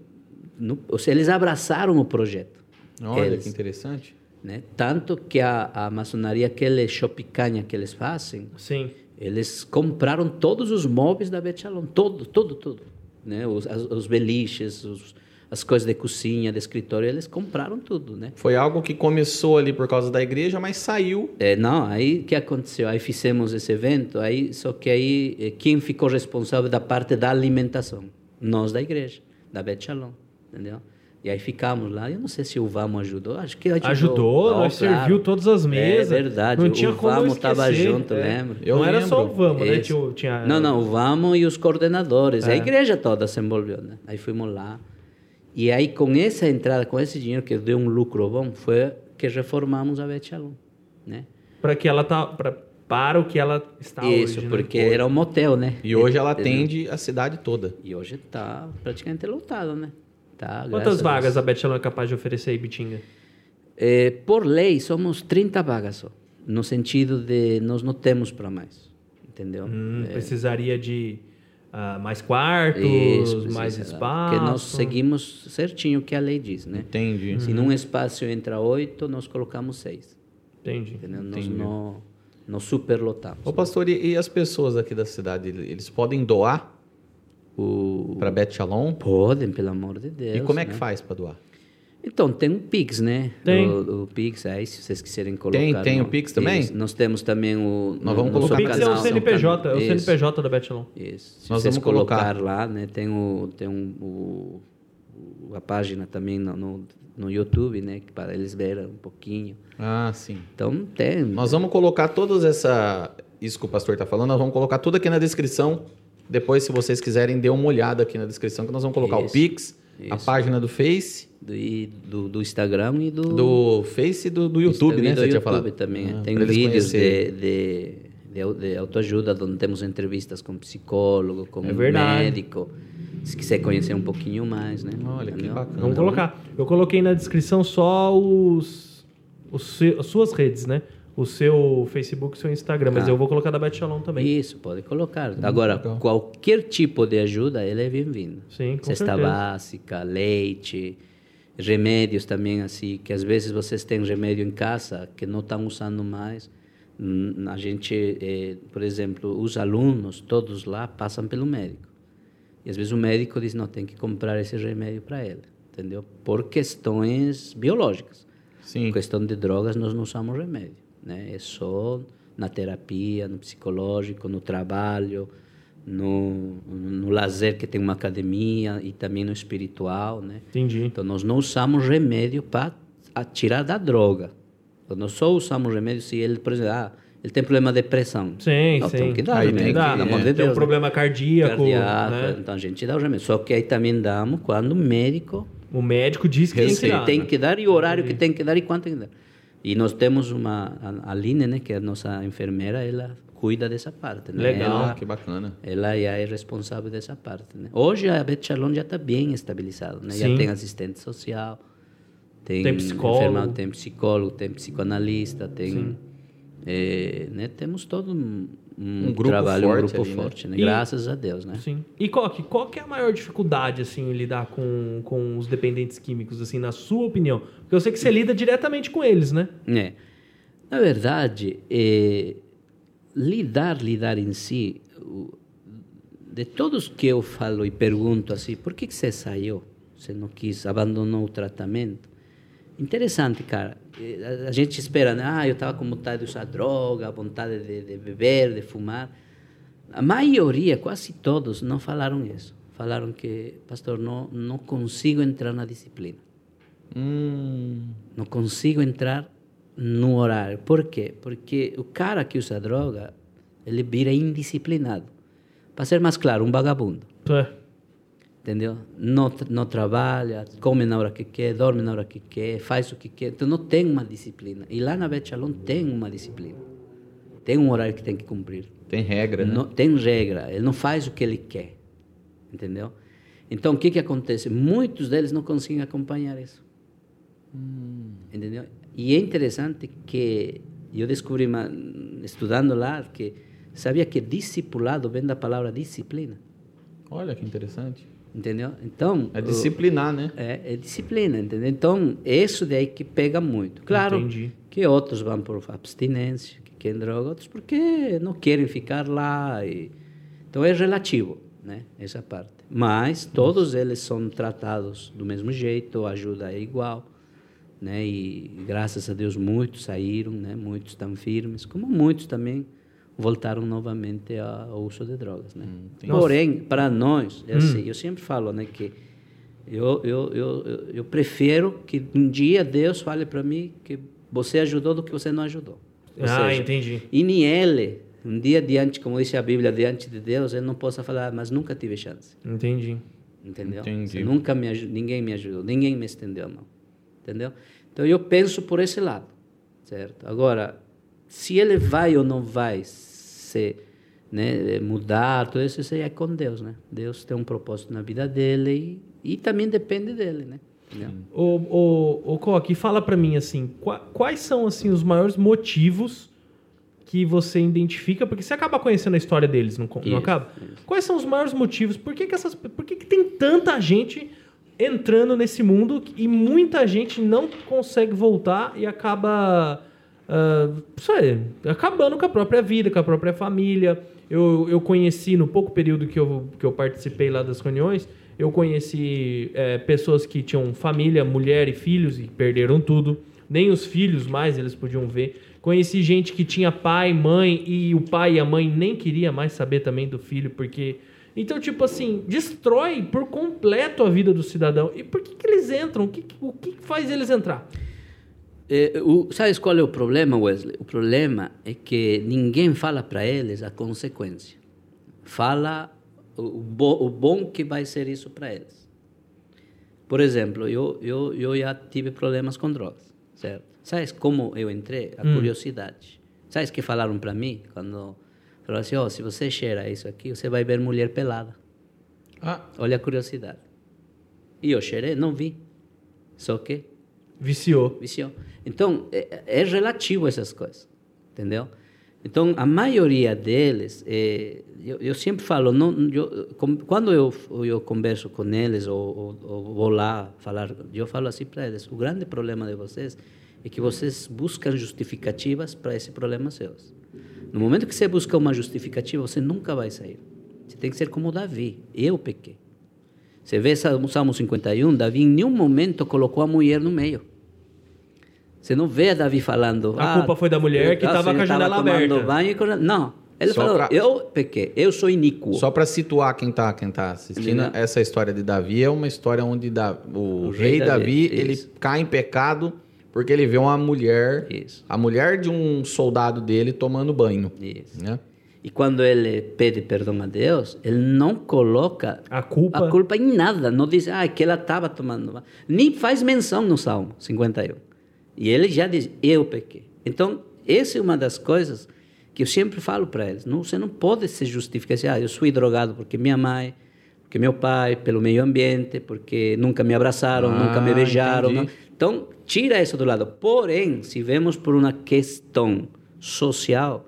Speaker 3: no, ou seja, eles abraçaram o projeto.
Speaker 1: Olha
Speaker 3: Eles
Speaker 1: que interessante.
Speaker 3: né? Tanto que a, a maçonaria, aquele chopicanha que eles fazem,
Speaker 2: Sim.
Speaker 3: eles compraram todos os móveis da Beth Shalom, todo, tudo, tudo. Né? Os, as- os beliches, os- as coisas de cozinha, de escritório, eles compraram tudo, né?
Speaker 1: Foi algo que começou ali por causa da igreja, mas saiu.
Speaker 3: É, não, aí o que aconteceu? Aí fizemos esse evento, aí só que aí eh, quem ficou responsável da parte da alimentação? Nós da igreja, da Beth Shalom, entendeu? E aí ficamos lá, eu não sei se o Vamo ajudou, acho que ajudou.
Speaker 2: Ajudou, nós
Speaker 3: claro.
Speaker 2: serviu todas as mesas.
Speaker 3: É verdade,
Speaker 2: Não
Speaker 3: o
Speaker 2: tinha como eu
Speaker 3: Vamo estava
Speaker 2: esquecer,
Speaker 3: junto,
Speaker 2: é.
Speaker 3: lembro.
Speaker 1: Eu
Speaker 2: não era só o
Speaker 1: lembro.
Speaker 2: Vamos, né?
Speaker 3: Esse.
Speaker 2: Tinha, tinha-
Speaker 3: Não, não, o Vamos e os coordenadores.
Speaker 2: É.
Speaker 3: A igreja toda se envolveu, né? Aí fomos lá. E aí, com essa entrada, com esse dinheiro que deu um lucro bom, foi que reformamos a Bet Shalom, né?
Speaker 2: para que ela tá pra, para o que ela está
Speaker 3: Isso,
Speaker 2: hoje. né?
Speaker 3: porque era um motel, né?
Speaker 1: E hoje ela
Speaker 3: Entendeu?
Speaker 1: atende a cidade toda.
Speaker 3: E hoje tá praticamente lotado, né? Tá, graças
Speaker 2: Quantas
Speaker 3: a
Speaker 2: vagas a
Speaker 3: Deus.
Speaker 2: Betchelão é capaz de oferecer aí, Bitinga?
Speaker 3: É, por lei, somos 30 vagas só. No sentido de nós não temos para mais. Entendeu?
Speaker 2: Hum,
Speaker 3: É,
Speaker 2: Precisaria de ah, mais quartos,
Speaker 3: precisa,
Speaker 2: mais
Speaker 3: né?
Speaker 2: espaço.
Speaker 3: Porque nós seguimos certinho o que a lei diz, né?
Speaker 1: Entendi.
Speaker 3: Se num espaço entra oito, nós colocamos seis.
Speaker 2: Entendi.
Speaker 3: Entendeu? Nós
Speaker 1: Entendi.
Speaker 3: não, não superlotamos.
Speaker 1: Ô pastor, e, e as pessoas aqui da cidade, eles podem doar
Speaker 3: O...
Speaker 1: para Bet Shalom?
Speaker 3: Podem, pelo amor de Deus.
Speaker 1: E como é que
Speaker 3: né?
Speaker 1: faz para doar?
Speaker 3: Então, tem um Pix, né?
Speaker 2: Tem.
Speaker 3: O, o Pix, aí se vocês quiserem colocar.
Speaker 1: Tem- tem
Speaker 3: no-
Speaker 1: o Pix também?
Speaker 3: Isso, Nós temos também o...
Speaker 1: Nós vamos
Speaker 2: O
Speaker 1: colocar
Speaker 2: Pix é o
Speaker 1: canal,
Speaker 2: CNPJ, é o
Speaker 3: Isso,
Speaker 2: CNPJ da Betchelão.
Speaker 3: Isso. Se
Speaker 1: Nós
Speaker 3: vocês
Speaker 1: vamos colocar.
Speaker 3: colocar lá, né? Tem, o, tem um, o- o- a página também no, no, no YouTube, né? que Para eles verem um pouquinho.
Speaker 1: Ah, sim.
Speaker 3: Então, tem.
Speaker 1: Nós vamos colocar todas essa isso que o pastor está falando, nós vamos colocar tudo aqui na descrição. Depois, se vocês quiserem, dê uma olhada aqui na descrição, que nós vamos colocar o
Speaker 3: Isso,
Speaker 1: Pix, a
Speaker 3: isso.
Speaker 1: página do Face,
Speaker 3: Do, e do, do Instagram e do...
Speaker 1: do Face e do, do YouTube,
Speaker 3: Instagram e
Speaker 1: né?
Speaker 3: do
Speaker 1: Você tinha
Speaker 3: YouTube
Speaker 1: falado.
Speaker 3: também.
Speaker 1: Ah,
Speaker 3: tem
Speaker 1: pra eles
Speaker 3: vídeos
Speaker 1: conhecerem.
Speaker 3: de, de, de, au- de autoajuda, onde temos entrevistas com psicólogo, com
Speaker 2: É verdade.
Speaker 3: médico. Se quiser conhecer um pouquinho mais, né?
Speaker 1: Olha, que
Speaker 3: Entendeu?
Speaker 1: bacana.
Speaker 2: Vamos colocar. Eu coloquei na descrição só os, os seu- as suas redes, né? O seu Facebook, o seu Instagram, mas
Speaker 3: Ah.
Speaker 2: eu vou colocar da Bet Shalom também.
Speaker 3: Isso, pode colocar. Agora,
Speaker 1: legal.
Speaker 3: qualquer tipo de ajuda, ela é bem-vinda.
Speaker 2: Sim, com
Speaker 3: Cesta
Speaker 2: certeza.
Speaker 3: básica, leite, remédios também, assim, que às vezes vocês têm remédio em casa que não estão usando mais. Hum, A gente, eh, por exemplo, os alunos, todos lá, passam pelo médico. E às vezes o médico diz, não, tem que comprar esse remédio para ele, entendeu? Por questões biológicas.
Speaker 1: Sim.
Speaker 3: Em questão de drogas, nós não usamos remédio, né? É só na terapia, no psicológico, no trabalho, no, no lazer, que tem uma academia, e também no espiritual, né?
Speaker 2: Entendi.
Speaker 3: Então, nós não usamos remédio para tirar da droga. Então, nós só usamos remédio se ele, por exemplo, ah, ele tem problema de pressão.
Speaker 2: Sim,
Speaker 3: não,
Speaker 2: sim.
Speaker 3: Tem que dar
Speaker 1: Aí
Speaker 3: remédio,
Speaker 1: tem que-
Speaker 3: pelo
Speaker 1: é,
Speaker 3: amor de
Speaker 2: tem
Speaker 3: Deus.
Speaker 2: um
Speaker 3: né?
Speaker 2: problema cardíaco,
Speaker 3: Cardíaco,
Speaker 2: né?
Speaker 3: Então, a gente dá o remédio. Só que aí também damos quando o médico
Speaker 2: O médico diz que
Speaker 3: tem
Speaker 2: tem que
Speaker 3: que,
Speaker 2: dar.
Speaker 3: tem
Speaker 2: né?
Speaker 3: que dar e o horário que tem que dar e quanto tem que dar. E nós temos uma a Aline, né, que é a nossa enfermeira, ela cuida dessa parte, né?
Speaker 2: Legal.
Speaker 1: Ah,
Speaker 3: Ela,
Speaker 1: que bacana.
Speaker 3: ela já é responsável dessa parte, né? Hoje a Beth Shalom já está bem estabilizada, né?
Speaker 2: Sim.
Speaker 3: Já tem assistente social, tem,
Speaker 2: Tem psicólogo.
Speaker 3: enfermeiro, tem psicólogo, tem psicoanalista, tem eh, né, temos todo um, um
Speaker 1: Um grupo
Speaker 3: trabalho, um
Speaker 1: forte
Speaker 3: grupo
Speaker 1: ali, né?
Speaker 3: forte, né?
Speaker 2: E-
Speaker 3: Graças a Deus, né?
Speaker 2: Sim. E Coque, qual que é a maior dificuldade, assim, em lidar com, com os dependentes químicos, assim, na sua opinião? Porque eu sei que você lida diretamente com eles, né?
Speaker 3: É. Na verdade, é, lidar, lidar em si, o- de todos que eu falo e pergunto assim, por que, que você saiu? Você não quis, abandonou o tratamento? Interessante, cara. É, A, a gente espera, né? ah, eu estava com vontade de usar droga, vontade de, de beber, de fumar. A maioria, quase todos, não falaram isso. Falaram que, pastor, não, não consigo entrar na disciplina.
Speaker 1: Hum,
Speaker 3: Não consigo entrar no horário. Por quê? Porque o cara que usa droga, ele vira indisciplinado. Para ser mais claro, um vagabundo. Entendeu? Não, tra- não trabalha, come na hora que quer, dorme na hora que quer, faz o que quer. Então não tem uma disciplina. E lá na Betchalon tem uma disciplina. Tem um horário que tem que cumprir.
Speaker 1: tem regra, né?
Speaker 3: Não, tem regra, ele não faz o que ele quer, entendeu? Então, o que que acontece? Muitos deles não conseguem acompanhar isso, entendeu? E é interessante que eu descobri, ma- estudando lá, que sabia que discipulado vem da palavra disciplina,
Speaker 1: Olha que interessante.
Speaker 3: entendeu? Então,
Speaker 1: É
Speaker 3: o-
Speaker 1: disciplinar, né?
Speaker 3: é, é disciplina, entendeu? Então, é isso daí que pega muito. Claro
Speaker 2: Entendi.
Speaker 3: que outros vão por abstinência, que querem droga, outros porque não querem ficar lá. e- Então, é relativo, né? Essa parte. Mas todos eles são tratados do mesmo jeito, a ajuda é igual, né? E graças a Deus muitos saíram, né? Muitos estão firmes, como muitos também voltaram novamente a- ao uso de drogas, né?
Speaker 1: entendi.
Speaker 3: Porém, para nós, é assim, eu sempre falo, né, que eu, eu, eu, eu, eu prefiro que um dia Deus fale para mim que você ajudou do que você não ajudou. Ou
Speaker 2: ah,
Speaker 3: seja,
Speaker 2: entendi.
Speaker 3: e nem ele, um dia diante, como diz a Bíblia, diante de Deus, ele não possa falar, "Ah, mas nunca tive chance.
Speaker 2: Entendi.
Speaker 3: Entendeu?
Speaker 1: Entendi.
Speaker 3: Você nunca me ajudou, ninguém me ajudou, ninguém me estendeu a mão. Entendeu? Então eu penso por esse lado, certo? Agora, se ele vai ou não vai se né, mudar, tudo isso, isso aí é com Deus, né? Deus tem um propósito na vida dele e, e também depende dele, né? Entendeu?
Speaker 2: Ô, ô, ô Coque, fala pra mim assim, qua- quais são assim os maiores motivos que você identifica? Porque você acaba conhecendo a história deles, não, co- não
Speaker 3: Isso,
Speaker 2: acaba? Quais são os maiores motivos? Por que, que essas, por que, que tem tanta gente entrando nesse mundo e muita gente não consegue voltar e acaba ah, não sei, acabando com a própria vida, com a própria família. Eu, eu conheci, no pouco período que eu, que eu participei lá das reuniões, eu conheci eh, pessoas que tinham família, mulher e filhos e perderam tudo. Nem os filhos mais eles podiam ver. Conheci gente que tinha pai, mãe e o pai e a mãe nem queria mais saber também do filho, porque. Então, tipo assim, destrói por completo a vida do cidadão. E por que, que eles entram? O que, o que faz eles entrar?
Speaker 3: É, o, sabes qual é o problema, Wesley? O problema é que ninguém fala para eles a consequência. Fala o, o bo, o bom que vai ser isso para eles. Por exemplo, eu, eu, eu já tive problemas com drogas, certo? Sabes como eu entrei? A curiosidade. Sabes que falaram para mim quando falaram assim, ó, se você cheira isso aqui, você vai ver mulher pelada.
Speaker 1: Ah,
Speaker 3: Olha a curiosidade. E eu cheirei, não vi. Só que
Speaker 2: Viciou.
Speaker 3: viciou. Então, é, é relativo essas coisas, entendeu? Então, a maioria deles, é, eu, eu sempre falo, não, eu, com- quando eu, eu converso com eles ou, ou- ou vou lá falar, eu falo assim para eles: o grande problema de vocês é que vocês buscam justificativas para esse problema seus. No momento que você busca uma justificativa, você nunca vai sair. Você tem que ser como Davi: eu pequei. Você vê Salmo Salmo 51, Davi em nenhum momento colocou a mulher no meio. Você não vê Davi falando.
Speaker 2: A culpa foi da mulher que
Speaker 3: eu-
Speaker 2: tava
Speaker 3: eu
Speaker 2: com a janela
Speaker 3: tomando
Speaker 2: aberta."
Speaker 3: Banho e coisa- Não. Ele
Speaker 1: Só
Speaker 3: falou,
Speaker 1: pra-
Speaker 3: eu pequei, eu sou iníquo.
Speaker 1: só para situar quem tá, quem tá assistindo,
Speaker 3: Entendeu?
Speaker 1: essa história de Davi é uma história onde Da- o,
Speaker 3: né? O
Speaker 1: rei
Speaker 3: rei
Speaker 1: Davi,
Speaker 3: Davi,
Speaker 1: ele
Speaker 3: isso.
Speaker 1: cai em pecado porque ele vê uma mulher,
Speaker 3: Isso.
Speaker 1: a mulher de um soldado dele tomando banho,
Speaker 3: Isso.
Speaker 1: né?
Speaker 3: E quando ele pede perdão a Deus, ele não coloca
Speaker 2: A culpa.
Speaker 3: a culpa em nada. Não diz, ah, é que ela estava tomando. banho." Nem faz menção no Salmo 51. E ele já diz, eu pequei. Então, essa é uma das coisas que eu sempre falo para eles. Não, você não pode se justificar, assim, ah, eu fui drogado porque minha mãe, porque meu pai, pelo meio ambiente, porque nunca me abraçaram,
Speaker 1: Ah,
Speaker 3: nunca me beijaram.
Speaker 1: entendi.
Speaker 3: não- Então, tira isso do lado. Porém, se vemos por uma questão social,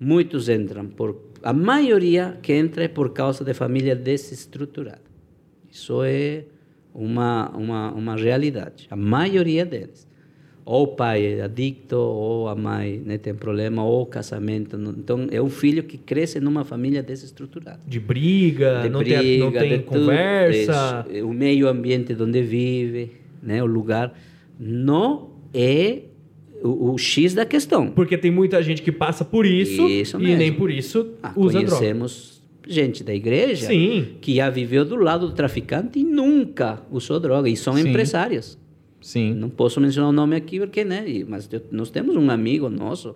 Speaker 3: muitos entram por a maioria que entra é por causa de família desestruturada. Isso é uma uma uma realidade. A maioria deles. Ou o pai é adicto, ou a mãe né, tem problema, ou o casamento. não- Então, é um filho que cresce numa família desestruturada
Speaker 2: de briga,
Speaker 3: de
Speaker 2: não,
Speaker 3: briga,
Speaker 2: tem, não
Speaker 3: de
Speaker 2: tem
Speaker 3: tudo.
Speaker 2: conversa.
Speaker 3: Isso. O meio ambiente onde vive, né, o lugar, não é o, o X da questão.
Speaker 2: Porque tem muita gente que passa por isso,
Speaker 3: Isso
Speaker 2: e
Speaker 3: mesmo.
Speaker 2: nem por isso
Speaker 3: Ah,
Speaker 2: usa droga.
Speaker 3: conhecemos gente da igreja
Speaker 2: Sim.
Speaker 3: que já viveu do lado do traficante e nunca usou droga, e são
Speaker 1: Sim.
Speaker 3: empresários.
Speaker 1: Sim.
Speaker 3: Não posso mencionar o nome aqui porque, né? e- Mas eu- nós temos um amigo nosso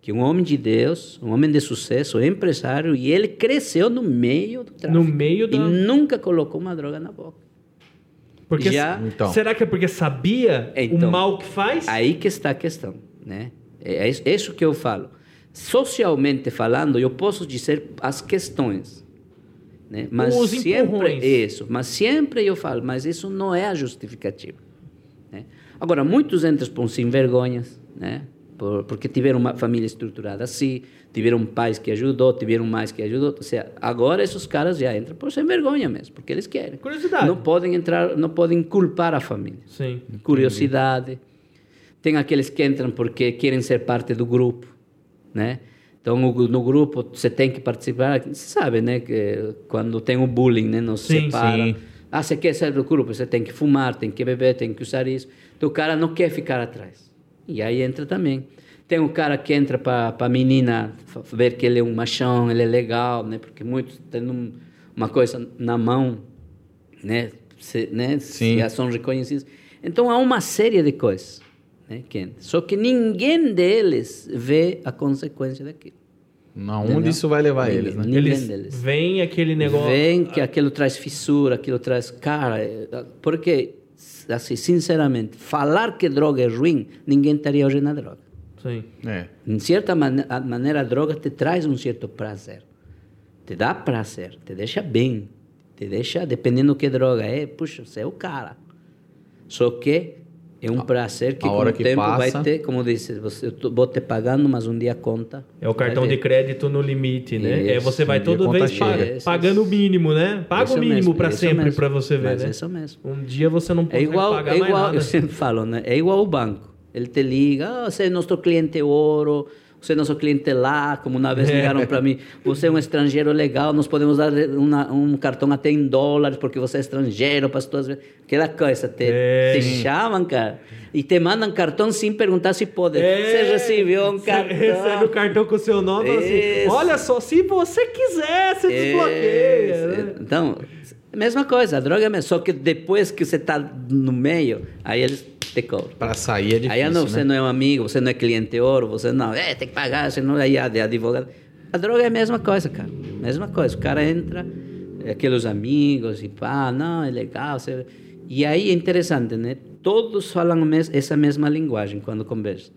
Speaker 3: que é um homem de Deus, um homem de sucesso, é empresário e ele cresceu no meio do
Speaker 2: No
Speaker 3: tráfico.
Speaker 2: meio
Speaker 3: e
Speaker 2: da.
Speaker 3: nunca colocou uma droga na boca.
Speaker 2: Porque
Speaker 3: Já-
Speaker 1: Então.
Speaker 2: Será que é porque sabia o
Speaker 3: Então.
Speaker 2: mal que faz?
Speaker 3: Aí que está a questão, né? É isso- é isso que eu falo. Socialmente falando, eu posso dizer as questões, né? Mas
Speaker 2: Os
Speaker 3: sempre
Speaker 2: empurrões.
Speaker 3: isso, mas sempre eu falo, mas isso não é a justificativa, né? Agora muitos entram por sem vergonhas, né? Por, porque tiveram uma família estruturada assim, tiveram pais que ajudou, tiveram mais que ajudou, ou seja, agora esses caras já entram por sem vergonha mesmo, porque eles querem.
Speaker 2: Curiosidade.
Speaker 3: Não podem entrar, não podem culpar a família
Speaker 2: Sim.
Speaker 3: curiosidade. Tem aqueles que entram porque querem ser parte do grupo, né? Então, o gru- no grupo, você tem que participar. Você sabe, né? Que quando tem o bullying, né? Nos
Speaker 2: Sim,
Speaker 3: separa.
Speaker 1: sim.
Speaker 3: Ah, você quer ser do grupo? Você tem que fumar, tem que beber, tem que usar isso. Então, o cara não quer ficar atrás. E aí entra também. Tem o cara que entra para a menina fa- ver que ele é um machão, ele é legal, né? Porque muitos têm um- uma coisa na mão, né? Se, né?
Speaker 1: Sim.
Speaker 3: Se a são reconhecidos. Então há uma série de coisas. Né, que entra. Só que ninguém deles vê a consequência daquilo.
Speaker 1: Aonde
Speaker 3: Entendeu?
Speaker 1: isso vai levar
Speaker 3: Ninguém-
Speaker 1: eles, né?
Speaker 3: ninguém
Speaker 2: Eles
Speaker 3: deles.
Speaker 2: vem aquele negócio.
Speaker 3: Vem que aquilo traz fissura, aquilo traz cara. é, Porque, assim, sinceramente, falar que droga é ruim, ninguém estaria hoje na droga.
Speaker 2: Sim.
Speaker 1: É.
Speaker 3: Em certa mane- a maneira, a droga te traz um certo prazer. Te dá prazer, te deixa bem. Te deixa, dependendo do que droga é, puxa, você é o cara. Só que é um prazer que
Speaker 1: a hora
Speaker 3: com o
Speaker 1: que
Speaker 3: tempo
Speaker 1: passa-
Speaker 3: vai ter, como disse, você, eu tô- vou te pagando, mas um dia conta.
Speaker 2: É o cartão de
Speaker 3: Vai ver.
Speaker 2: crédito no limite, né?
Speaker 3: Isso.
Speaker 2: é você vai
Speaker 1: Um dia
Speaker 2: toda
Speaker 1: conta
Speaker 2: vez
Speaker 1: cheia.
Speaker 2: pa-
Speaker 3: Isso,
Speaker 2: pagando o
Speaker 3: isso.
Speaker 2: mínimo, né? Paga
Speaker 3: Isso
Speaker 2: o mínimo
Speaker 3: mesmo,
Speaker 2: pra
Speaker 3: isso
Speaker 2: sempre
Speaker 3: mesmo.
Speaker 2: pra você ver,
Speaker 3: Mas
Speaker 2: né?
Speaker 3: isso mesmo.
Speaker 2: Um dia você não
Speaker 3: É
Speaker 2: consegue
Speaker 3: igual,
Speaker 2: pagar
Speaker 3: é
Speaker 2: mais
Speaker 3: igual
Speaker 2: nada.
Speaker 3: eu sempre falo, né? É igual o banco. Ele te liga, "Ah, você é nosso cliente ouro, você é nosso cliente lá, como uma
Speaker 2: É.
Speaker 3: vez ligaram para mim, você é um estrangeiro legal, nós podemos dar uma- um cartão até em dólares, porque você é estrangeiro, para as tuas... Aquela coisa, te,
Speaker 2: É.
Speaker 3: te chamam, cara, e te mandam cartão sem perguntar se pode.
Speaker 2: É,
Speaker 3: Você recebeu um
Speaker 2: você
Speaker 3: cartão.
Speaker 2: Recebe o cartão com o seu nome e fala assim:
Speaker 3: Isso.
Speaker 2: olha só, se você quiser, você desbloqueia.
Speaker 3: Isso.
Speaker 2: né?
Speaker 3: É, Então, mesma coisa, a droga é a mesma, só que depois que você está no meio, aí eles te cobram.
Speaker 1: Pra sair é difícil,
Speaker 3: aí não,
Speaker 1: né?
Speaker 3: você não é um amigo, você não é cliente ouro, você não, é, tem que pagar, você não é advogado. A droga é a mesma coisa, cara. Mesma coisa. O cara entra, é, aqueles amigos, e pá, não, é legal. Você... E aí é interessante, né? Todos falam mes- essa mesma linguagem quando conversam.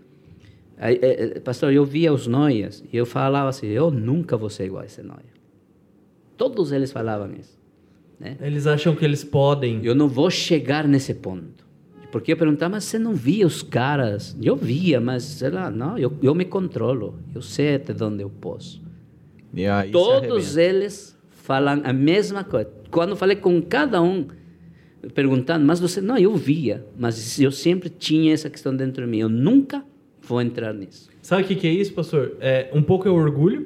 Speaker 3: Aí, é, é, pastor, eu via os noias e eu falava assim: eu nunca vou ser igual a esse noia. Todos eles falavam isso. Né?
Speaker 2: Eles acham que eles podem.
Speaker 3: Eu não vou chegar nesse ponto. Porque eu perguntava, mas você não via os caras? Eu via, mas sei lá, não, eu, eu me controlo. Eu sei até onde eu posso.
Speaker 1: E aí se
Speaker 3: Todos
Speaker 1: arrebenta.
Speaker 3: eles falam a mesma coisa. Quando falei com cada um, perguntando, mas você. Não, eu via, mas eu sempre tinha essa questão dentro de mim. Eu nunca vou entrar nisso.
Speaker 2: Sabe o que, que é isso, pastor? É, um pouco é o orgulho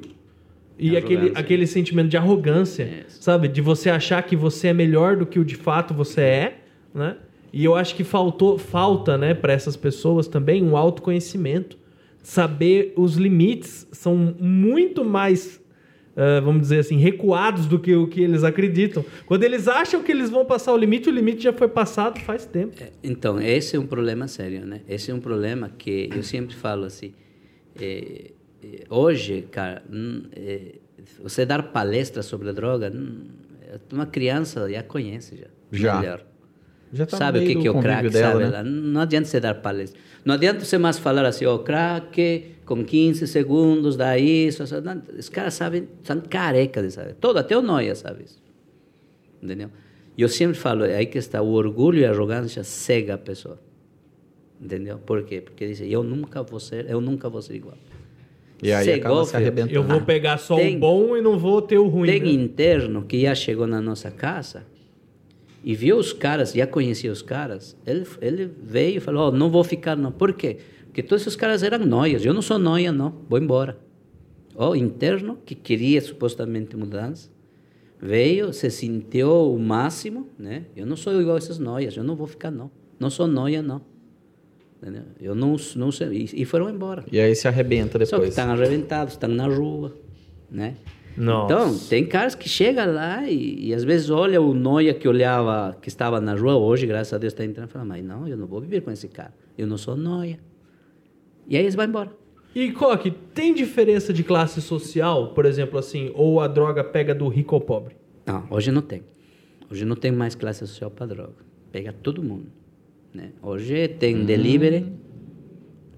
Speaker 2: e
Speaker 3: É Arrogância.
Speaker 2: aquele, aquele sentimento de arrogância, sabe? De você achar que você é melhor do que o de fato você é, né? E eu acho que faltou, falta, né, para essas pessoas também um autoconhecimento. Saber os limites são muito mais, ah, vamos dizer assim, recuados do que o que eles acreditam. Quando eles acham que eles vão passar o limite, o limite já foi passado faz tempo.
Speaker 3: É, Então, esse é um problema sério, né? Esse é um problema que eu sempre falo assim. é, é, hoje, cara, hum, é, você dar palestra sobre a droga, hum, uma criança já conhece já.
Speaker 1: Já. Já tá no
Speaker 3: sabe o que,
Speaker 1: meio
Speaker 3: que é
Speaker 1: do
Speaker 3: o crack,
Speaker 1: convívio dela,
Speaker 3: sabe?
Speaker 1: né?
Speaker 3: lá. Não adianta você dar palestra. Não adianta você mais falar assim, ó, crack, com 15 segundos, dá isso. Essa, não, os caras sabem, são carecas de saber. Todo, até o Noia sabe isso. Entendeu? E eu sempre falo, é aí que está, o orgulho e a arrogância cega a pessoa. Entendeu? Por quê? Porque dizem, eu nunca vou ser, eu nunca vou ser igual.
Speaker 1: E aí
Speaker 3: Cegou,
Speaker 1: acaba se
Speaker 3: filho.
Speaker 1: arrebentando.
Speaker 2: Eu vou pegar só um o
Speaker 3: ah, Tem-
Speaker 2: bom e não vou ter o ruim.
Speaker 3: Tem
Speaker 2: né?
Speaker 3: interno que já chegou na nossa casa e viu os caras, já conhecia os caras. Ele, ele veio e falou: "Ó, não vou ficar, não. Por quê? Porque todos esses caras eram noias. Eu não sou noia, não. Vou embora. O interno que queria supostamente mudança veio, se sentiu o máximo, né? Eu não sou igual a essas noias. Eu não vou ficar, não. Não sou noia, não. Entendeu? Eu não, não sei. E, e foram embora.
Speaker 1: E aí se arrebenta
Speaker 3: Só que tá
Speaker 1: depois.
Speaker 3: estão arrebentados, estão na rua, né?
Speaker 2: Nossa.
Speaker 3: Então, tem caras que chegam lá e, e às vezes olha o noia que olhava, que estava na rua hoje, graças a Deus está entrando e fala, mas não, eu não vou viver com esse cara, eu não sou noia. E aí eles vão embora.
Speaker 2: E, Coque, tem diferença de classe social, por exemplo, assim, ou a droga pega do rico ao pobre?
Speaker 3: Não, hoje não tem. Hoje não tem mais classe social para droga. Pega todo mundo. Né? Hoje tem
Speaker 1: Hum.
Speaker 3: delivery,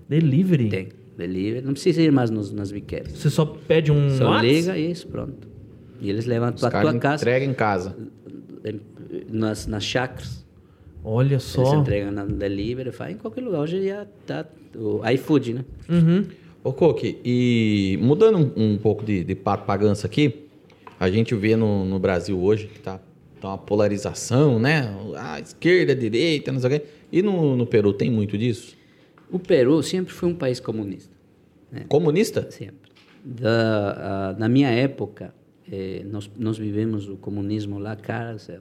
Speaker 2: Delivery?
Speaker 3: tem delivery, não precisa ir mais nos, nas biqueiras.
Speaker 2: Você só pede um
Speaker 3: Só
Speaker 2: Whats?
Speaker 3: liga e isso, pronto. E eles levam
Speaker 1: Hum. Os
Speaker 3: para
Speaker 1: caras
Speaker 3: tua casa,
Speaker 1: entregam em casa.
Speaker 3: em- nas, nas chacras.
Speaker 2: Olha
Speaker 3: Eles
Speaker 2: só.
Speaker 3: entregam na delivery, faz em qualquer lugar. Hoje já tá o iFood, né?
Speaker 2: Uhum.
Speaker 1: Ô, Coque, e mudando um, um pouco de, de pato pra ganso aqui, a gente vê no, no Brasil hoje que tá, tá uma polarização, né? A esquerda, a direita, não sei o quê. E no, no Peru tem muito disso?
Speaker 3: O Peru sempre foi um país comunista, É.
Speaker 1: Comunista?
Speaker 3: sempre. Da, ah, na minha época, eh, nós, nós vivemos o comunismo lá, cara do céu.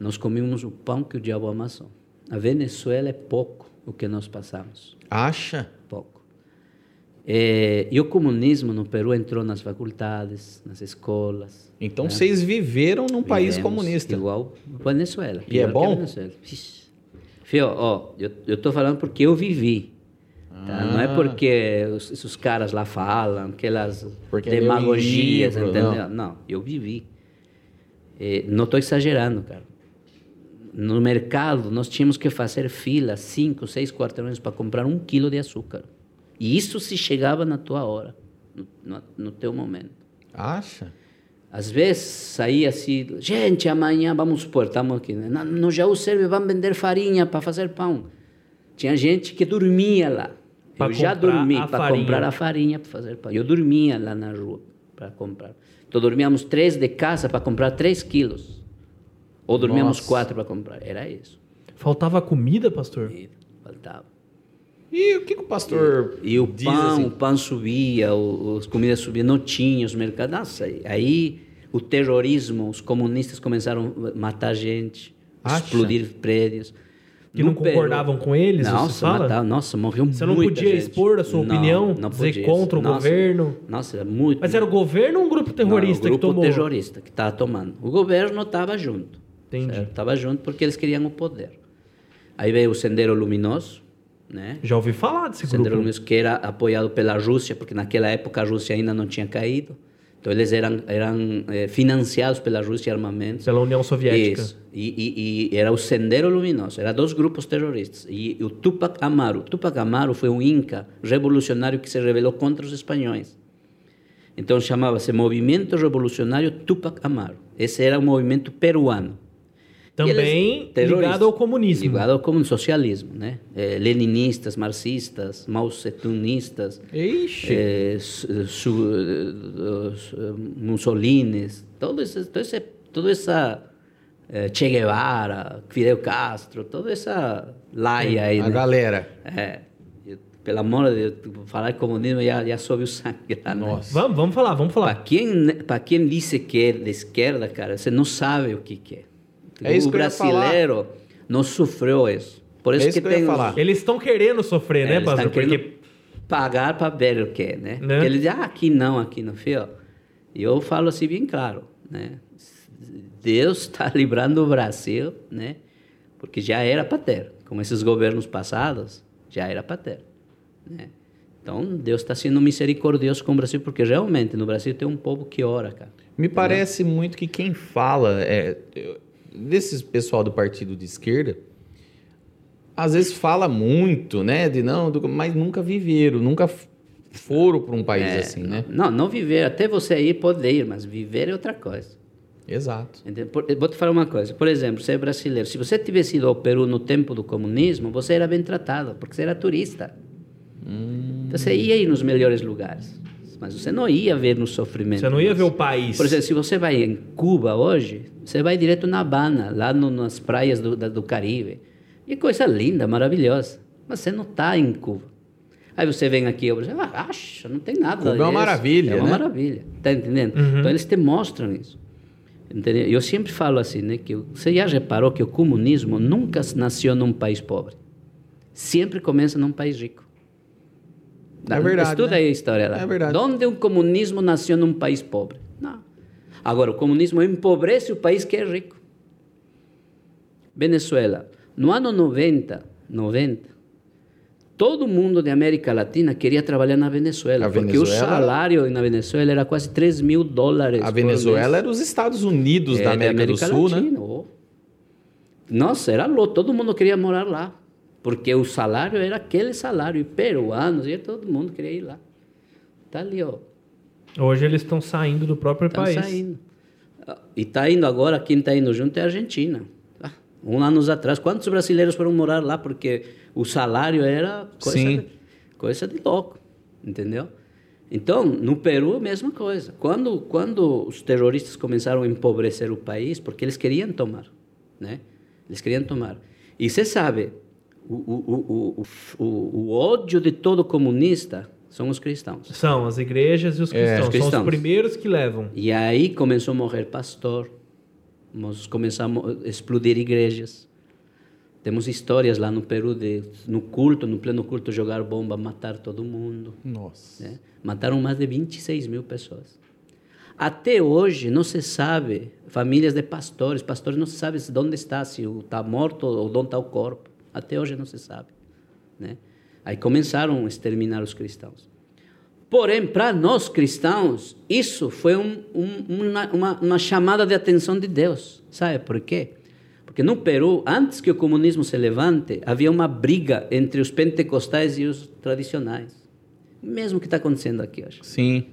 Speaker 3: Nós comíamos o pão que o diabo amassou. A Venezuela é pouco o que nós passamos,
Speaker 1: Acha?
Speaker 3: pouco. Eh, e o comunismo no Peru entrou nas faculdades, nas escolas.
Speaker 1: Então vocês viveram num país
Speaker 3: É. Vivemos
Speaker 1: comunista.
Speaker 3: Igual Venezuela.
Speaker 1: E é
Speaker 3: pior que
Speaker 1: bom?
Speaker 3: a Venezuela. Ixi. Fio, ó, eu, eu tô falando porque eu vivi. tá?
Speaker 1: Ah.
Speaker 3: Não é porque os, esses caras lá falam, aquelas
Speaker 1: Porque leu em
Speaker 3: demagogias,
Speaker 1: livro,
Speaker 3: entendeu? Não. eu vivi. Eh, não estou exagerando, cara. No mercado, nós tínhamos que fazer fila, cinco, seis quarteirões para comprar um quilo de açúcar. E isso se chegava na tua hora, no, no, no teu momento.
Speaker 1: Acha?
Speaker 3: Às vezes saía assim, gente, amanhã, vamos supor, estamos aqui, né? Na- no Jaú serve, vamos vender farinha para fazer pão. Tinha gente que dormia lá.
Speaker 2: Pra
Speaker 3: Eu já
Speaker 2: comprar
Speaker 3: dormi
Speaker 2: a
Speaker 3: para
Speaker 2: farinha.
Speaker 3: comprar a farinha para fazer pão. Eu dormia lá na rua para comprar. Então dormíamos três de casa para comprar três quilos. Ou dormíamos
Speaker 1: Nossa.
Speaker 3: quatro para comprar. Era isso.
Speaker 2: Faltava comida, pastor?
Speaker 3: E faltava.
Speaker 1: E o que, que o pastor
Speaker 3: E o
Speaker 1: diz
Speaker 3: pão, o
Speaker 1: assim?
Speaker 3: pão subia, o, as comidas subiam, não tinha os mercados. Nossa, aí o terrorismo, os comunistas começaram a matar gente,
Speaker 1: Acha?
Speaker 3: explodir prédios.
Speaker 2: Que
Speaker 3: No
Speaker 2: não concordavam com eles, você
Speaker 3: Nossa, tá-
Speaker 2: fala?
Speaker 3: mataram, nossa, morreu
Speaker 2: Você não
Speaker 3: muita
Speaker 2: podia
Speaker 3: gente.
Speaker 2: expor a sua
Speaker 3: Não,
Speaker 2: opinião,
Speaker 3: não
Speaker 2: dizer
Speaker 3: podia.
Speaker 2: contra o
Speaker 3: Nossa,
Speaker 2: governo?
Speaker 3: Nossa, era muito.
Speaker 2: Mas era o governo ou um grupo terrorista
Speaker 3: não, o
Speaker 2: que
Speaker 3: grupo
Speaker 2: tomou?
Speaker 3: terrorista que estava tomando. O governo estava junto.
Speaker 2: Entendi.
Speaker 3: Estava junto porque eles queriam o poder. Aí veio o Sendero Luminoso, né?
Speaker 2: Já ouvi falar desse
Speaker 3: Sendero
Speaker 2: grupo. né?
Speaker 3: Luminoso, que era apoiado pela Rússia, porque naquela época a Rússia ainda não tinha caído. Então eles eram, eram eh, financiados pela Rússia armamentos.
Speaker 2: Pela União Soviética.
Speaker 3: Isso. E, e- e era o Sendero Luminoso, era dois grupos terroristas. E o Tupac Amaru. Tupac Amaru foi um inca revolucionário que se rebelou contra os espanhóis. Então chamava-se Movimento Revolucionário Tupac Amaru. Esse era um movimento peruano. E
Speaker 2: Também
Speaker 3: eles- terrorista.
Speaker 2: ligado ao comunismo.
Speaker 3: Ligado ao comunismo, socialismo, né? Eh, leninistas, marxistas, mao tse-tunistas,
Speaker 1: Ixi.
Speaker 3: eh, su- su- eh, os, eh, Mussolines, todo esse, todo esse, todo essa eh, Che Guevara, Fidel Castro, toda essa laia aí,
Speaker 1: a
Speaker 3: né?
Speaker 1: galera.
Speaker 3: É, eu- pelo amor de Deus, tipo, falar de comunismo já, já soube o sangue. lá, né?
Speaker 1: Nossa.
Speaker 2: Vamos, vamos falar, vamos
Speaker 3: Para
Speaker 2: falar.
Speaker 3: quem, para quem disse que é de esquerda, cara, você não sabe o que que é.
Speaker 1: É isso
Speaker 3: o
Speaker 1: que eu ia falar.
Speaker 3: brasileiro não sofreu isso. Por isso,
Speaker 1: É isso
Speaker 3: que
Speaker 1: que eu ia
Speaker 3: tem os-
Speaker 1: falar.
Speaker 2: Eles estão querendo sofrer,
Speaker 3: é,
Speaker 2: né,
Speaker 3: eles
Speaker 2: pastor?
Speaker 3: tão
Speaker 2: Porque
Speaker 3: querendo pagar para ver o que é, né?
Speaker 2: Né?
Speaker 3: Porque eles dizem, ah, aqui não, aqui não, filho. E eu falo assim bem claro, né? Deus está livrando o Brasil, né? Porque já era para ter, como esses governos passados, já era para ter, né? Então, Deus está sendo misericordioso com o Brasil, porque realmente no Brasil tem um povo que ora, cara.
Speaker 1: Me parece muito que quem fala é, eu- desses pessoal do partido de esquerda, às vezes fala muito, né? De não, do- mas nunca viveram, nunca f- foram para um país
Speaker 3: É,
Speaker 1: assim, né?
Speaker 3: Não, não viver. Até você ir pode ir, mas viver é outra coisa.
Speaker 1: Exato.
Speaker 3: Entende? Por- eu vou te falar uma coisa. Por exemplo, você é brasileiro. Se você tivesse ido ao Peru no tempo do comunismo, você era bem tratado, porque você era turista.
Speaker 2: Hum.
Speaker 3: Então você ia ir nos melhores lugares. Mas você não ia ver no sofrimento.
Speaker 2: você não ia ver o país.
Speaker 3: Por exemplo, se você vai em Cuba hoje, você vai direto na Habana, lá no- nas praias do, da- do Caribe. E coisa linda, maravilhosa. Mas você não está em Cuba. Aí você vem aqui e você fala, "Ah, acha, não tem nada
Speaker 1: Cuba é uma
Speaker 3: disso.
Speaker 1: maravilha,
Speaker 3: É uma
Speaker 1: né? Uhum.
Speaker 3: maravilha, tá entendendo? Então eles te mostram isso. Entendeu? Eu sempre falo assim, né, que o- você já reparou que o comunismo nunca nasceu num país pobre. Sempre começa num país rico.
Speaker 1: É verdade,
Speaker 3: Estuda
Speaker 1: né?
Speaker 3: aí a história lá.
Speaker 1: É verdade.
Speaker 3: De Onde o comunismo nasceu num país pobre? Não. Agora, o comunismo empobrece o país que é rico. Venezuela. No ano 90, 90, todo mundo de América Latina queria trabalhar na Venezuela,
Speaker 1: A
Speaker 3: porque o
Speaker 1: Venezuela-
Speaker 3: salário na Venezuela era quase 3 mil dólares.
Speaker 1: A
Speaker 3: por
Speaker 1: Venezuela
Speaker 3: mês.
Speaker 1: era os Estados Unidos
Speaker 3: É,
Speaker 1: da América, do Sul, né?
Speaker 3: Latina, ó. Nossa, era louco, todo mundo queria morar lá, porque o salário era aquele salário, e peruanos, e todo mundo queria ir lá. Tá ali, ó.
Speaker 2: Hoje eles estão saindo do próprio
Speaker 3: Estão
Speaker 2: país.
Speaker 3: Tá saindo. Ah, E está indo agora, quem está indo junto é a Argentina. Ah, um anos atrás, quantos brasileiros foram morar lá porque o salário era coisa,
Speaker 1: Sim.
Speaker 3: de, coisa de louco, entendeu? Então, no Peru, a mesma coisa. Quando, quando os terroristas começaram a empobrecer o país, porque eles queriam tomar, né? Eles queriam tomar. E você sabe, o, o, o, o, o, o ódio de todo comunista são os cristãos.
Speaker 2: São as igrejas e os cristãos.
Speaker 3: É, os
Speaker 2: São
Speaker 3: cristãos.
Speaker 2: os primeiros que levam.
Speaker 3: E aí começou a morrer pastor, nós começamos a explodir igrejas. Temos histórias lá no Peru de no culto, no pleno culto jogar bomba, matar todo mundo.
Speaker 1: Nossa.
Speaker 3: né? Mataram mais de 26 mil pessoas. Até hoje não se sabe famílias de pastores, pastores não se sabe se de onde está, se está morto ou de onde está o corpo. Até hoje não se sabe, né? Aí começaram a exterminar os cristãos. Porém, para nós cristãos, isso foi um- um- uma, uma- uma chamada de atenção de Deus. Sabe por quê? Porque no Peru, antes que o comunismo se levante, havia uma briga entre os pentecostais e os tradicionais. mesmo que está acontecendo aqui hoje.
Speaker 1: Sim.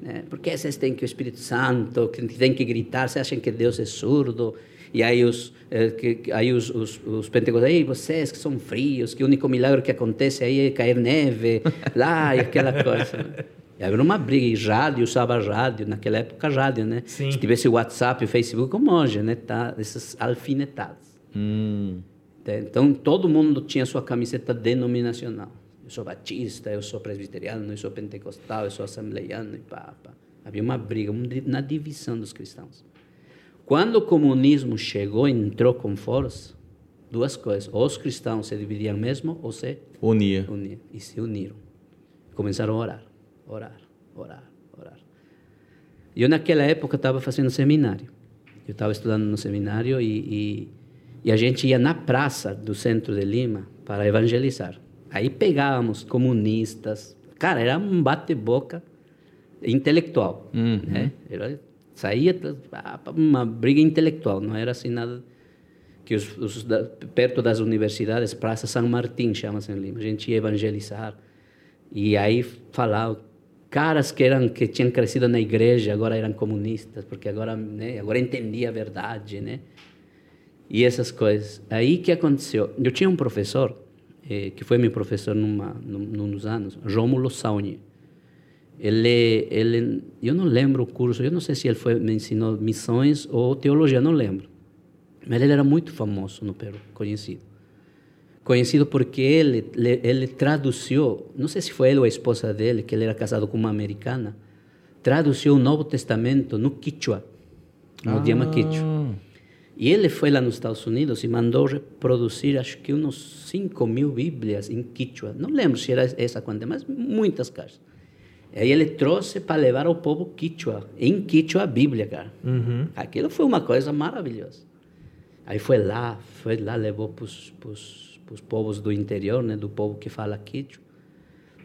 Speaker 3: Né? Por que vocês têm que o Espírito Santo, que tem que gritar, vocês acham que Deus é surdo? E aí os, eh, que, que- aí os, os, os pentecostais, "Ei, vocês que são frios, que o único milagre que acontece aí é cair neve, lá e aquela coisa. né? Era uma briga, e rádio, usava rádio, naquela época rádio, né?
Speaker 2: Sim.
Speaker 3: Se tivesse WhatsApp, Facebook, como hoje, né? Tá, essas alfinetadas.
Speaker 1: Hum.
Speaker 3: Tá, Então, todo mundo tinha sua camiseta denominacional. Eu sou batista, eu sou presbiteriano, eu sou pentecostal, eu sou assembleiano e pá, pá. Havia uma briga um di- na divisão dos cristãos. Quando o comunismo chegou e entrou com força, duas coisas. Ou os cristãos se dividiam mesmo ou se
Speaker 1: Unia.
Speaker 3: uniam. E se uniram. Começaram a orar, orar, orar, orar. Eu naquela época estava fazendo seminário. Eu estava estudando no seminário e, e, e a gente ia na praça do centro de Lima para evangelizar. Aí pegávamos comunistas. Cara, era um bate-boca intelectual. Né? Era, saía tá, pá, pá, uma briga intelectual, não era assim nada que os, os da, perto das universidades, Praça São Martim chama-se em Lima. A gente ia evangelizar. E aí falavam caras que eram que tinham crescido na igreja, agora eram comunistas, porque agora, né, agora entendi a verdade, né? E essas coisas. Aí que aconteceu? Eu tinha um professor, eh, que foi meu professor numa, num, nos anos, Rômulo Sauni. Ele, ele, eu não lembro o curso, eu não sei se ele foi, me ensinou missões ou teologia, não lembro. Mas ele era muito famoso no Peru, conhecido. Conhecido porque ele, ele, ele traduziu, não sei se foi ele ou a esposa dele, que ele era casado com uma americana, traduziu o Novo Testamento no Quichua, no idioma Quichua. E ele foi lá nos Estados Unidos e mandou reproduzir, acho que uns 5 mil Bíblias em Quichua. Não lembro se era essa quantidade, mas muitas, cara. Aí ele trouxe para levar ao povo Quichua, em Quichua a Bíblia, cara. Aquilo foi uma coisa maravilhosa. Aí foi lá, foi lá, levou para os povos do interior, né, do povo que fala Quichua.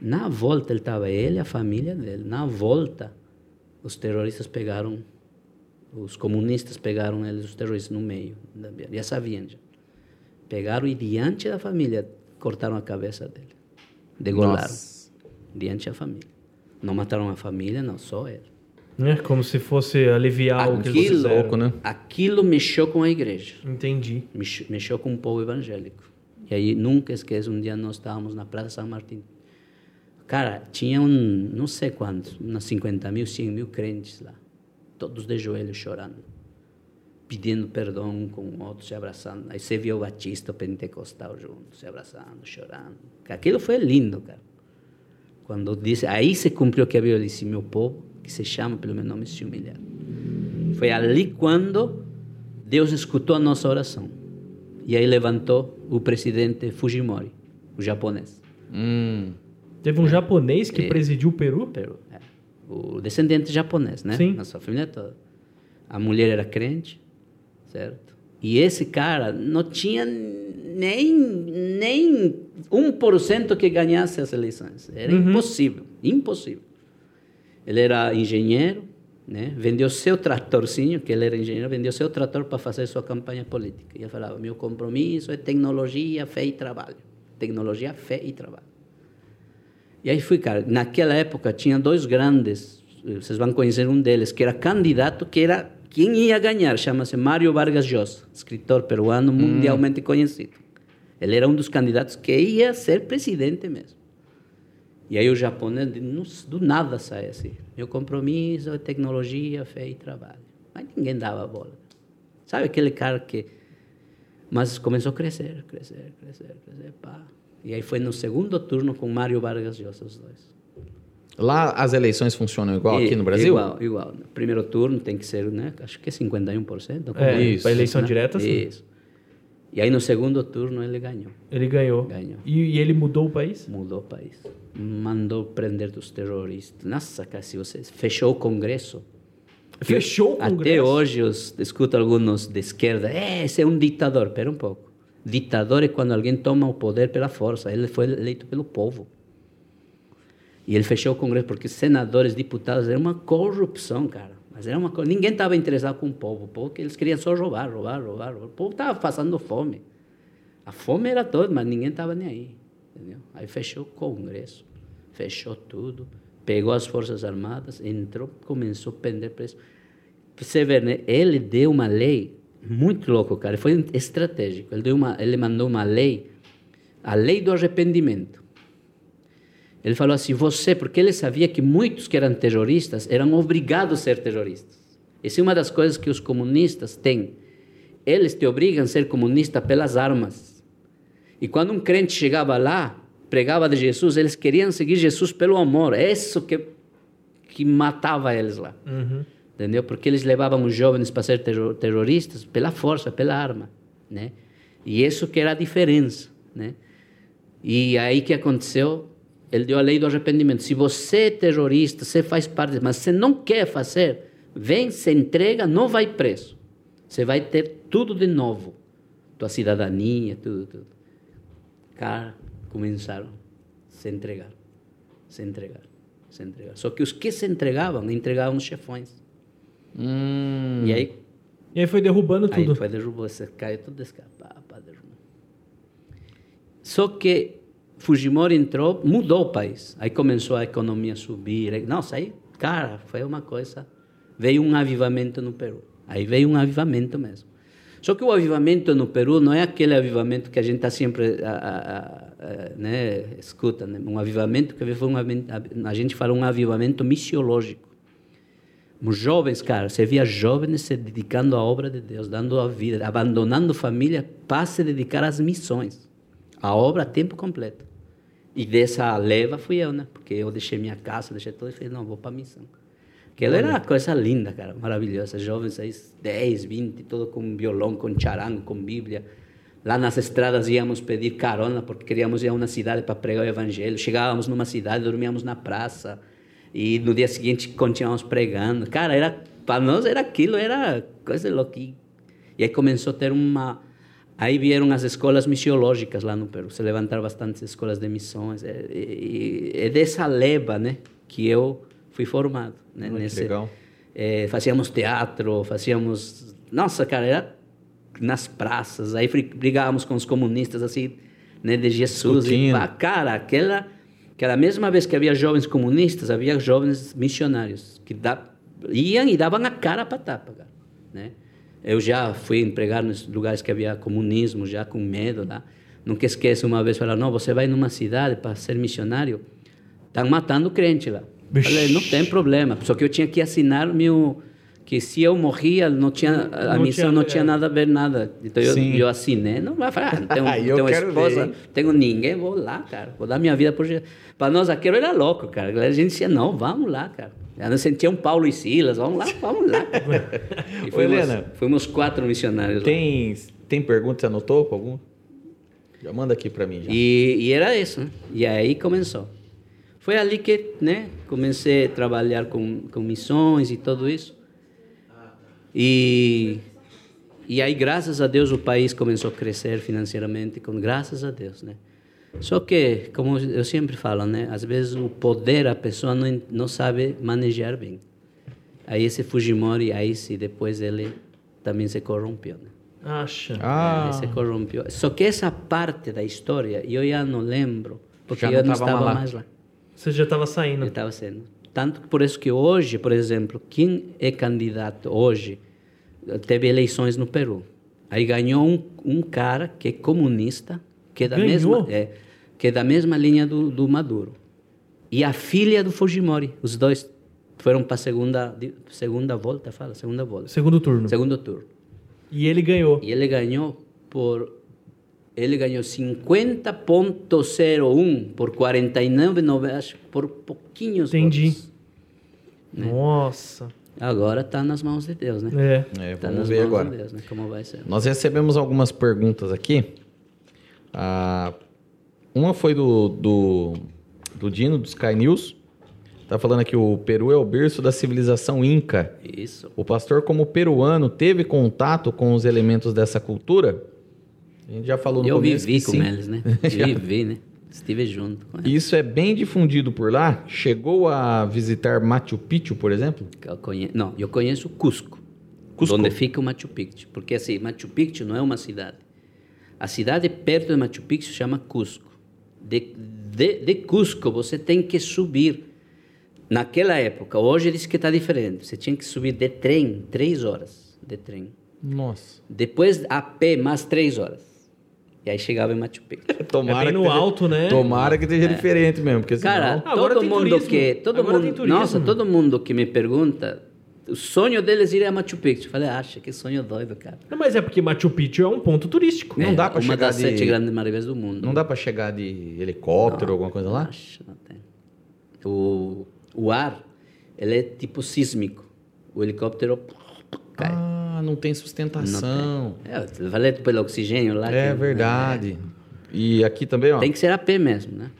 Speaker 3: Na volta, ele estava, ele e a família dele, na volta, os terroristas pegaram os comunistas pegaram eles, os terroristas, no meio. da- Já sabiam já. Pegaram e diante da família cortaram a cabeça dele. Degolaram.
Speaker 1: Nossa.
Speaker 3: Diante da família. Não mataram a família, não, só ele.
Speaker 2: É como se fosse aliviar Então, o que eles
Speaker 3: Aquilo-
Speaker 2: fizeram.
Speaker 1: Louco, né?
Speaker 3: Aquilo mexeu com a igreja.
Speaker 2: Entendi.
Speaker 3: mex- mexeu com o povo evangélico. E aí nunca esqueço, um dia nós estávamos na Praça São Martin. Cara, tinha um, não sei quantos, uns 50 mil, 100 mil crentes lá. Todos de joelhos chorando. Pedindo perdão um com o outro, se abraçando. Aí você viu o Batista, o Pentecostal junto, se abraçando, chorando. Aquilo foi lindo, cara. Quando disse, aí se cumpriu o que a Bíblia disse, meu povo, que se chama pelo meu nome, se humilhar. Foi ali quando Deus escutou a nossa oração. E aí levantou o presidente Fujimori, o japonês.
Speaker 1: Hum.
Speaker 2: Teve um japonês que presidiu o Peru?
Speaker 3: É. Peru, é. O descendente japonês, né?
Speaker 2: Sim.
Speaker 3: Nossa família toda. A mulher era crente, certo? E esse cara não tinha nem, nem 1% que ganhasse as eleições. Era impossível, impossível. Ele era engenheiro, né? Vendeu seu tratorzinho, que ele era engenheiro, vendeu seu trator para fazer sua campanha política. E ele falava, meu compromisso é tecnologia, fé e trabalho. Tecnologia, fé e trabalho. E aí fui, cara. Naquela época tinha dois grandes, eh, vocês vão conhecer um deles, que era candidato, que era quem ia ganhar, chama-se Mário Vargas Llosa, escritor peruano mundialmente conhecido. Ele era um dos candidatos que ia ser presidente mesmo. E aí o japonês de- não- do nada sai assim. Meu compromisso é tecnologia, fé e trabalho. Mas ninguém dava bola. Sabe aquele cara que mas começou a crescer, crescer, crescer, crescer, pá. E aí foi no segundo turno com Mário Vargas Llosa, os dois.
Speaker 1: Lá as eleições funcionam igual
Speaker 3: E-
Speaker 1: aqui no Brasil?
Speaker 3: Igual, igual. No Primeiro turno tem que ser, né? Acho que é 51%. como
Speaker 2: É,
Speaker 1: Isso.
Speaker 2: pra eleição
Speaker 3: né?
Speaker 2: direta, sim.
Speaker 3: Isso. E aí no segundo turno ele ganhou,
Speaker 2: Ele ganhou.
Speaker 3: Ganhou.
Speaker 2: E, e ele mudou o país?
Speaker 3: mudou o país. Mandou prender os terroristas. Nossa, cara, se você... Fechou o Congresso.
Speaker 2: Fechou o Congresso?
Speaker 3: Até hoje eu escuto alguns de esquerda, "É, esse é um ditador. Espera um pouco. Ditador é quando alguém toma o poder pela força. Ele foi eleito pelo povo. E ele fechou o Congresso porque senadores, deputados, era uma corrupção, cara. Mas era uma coisa. Ninguém estava interessado com o povo, porque eles queriam só roubar, roubar, roubar. roubar. O povo estava passando fome. A fome era toda, mas ninguém estava nem aí. Entendeu? Aí fechou o Congresso. fechou tudo, pegou as Forças Armadas, entrou, começou a prender preso. Você vê, né? ele deu uma lei muito louco, cara. Foi estratégico. Ele, deu uma, ele mandou uma lei, a lei do arrependimento. Ele falou assim: você, porque ele sabia que muitos que eram terroristas eram obrigados a ser terroristas. Essa é uma das coisas que os comunistas têm. Eles te obrigam a ser comunista pelas armas. E quando um crente chegava lá, pregava de Jesus, eles queriam seguir Jesus pelo amor. É isso que, que matava eles lá.
Speaker 2: Uhum.
Speaker 3: Entendeu? Porque eles levavam os jovens para ser terro- terroristas pela força, pela arma. Né? E isso que era a diferença. Né? E aí que aconteceu? Ele deu a lei do arrependimento. Se você é terrorista, você faz parte, mas você não quer fazer, vem, se entrega, não vai preso. Você vai ter tudo de novo. Tua cidadania, tudo, tudo. Cara, começaram a se entregar, se entregar, se entregar. Só que os que se entregavam, entregavam os chefões.
Speaker 1: Hum,
Speaker 3: E aí,
Speaker 2: E aí foi derrubando
Speaker 3: aí
Speaker 2: tudo.
Speaker 3: foi derrubou, você caiu tudo esse cara, pá, pá, derrubou. Só que Fujimori entrou, mudou o país. Aí começou a economia a subir. Aí- Nossa, aí, cara, foi uma coisa. Veio um avivamento no Peru. Aí veio um avivamento mesmo. Só que o avivamento no Peru não é aquele avivamento que a gente está sempre, a, a- a- a- né, escuta, né? um avivamento que foi um avi- a gente fala um avivamento missiológico. Os jovens, cara, você via jovens se dedicando à obra de Deus, dando a vida, abandonando família para se dedicar às missões, à obra a tempo completo. E dessa leva fui eu, né? Porque eu deixei minha casa, deixei tudo e falei, não, vou para missão. Que ela era uma coisa linda, cara, maravilhosa. Jovens aí, 10, 20, todo com violão, com charango, com Bíblia. Lá nas estradas íamos pedir carona, porque queríamos ir a uma cidade para pregar o evangelho. Chegávamos numa cidade, dormíamos na praça. E no dia seguinte continuamos pregando. Cara, era para nós era aquilo, era coisa louca. E aí começou a ter uma aí vieram as escolas missiológicas lá no Peru. Se levantaram bastantes escolas de missões. É, é- é dessa leva, né, que eu fui formado, né,
Speaker 1: Olha que
Speaker 3: nesse
Speaker 1: legal.
Speaker 3: é, fazíamos teatro, fazíamos. Nossa, cara, era nas praças, aí fri- brigávamos com os comunistas, assim, né, de Jesus. E,
Speaker 1: Discutindo.
Speaker 3: pá, cara, aquela, aquela mesma vez que havia jovens comunistas, havia jovens missionários que da, iam e davam a cara para tapa, cara, né? Eu já fui empregar nos lugares que havia comunismo, já com medo lá. Nunca esqueço uma vez falar, não, você vai numa cidade para ser missionário, estão matando crente lá.
Speaker 2: Vixe.
Speaker 3: Falei, não tem problema. Só que eu tinha que assinar meu que se eu morria não tinha a
Speaker 2: Não
Speaker 3: missão
Speaker 2: tinha-
Speaker 3: não tinha nada a ver nada. Então eu,
Speaker 1: Sim.
Speaker 3: eu assinei, não vai falar, ah, não tenho,
Speaker 1: Aí eu
Speaker 3: tenho
Speaker 1: quero
Speaker 3: esposa,
Speaker 1: ver, hein?
Speaker 3: não tenho ninguém, vou lá, cara, vou dar minha vida por Jesus. Para nós aquilo era louco, cara. A gente dizia, não, vamos lá, cara. Eu não sentia um Paulo e Silas, vamos lá, vamos lá. cara.
Speaker 1: Ô,
Speaker 3: E fomos,
Speaker 1: Helena.
Speaker 3: fomos quatro missionários lá.
Speaker 1: Tem, tem pergunta, você anotou pra algum? Já manda aqui pra mim já.
Speaker 3: E, e era isso, né? E aí começou. Foi ali que, né, comecei a trabalhar com, com missões e tudo isso. E e aí, graças a Deus, o país começou a crescer financeiramente, com graças a Deus, né? Só que, como eu sempre falo, né, às vezes o poder a pessoa não, en- não sabe manejar bem. Aí esse Fujimori, aí se depois ele também se corrompeu, né?
Speaker 2: Acha.
Speaker 1: Ah,
Speaker 3: Ele se corrompeu. Só que essa parte da história eu já não lembro, porque
Speaker 1: Já não
Speaker 3: eu não
Speaker 1: tava
Speaker 3: estava
Speaker 1: lá.
Speaker 3: mais lá.
Speaker 2: Você já tava
Speaker 3: Eu
Speaker 2: saindo.
Speaker 3: estava sendo. Tanto que por isso que hoje, por exemplo, quem é candidato hoje teve eleições no Peru. Aí ganhou um, um cara que é comunista, que é da
Speaker 2: Ganhou?
Speaker 3: mesma é, que é da mesma linha do, do Maduro. E a filha do Fujimori, os dois foram para segunda di- segunda volta, fala, segunda volta,
Speaker 2: Segundo turno.
Speaker 3: segundo turno.
Speaker 2: E ele ganhou.
Speaker 3: E ele ganhou por. Ele ganhou 50,01 por 49, nove- acho, por pouquinhos
Speaker 2: Entendi.
Speaker 3: votos.
Speaker 2: Nossa.
Speaker 3: Agora está nas mãos de Deus, né?
Speaker 2: É.
Speaker 1: é,
Speaker 3: Está
Speaker 1: vamos
Speaker 3: nas
Speaker 1: ver
Speaker 3: mãos
Speaker 1: agora.
Speaker 3: de Deus, né? Como vai ser.
Speaker 1: Nós recebemos algumas perguntas aqui. Ah, uma foi do, do, do Dino, do Sky News. Tá falando aqui, o Peru é o berço da civilização Inca.
Speaker 3: Isso.
Speaker 1: O pastor, como peruano, teve contato com os elementos dessa cultura? A gente já falou no
Speaker 3: Eu
Speaker 1: começo
Speaker 3: vivi
Speaker 1: que
Speaker 3: com
Speaker 1: sim.
Speaker 3: eles, né? vivi, né? Estive junto com eles.
Speaker 1: Isso é bem difundido por lá? Chegou a visitar Machu Picchu, por exemplo?
Speaker 3: Eu conhe... Não, eu conheço Cusco,
Speaker 1: Cusco.
Speaker 3: onde fica o Machu Picchu. Porque assim, Machu Picchu não é uma cidade. A cidade perto de Machu Picchu chama Cusco. De, de, de Cusco, você tem que subir. Naquela época, hoje diz que está diferente. Você tinha que subir de trem, três horas de trem.
Speaker 1: Nossa.
Speaker 3: Depois a pé, mais três horas. E aí chegava em Machu Picchu.
Speaker 2: É bem no
Speaker 1: esteja-
Speaker 2: alto, né?
Speaker 1: Tomara que esteja diferente mesmo, porque
Speaker 3: É. Cara,
Speaker 1: senão...
Speaker 2: Ah, agora
Speaker 3: todo
Speaker 2: tem
Speaker 3: mundo
Speaker 2: turismo.
Speaker 3: que todo
Speaker 2: Agora tem
Speaker 3: mundo,
Speaker 2: turismo.
Speaker 3: nossa, todo mundo que me pergunta, o sonho deles é ir a Machu Picchu. Eu falei, acha que sonho doido, cara.
Speaker 2: Não, mas é porque Machu Picchu é um ponto turístico.
Speaker 1: Não
Speaker 3: É,
Speaker 1: dá pra
Speaker 3: uma
Speaker 1: chegar
Speaker 3: das
Speaker 1: de-
Speaker 3: sete grandes maravilhas do mundo.
Speaker 1: não dá pra chegar de helicóptero ou alguma coisa lá?
Speaker 3: Acho, não tem. O, o ar, ele é tipo sísmico. O helicóptero cai.
Speaker 1: Ah, não tem sustentação.
Speaker 3: É, valeu pelo oxigênio lá.
Speaker 1: Ah. É
Speaker 3: que- É,
Speaker 1: verdade. E aqui também, ó.
Speaker 3: Tem que ser a pé mesmo, né?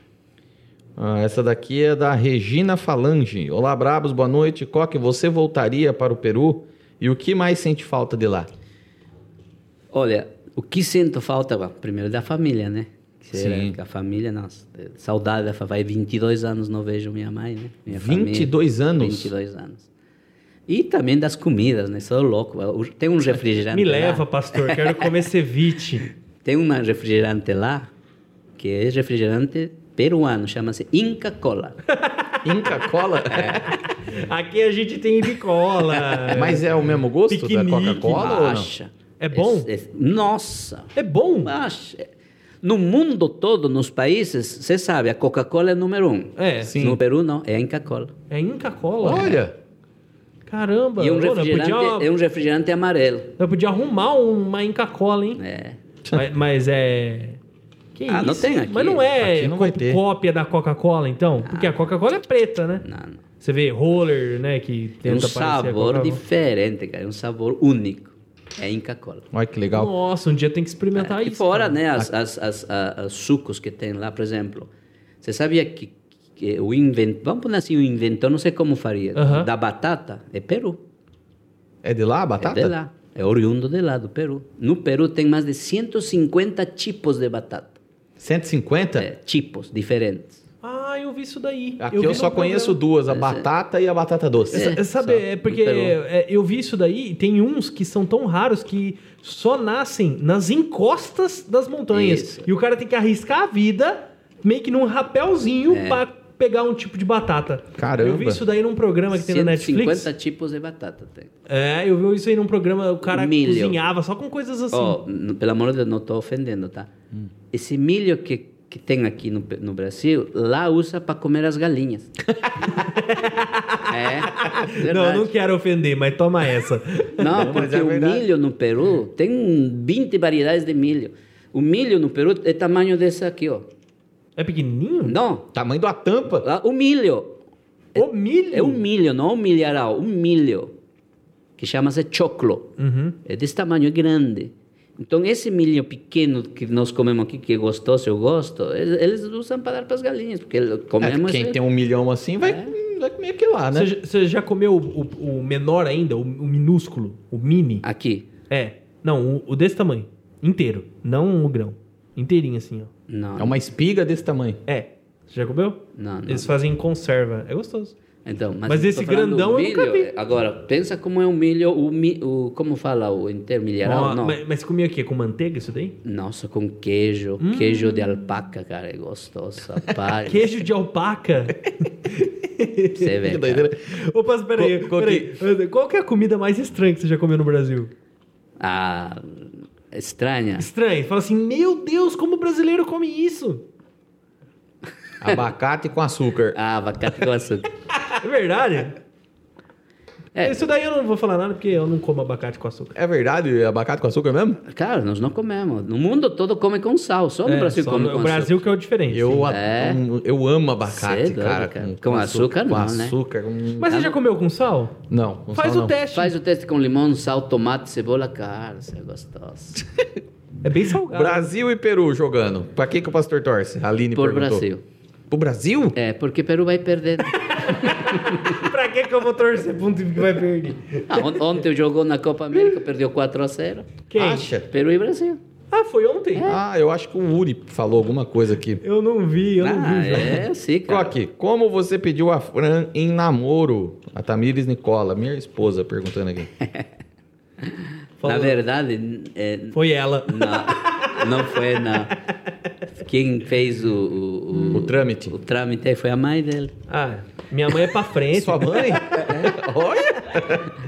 Speaker 1: Ah, essa daqui é da Regina Falange. Olá, Brabos, boa noite. Coque, você voltaria para o Peru? E o que mais sente falta de lá?
Speaker 3: Olha, o que sinto falta, bom, primeiro da família, né? Que era-
Speaker 1: Sim.
Speaker 3: que A família, nossa, eh, saudade da família. 22 anos não vejo minha mãe, né? Minha
Speaker 1: 22 anos?
Speaker 3: 22 anos. E também das comidas, né? Sou louco. Eu- Tem um refrigerante
Speaker 2: Me
Speaker 3: lá.
Speaker 2: leva, pastor, quero comer ceviche.
Speaker 3: Tem um refrigerante lá, que é refrigerante peruano, chama-se Inca Cola.
Speaker 1: Inca Cola?
Speaker 3: É.
Speaker 2: Aqui a gente tem bicola.
Speaker 1: Mas é o mesmo gosto
Speaker 2: Piquenique,
Speaker 1: da Coca-Cola ou não?
Speaker 3: Acha.
Speaker 2: É bom?
Speaker 3: É- é- nossa!
Speaker 2: É bom.
Speaker 3: Acha. No mundo todo, nos países, você sabe, a Coca-Cola é número um.
Speaker 2: É.
Speaker 1: Sim.
Speaker 3: No Peru não, é a Inca-Cola.
Speaker 2: É Inca Cola.
Speaker 1: Olha,
Speaker 2: Caramba.
Speaker 3: E é
Speaker 2: Ô,
Speaker 3: um
Speaker 2: nós
Speaker 3: refrigerante,
Speaker 2: podia,
Speaker 3: é um refrigerante amarelo.
Speaker 2: nós podia arrumar uma Inca Cola, hein?
Speaker 3: É.
Speaker 2: Mas, mas é... Que
Speaker 3: Ah,
Speaker 2: isso?
Speaker 3: não tem aqui. Ah.
Speaker 2: Mas não é
Speaker 1: Aqui não
Speaker 2: co-
Speaker 1: vai ter.
Speaker 2: cópia da Coca-Cola, então? Porque a Coca-Cola é preta, né?
Speaker 3: Não, não.
Speaker 2: Você vê roller, né? Que
Speaker 3: É um
Speaker 2: tenta parecer a
Speaker 3: sabor
Speaker 2: Coca-Cola.
Speaker 3: diferente, cara. É um sabor único. É Inca-Cola.
Speaker 1: olha que legal.
Speaker 2: Nossa, um dia tem que experimentar
Speaker 3: E
Speaker 2: isso.
Speaker 3: fora,
Speaker 2: cara.
Speaker 3: né, as, as, as, a- as sucos que tem lá, por exemplo. Você sabia que, que o inventor, vamos pôr assim, o inventor, não sei como faria,
Speaker 2: Aham.
Speaker 3: da batata é Peru.
Speaker 1: É de lá a
Speaker 3: É
Speaker 1: batata?
Speaker 3: de lá. É oriundo de lá, do Peru. No Peru tem mais de 150 tipos de batata.
Speaker 1: 150?
Speaker 3: É, tipos diferentes.
Speaker 2: Ah, eu vi isso daí.
Speaker 1: Aqui
Speaker 2: vi
Speaker 1: eu,
Speaker 2: no
Speaker 1: só
Speaker 2: programa.
Speaker 1: conheço duas, a
Speaker 3: é.
Speaker 1: batata e a batata doce.
Speaker 2: É, sabe,
Speaker 3: só.
Speaker 2: é porque
Speaker 3: Pegou.
Speaker 2: é, eu vi isso daí e tem uns que são tão raros que só nascem nas encostas das montanhas.
Speaker 3: Isso.
Speaker 2: E o cara tem que arriscar a vida meio que num rapelzinho
Speaker 3: É.
Speaker 2: pra pegar um tipo de batata.
Speaker 1: Caramba.
Speaker 2: Eu vi isso daí num programa é que tem na
Speaker 3: 150
Speaker 2: Netflix.
Speaker 3: tipos de batata tem.
Speaker 2: É, eu vi isso aí num programa, o cara
Speaker 3: Milho.
Speaker 2: cozinhava só com coisas assim.
Speaker 3: Ó, Oh, n- pelo amor de Deus, não estou ofendendo, tá?
Speaker 2: Hum.
Speaker 3: Esse milho que, que tem aqui no, Pe- no Brasil, lá usa para comer as galinhas. é.
Speaker 2: não,
Speaker 3: Verdade.
Speaker 2: não quero ofender, mas toma essa.
Speaker 3: Não,
Speaker 1: Mas
Speaker 3: porque
Speaker 1: é
Speaker 3: o
Speaker 1: verdade.
Speaker 3: milho no Peru tem um 20 variedades de milho. O milho no Peru é tamanho desse aqui, ó.
Speaker 2: É pequenininho?
Speaker 3: Não,
Speaker 1: Tamanho da tampa.
Speaker 3: lá, o milho.
Speaker 2: O milho?
Speaker 3: É um milho, não um milharal, um milho. Que chama-se choclo.
Speaker 2: Uhum.
Speaker 3: É desse tamanho, é grande. Então, esse milho pequeno que nós comemos aqui, que é gostoso, eu gosto, eles eles usam para dar para as galinhas, porque ele- comemos...
Speaker 1: É, quem
Speaker 3: é-
Speaker 1: tem um milhão assim vai, vai comer aquilo lá, né?
Speaker 2: Você já- Você já comeu o, o- o menor ainda, o, o minúsculo, o mini?
Speaker 3: Aqui.
Speaker 2: É. Não, o, o desse tamanho. Inteiro. Não o grão. Inteirinho assim, ó.
Speaker 3: Não,
Speaker 1: É uma espiga desse tamanho.
Speaker 2: É. Você já comeu?
Speaker 3: não, não.
Speaker 2: Eles fazem em conserva. É gostoso.
Speaker 3: Então, mas
Speaker 2: Mas
Speaker 3: eu
Speaker 2: esse
Speaker 3: tô falando
Speaker 2: grandão
Speaker 3: o
Speaker 2: eu nunca
Speaker 3: milho, é,
Speaker 2: vi.
Speaker 3: Agora, pensa como é um milho, o, mi- o como fala, o intermilharal,
Speaker 2: Ó,
Speaker 3: não.
Speaker 2: Mas, mas comia o quê? Com manteiga isso daí?
Speaker 3: Nossa, com queijo,
Speaker 2: Hum.
Speaker 3: queijo de alpaca, cara, é gostoso, rapaz.
Speaker 2: Queijo de alpaca?
Speaker 3: Você vê,
Speaker 1: Que
Speaker 3: É, cara.
Speaker 1: doideira.
Speaker 2: Opa, peraí,
Speaker 1: Co- co-
Speaker 2: peraí. Qual que é a comida mais estranha que você já comeu no Brasil?
Speaker 3: Ah, estranha.
Speaker 2: Estranha. Fala assim, meu Deus, como o brasileiro come isso?
Speaker 1: Abacate com açúcar.
Speaker 3: Ah, abacate com açúcar.
Speaker 2: É verdade?
Speaker 3: É.
Speaker 2: Isso daí eu não vou falar nada porque eu não como abacate com açúcar.
Speaker 1: É verdade? Abacate com açúcar mesmo?
Speaker 3: Cara, nós não comemos. No mundo todo come com sal, só no
Speaker 2: É,
Speaker 3: Brasil
Speaker 2: só
Speaker 3: come
Speaker 2: no-
Speaker 3: com
Speaker 2: O Brasil que é o diferente. sim.
Speaker 1: Eu, a-
Speaker 3: É.
Speaker 1: um- eu amo abacate,
Speaker 3: Cê é doido,
Speaker 1: cara,
Speaker 3: cara. Com açúcar
Speaker 1: com
Speaker 3: não, né?
Speaker 1: açúcar. hum.
Speaker 2: Mas você já comeu com sal?
Speaker 1: Não, com
Speaker 2: Faz
Speaker 1: sal,
Speaker 2: o
Speaker 1: não.
Speaker 2: teste.
Speaker 3: Faz o teste com limão, sal, tomate, cebola, cara, isso é gostoso.
Speaker 2: É bem salgado.
Speaker 1: Ah. Brasil e Peru jogando. Pra que, que o pastor torce? A Aline
Speaker 3: Por
Speaker 1: perguntou.
Speaker 3: Brasil.
Speaker 1: Pro Brasil?
Speaker 3: É, porque Peru vai perder.
Speaker 2: pra que que eu vou torcer pra um time que vai perder?
Speaker 3: Ah, on- ontem jogou na Copa América, perdeu 4 a 0.
Speaker 2: Quem?
Speaker 1: Acha?
Speaker 3: Peru e Brasil.
Speaker 2: Ah, foi ontem?
Speaker 1: Ah, eu acho que o Uri falou alguma coisa aqui.
Speaker 2: Eu não vi, eu não vi.
Speaker 3: Ah,
Speaker 2: o jogo.
Speaker 3: é, sim, cara.
Speaker 1: Coque, como você pediu a Fran em namoro? A Tamires Nicola, minha esposa, perguntando aqui.
Speaker 2: Falou.
Speaker 3: Na verdade, n- é,
Speaker 2: Foi ela.
Speaker 3: não, não foi na... Quem fez o, o-
Speaker 2: Hum.
Speaker 1: O trâmite.
Speaker 3: O trâmite aí foi a mãe dela.
Speaker 2: Ah, minha mãe é pra frente.
Speaker 1: Sua mãe? Olha!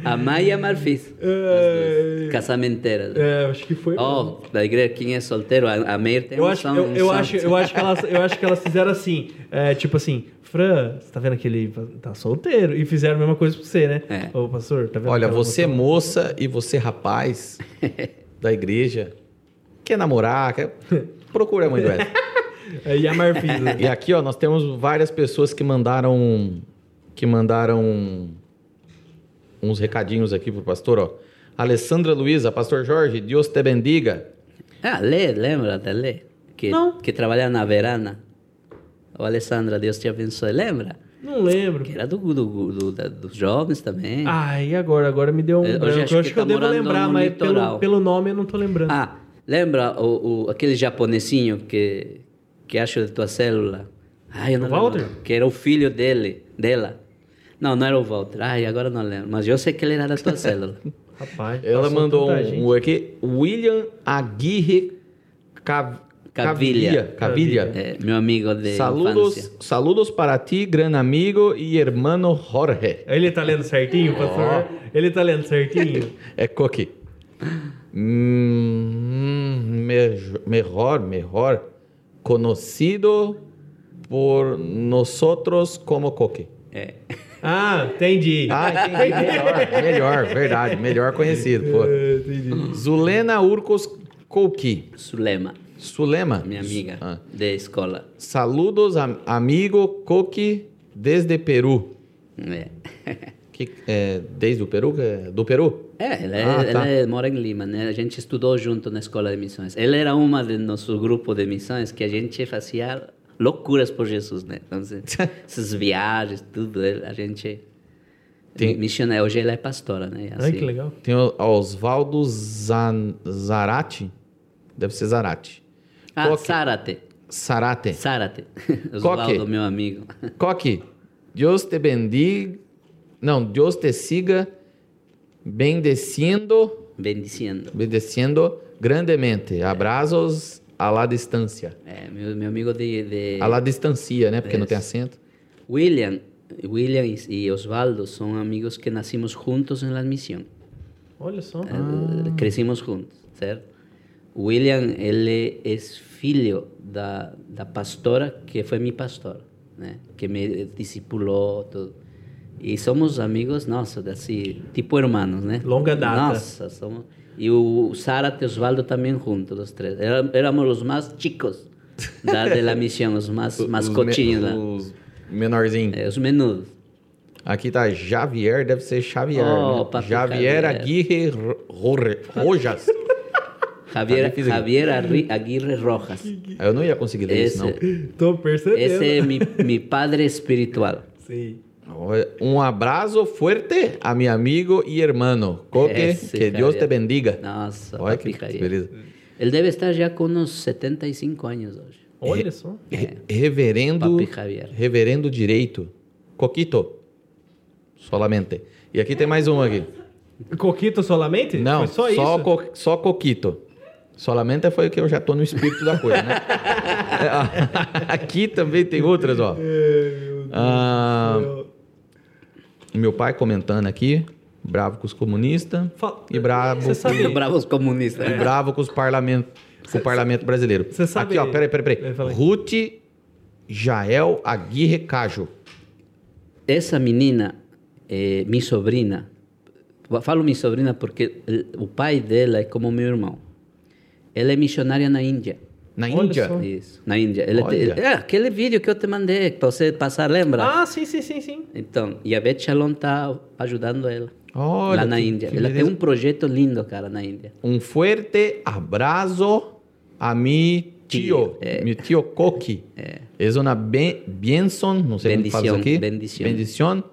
Speaker 3: A mãe e a Marfis.
Speaker 2: É,
Speaker 3: Casamenteiras.
Speaker 2: é, acho que foi.
Speaker 3: Ó, da igreja, quem é solteiro, a, a Meir tem
Speaker 2: Eu
Speaker 3: um
Speaker 2: acho,
Speaker 3: som-
Speaker 2: eu,
Speaker 3: um
Speaker 2: eu
Speaker 3: som.
Speaker 2: acho, eu acho que elas, eu acho que elas fizeram assim, é, tipo assim, Fran, você tá vendo aquele tá solteiro e fizeram a mesma coisa pra você, né?
Speaker 3: É.
Speaker 2: Ô, pastor, tá vendo?
Speaker 1: Olha,
Speaker 2: aquela
Speaker 1: você é
Speaker 2: moça?
Speaker 1: moça e você é rapaz da igreja, quer namorar, quer... procura a mãe do Wesley.
Speaker 2: É, e a Marfisa.
Speaker 1: E aqui, ó, nós temos várias pessoas que mandaram que mandaram uns recadinhos aqui pro pastor, ó. Alessandra Luiza, pastor Jorge, Deus te bendiga.
Speaker 3: Ah, Lê, lembra da Lê? Que,
Speaker 2: Não.
Speaker 3: que trabalhava na Verana. O Alessandra, Deus te abençoe. Lembra?
Speaker 2: Não lembro.
Speaker 3: Que era do, do, do- da- dos jovens também.
Speaker 2: Ah, e agora? Agora me deu um.
Speaker 3: Eu- eu
Speaker 2: branco. Eu
Speaker 3: já
Speaker 2: acho,
Speaker 3: acho
Speaker 2: que,
Speaker 3: que
Speaker 2: eu
Speaker 3: tá
Speaker 2: devo
Speaker 3: morando
Speaker 2: lembrar,
Speaker 3: no
Speaker 2: mas pelo,
Speaker 3: litoral.
Speaker 2: pelo nome eu não tô lembrando.
Speaker 3: Ah, lembra o, o- aquele japonesinho que, que acho de tua célula? Ah, eu não
Speaker 2: O Walter?
Speaker 3: lembro. Que era o filho dele, dela. Não, não era o Walter. Ai, agora não lembro. Mas eu sei que ele era da tua célula.
Speaker 2: Rapaz.
Speaker 1: Ela
Speaker 2: passou
Speaker 1: mandou
Speaker 2: tanta
Speaker 1: um,
Speaker 2: gente.
Speaker 1: um aqui, William Aguirre Cav...
Speaker 3: Cavilha.
Speaker 1: Cavilha.
Speaker 3: É, meu amigo de
Speaker 1: Saludos,
Speaker 3: infância.
Speaker 1: saludos para ti, gran amigo e hermano Jorge.
Speaker 2: Ele tá lendo certinho, pastor? Ele tá lendo certinho?
Speaker 1: É cookie. Hum, mejo- melhor, melhor conhecido por nosotros como cookie.
Speaker 3: É.
Speaker 2: ah, entendi.
Speaker 1: Ah, entendi. Melhor, melhor, verdade. Melhor conhecido. pô.
Speaker 2: É, entendi.
Speaker 1: Zulena Urcos Coqui.
Speaker 3: Sulema,
Speaker 1: Sulema.
Speaker 3: minha amiga
Speaker 1: Ah.
Speaker 3: de escola.
Speaker 1: Saludos, am- amigo Coqui, desde Peru.
Speaker 3: É,
Speaker 1: Que, é, desde o Peru? que é- Do Peru?
Speaker 3: é ela, é-
Speaker 1: Ah, tá.
Speaker 3: ela é- mora em Lima, né? A gente estudou junto na escola de missões. Ela era uma do nosso grupo de missões que a gente fazia loucuras por Jesus, né? Então, se- essas viagens, tudo, ela- a gente...
Speaker 1: Tem-
Speaker 3: Missionária, hoje ela é pastora, né?
Speaker 2: Ai,
Speaker 3: Assim.
Speaker 2: Ah, que legal.
Speaker 1: Tem o Oswaldo Zan- Zarate. Deve ser Zarate.
Speaker 3: Ah,
Speaker 1: Coque.
Speaker 3: Sárate.
Speaker 1: Sarate.
Speaker 3: Sárate.
Speaker 1: Coque.
Speaker 3: Osvaldo, meu amigo.
Speaker 1: Coque, Deus te bendiga. Não, Deus te siga bendeciendo,
Speaker 3: Bendiciendo.
Speaker 1: bendeciendo grandemente. Abraços à la distância.
Speaker 3: É, meu, meu amigo de... de-
Speaker 1: À la distancia, né? Porque não tem acento.
Speaker 3: William, William y- y Osvaldo son amigos que nacimos juntos en la misión.
Speaker 2: Olha só.
Speaker 3: Eh, Crecimos juntos, ¿cierto? William, él eh, es filho da, da pastora que fue mi pastora, né? que me eh, discipuló, todo. Y somos amigos, nossa, así, tipo hermanos, né?
Speaker 2: Longa data.
Speaker 3: Nossa, somos... E o Sárate e Osvaldo também juntos, os três. Era- Éramos os mais chicos da, de la misión, os mais, mais
Speaker 1: Os
Speaker 3: cotinhos lá.
Speaker 1: me- Os menorzinhos.
Speaker 3: Eh, os menudos.
Speaker 1: Aqui tá Javier, deve ser Xavier.
Speaker 3: Oh,
Speaker 1: né?
Speaker 3: papi
Speaker 1: Javier
Speaker 3: Javier.
Speaker 1: Aguirre Ro- Rorre- Rojas. Tá
Speaker 3: Javier,
Speaker 1: difícil.
Speaker 3: Javier Arri- Aguirre Rojas.
Speaker 1: Eu não ia conseguir ler isso, não.
Speaker 3: Esse,
Speaker 2: Tô percebendo.
Speaker 3: esse é mi, mi padre espiritual.
Speaker 2: Sim.
Speaker 1: Olha, Um abraço forte a meu amigo e hermano. Coque,
Speaker 3: Esse,
Speaker 1: que Deus te
Speaker 3: Javier.
Speaker 1: bendiga.
Speaker 3: Nossa,
Speaker 1: Olha
Speaker 3: papi
Speaker 1: que
Speaker 3: Javier.
Speaker 1: beleza.
Speaker 3: Ele deve estar já com uns 75 anos hoje.
Speaker 2: Olha só.
Speaker 1: Re- Reverendo.
Speaker 3: Papi Javier.
Speaker 1: Reverendo Direito. Coquito. Solamente. E aqui tem mais um aqui.
Speaker 2: Coquito solamente?
Speaker 1: Não,
Speaker 2: Foi só,
Speaker 1: só,
Speaker 2: isso?
Speaker 1: co- só Coquito. Solamente foi o que eu já tô no espírito da coisa, né? É, ó, aqui também tem outras, ó. Ah, meu pai comentando aqui. Bravo com os comunistas.
Speaker 2: Fala-
Speaker 1: E bravo
Speaker 2: Você sabe-
Speaker 1: com-
Speaker 3: Bravos comunistas.
Speaker 1: e bravo com os parlamentos. Com o parlamento brasileiro.
Speaker 2: Você sabe-
Speaker 1: Aqui, ó, peraí, peraí,
Speaker 2: É,
Speaker 1: peraí.
Speaker 2: fala aí.
Speaker 1: Ruth Jael Aguirre Cajo.
Speaker 3: Essa menina, é minha sobrinha, falo minha sobrinha porque eh, o pai dela é como meu irmão. Ela é missionária na Índia.
Speaker 1: Na
Speaker 2: Olha
Speaker 1: Índia.
Speaker 2: só.
Speaker 3: Isso, na Índia. Ela te-
Speaker 1: Olha.
Speaker 3: é, aquele vídeo que eu te eh, mandei, para você passar, lembra?
Speaker 2: Ah, sim, sim, sim, sim.
Speaker 3: Então, e a Beth Shalom tá ajudando ela.
Speaker 1: Olha,
Speaker 3: lá na
Speaker 1: que-
Speaker 3: Índia.
Speaker 1: que
Speaker 3: ela tem
Speaker 1: beleza.
Speaker 3: um projeto lindo, cara, na Índia.
Speaker 1: Um forte abraço a mi tio,
Speaker 3: Tio, é.
Speaker 1: mi tio Coqui. É uma ben, Benson, não sei como fala isso
Speaker 3: Bendición,
Speaker 1: aqui.
Speaker 3: bendición.
Speaker 1: Bendición.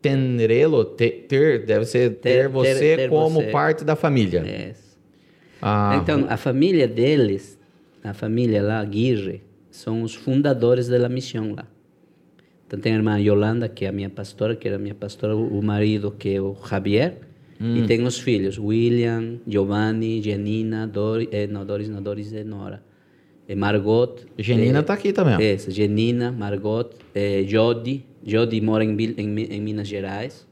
Speaker 1: Tenrelo, te- ter, deve ser ter,
Speaker 3: Ter- ter-
Speaker 1: você
Speaker 3: ter
Speaker 1: como
Speaker 3: você.
Speaker 1: parte da família.
Speaker 3: É.
Speaker 1: Ah,
Speaker 3: Então, a família deles, a família lá, Aguirre, são os fundadores da missão lá. Então, tem a irmã Yolanda, que é a minha pastora, que era minha pastora, o o marido, que é o Javier,
Speaker 1: Hum.
Speaker 3: e tem os filhos, William, Giovanni, Janina, Doris, eh, não, Doris, não, Doris é Nora, eh, Margot.
Speaker 1: Genina
Speaker 3: eh,
Speaker 1: tá aqui também, ó.
Speaker 3: Essa, Genina, Margot, eh, Jody. Jody mora em, Bil- em, Mi- em Minas Gerais,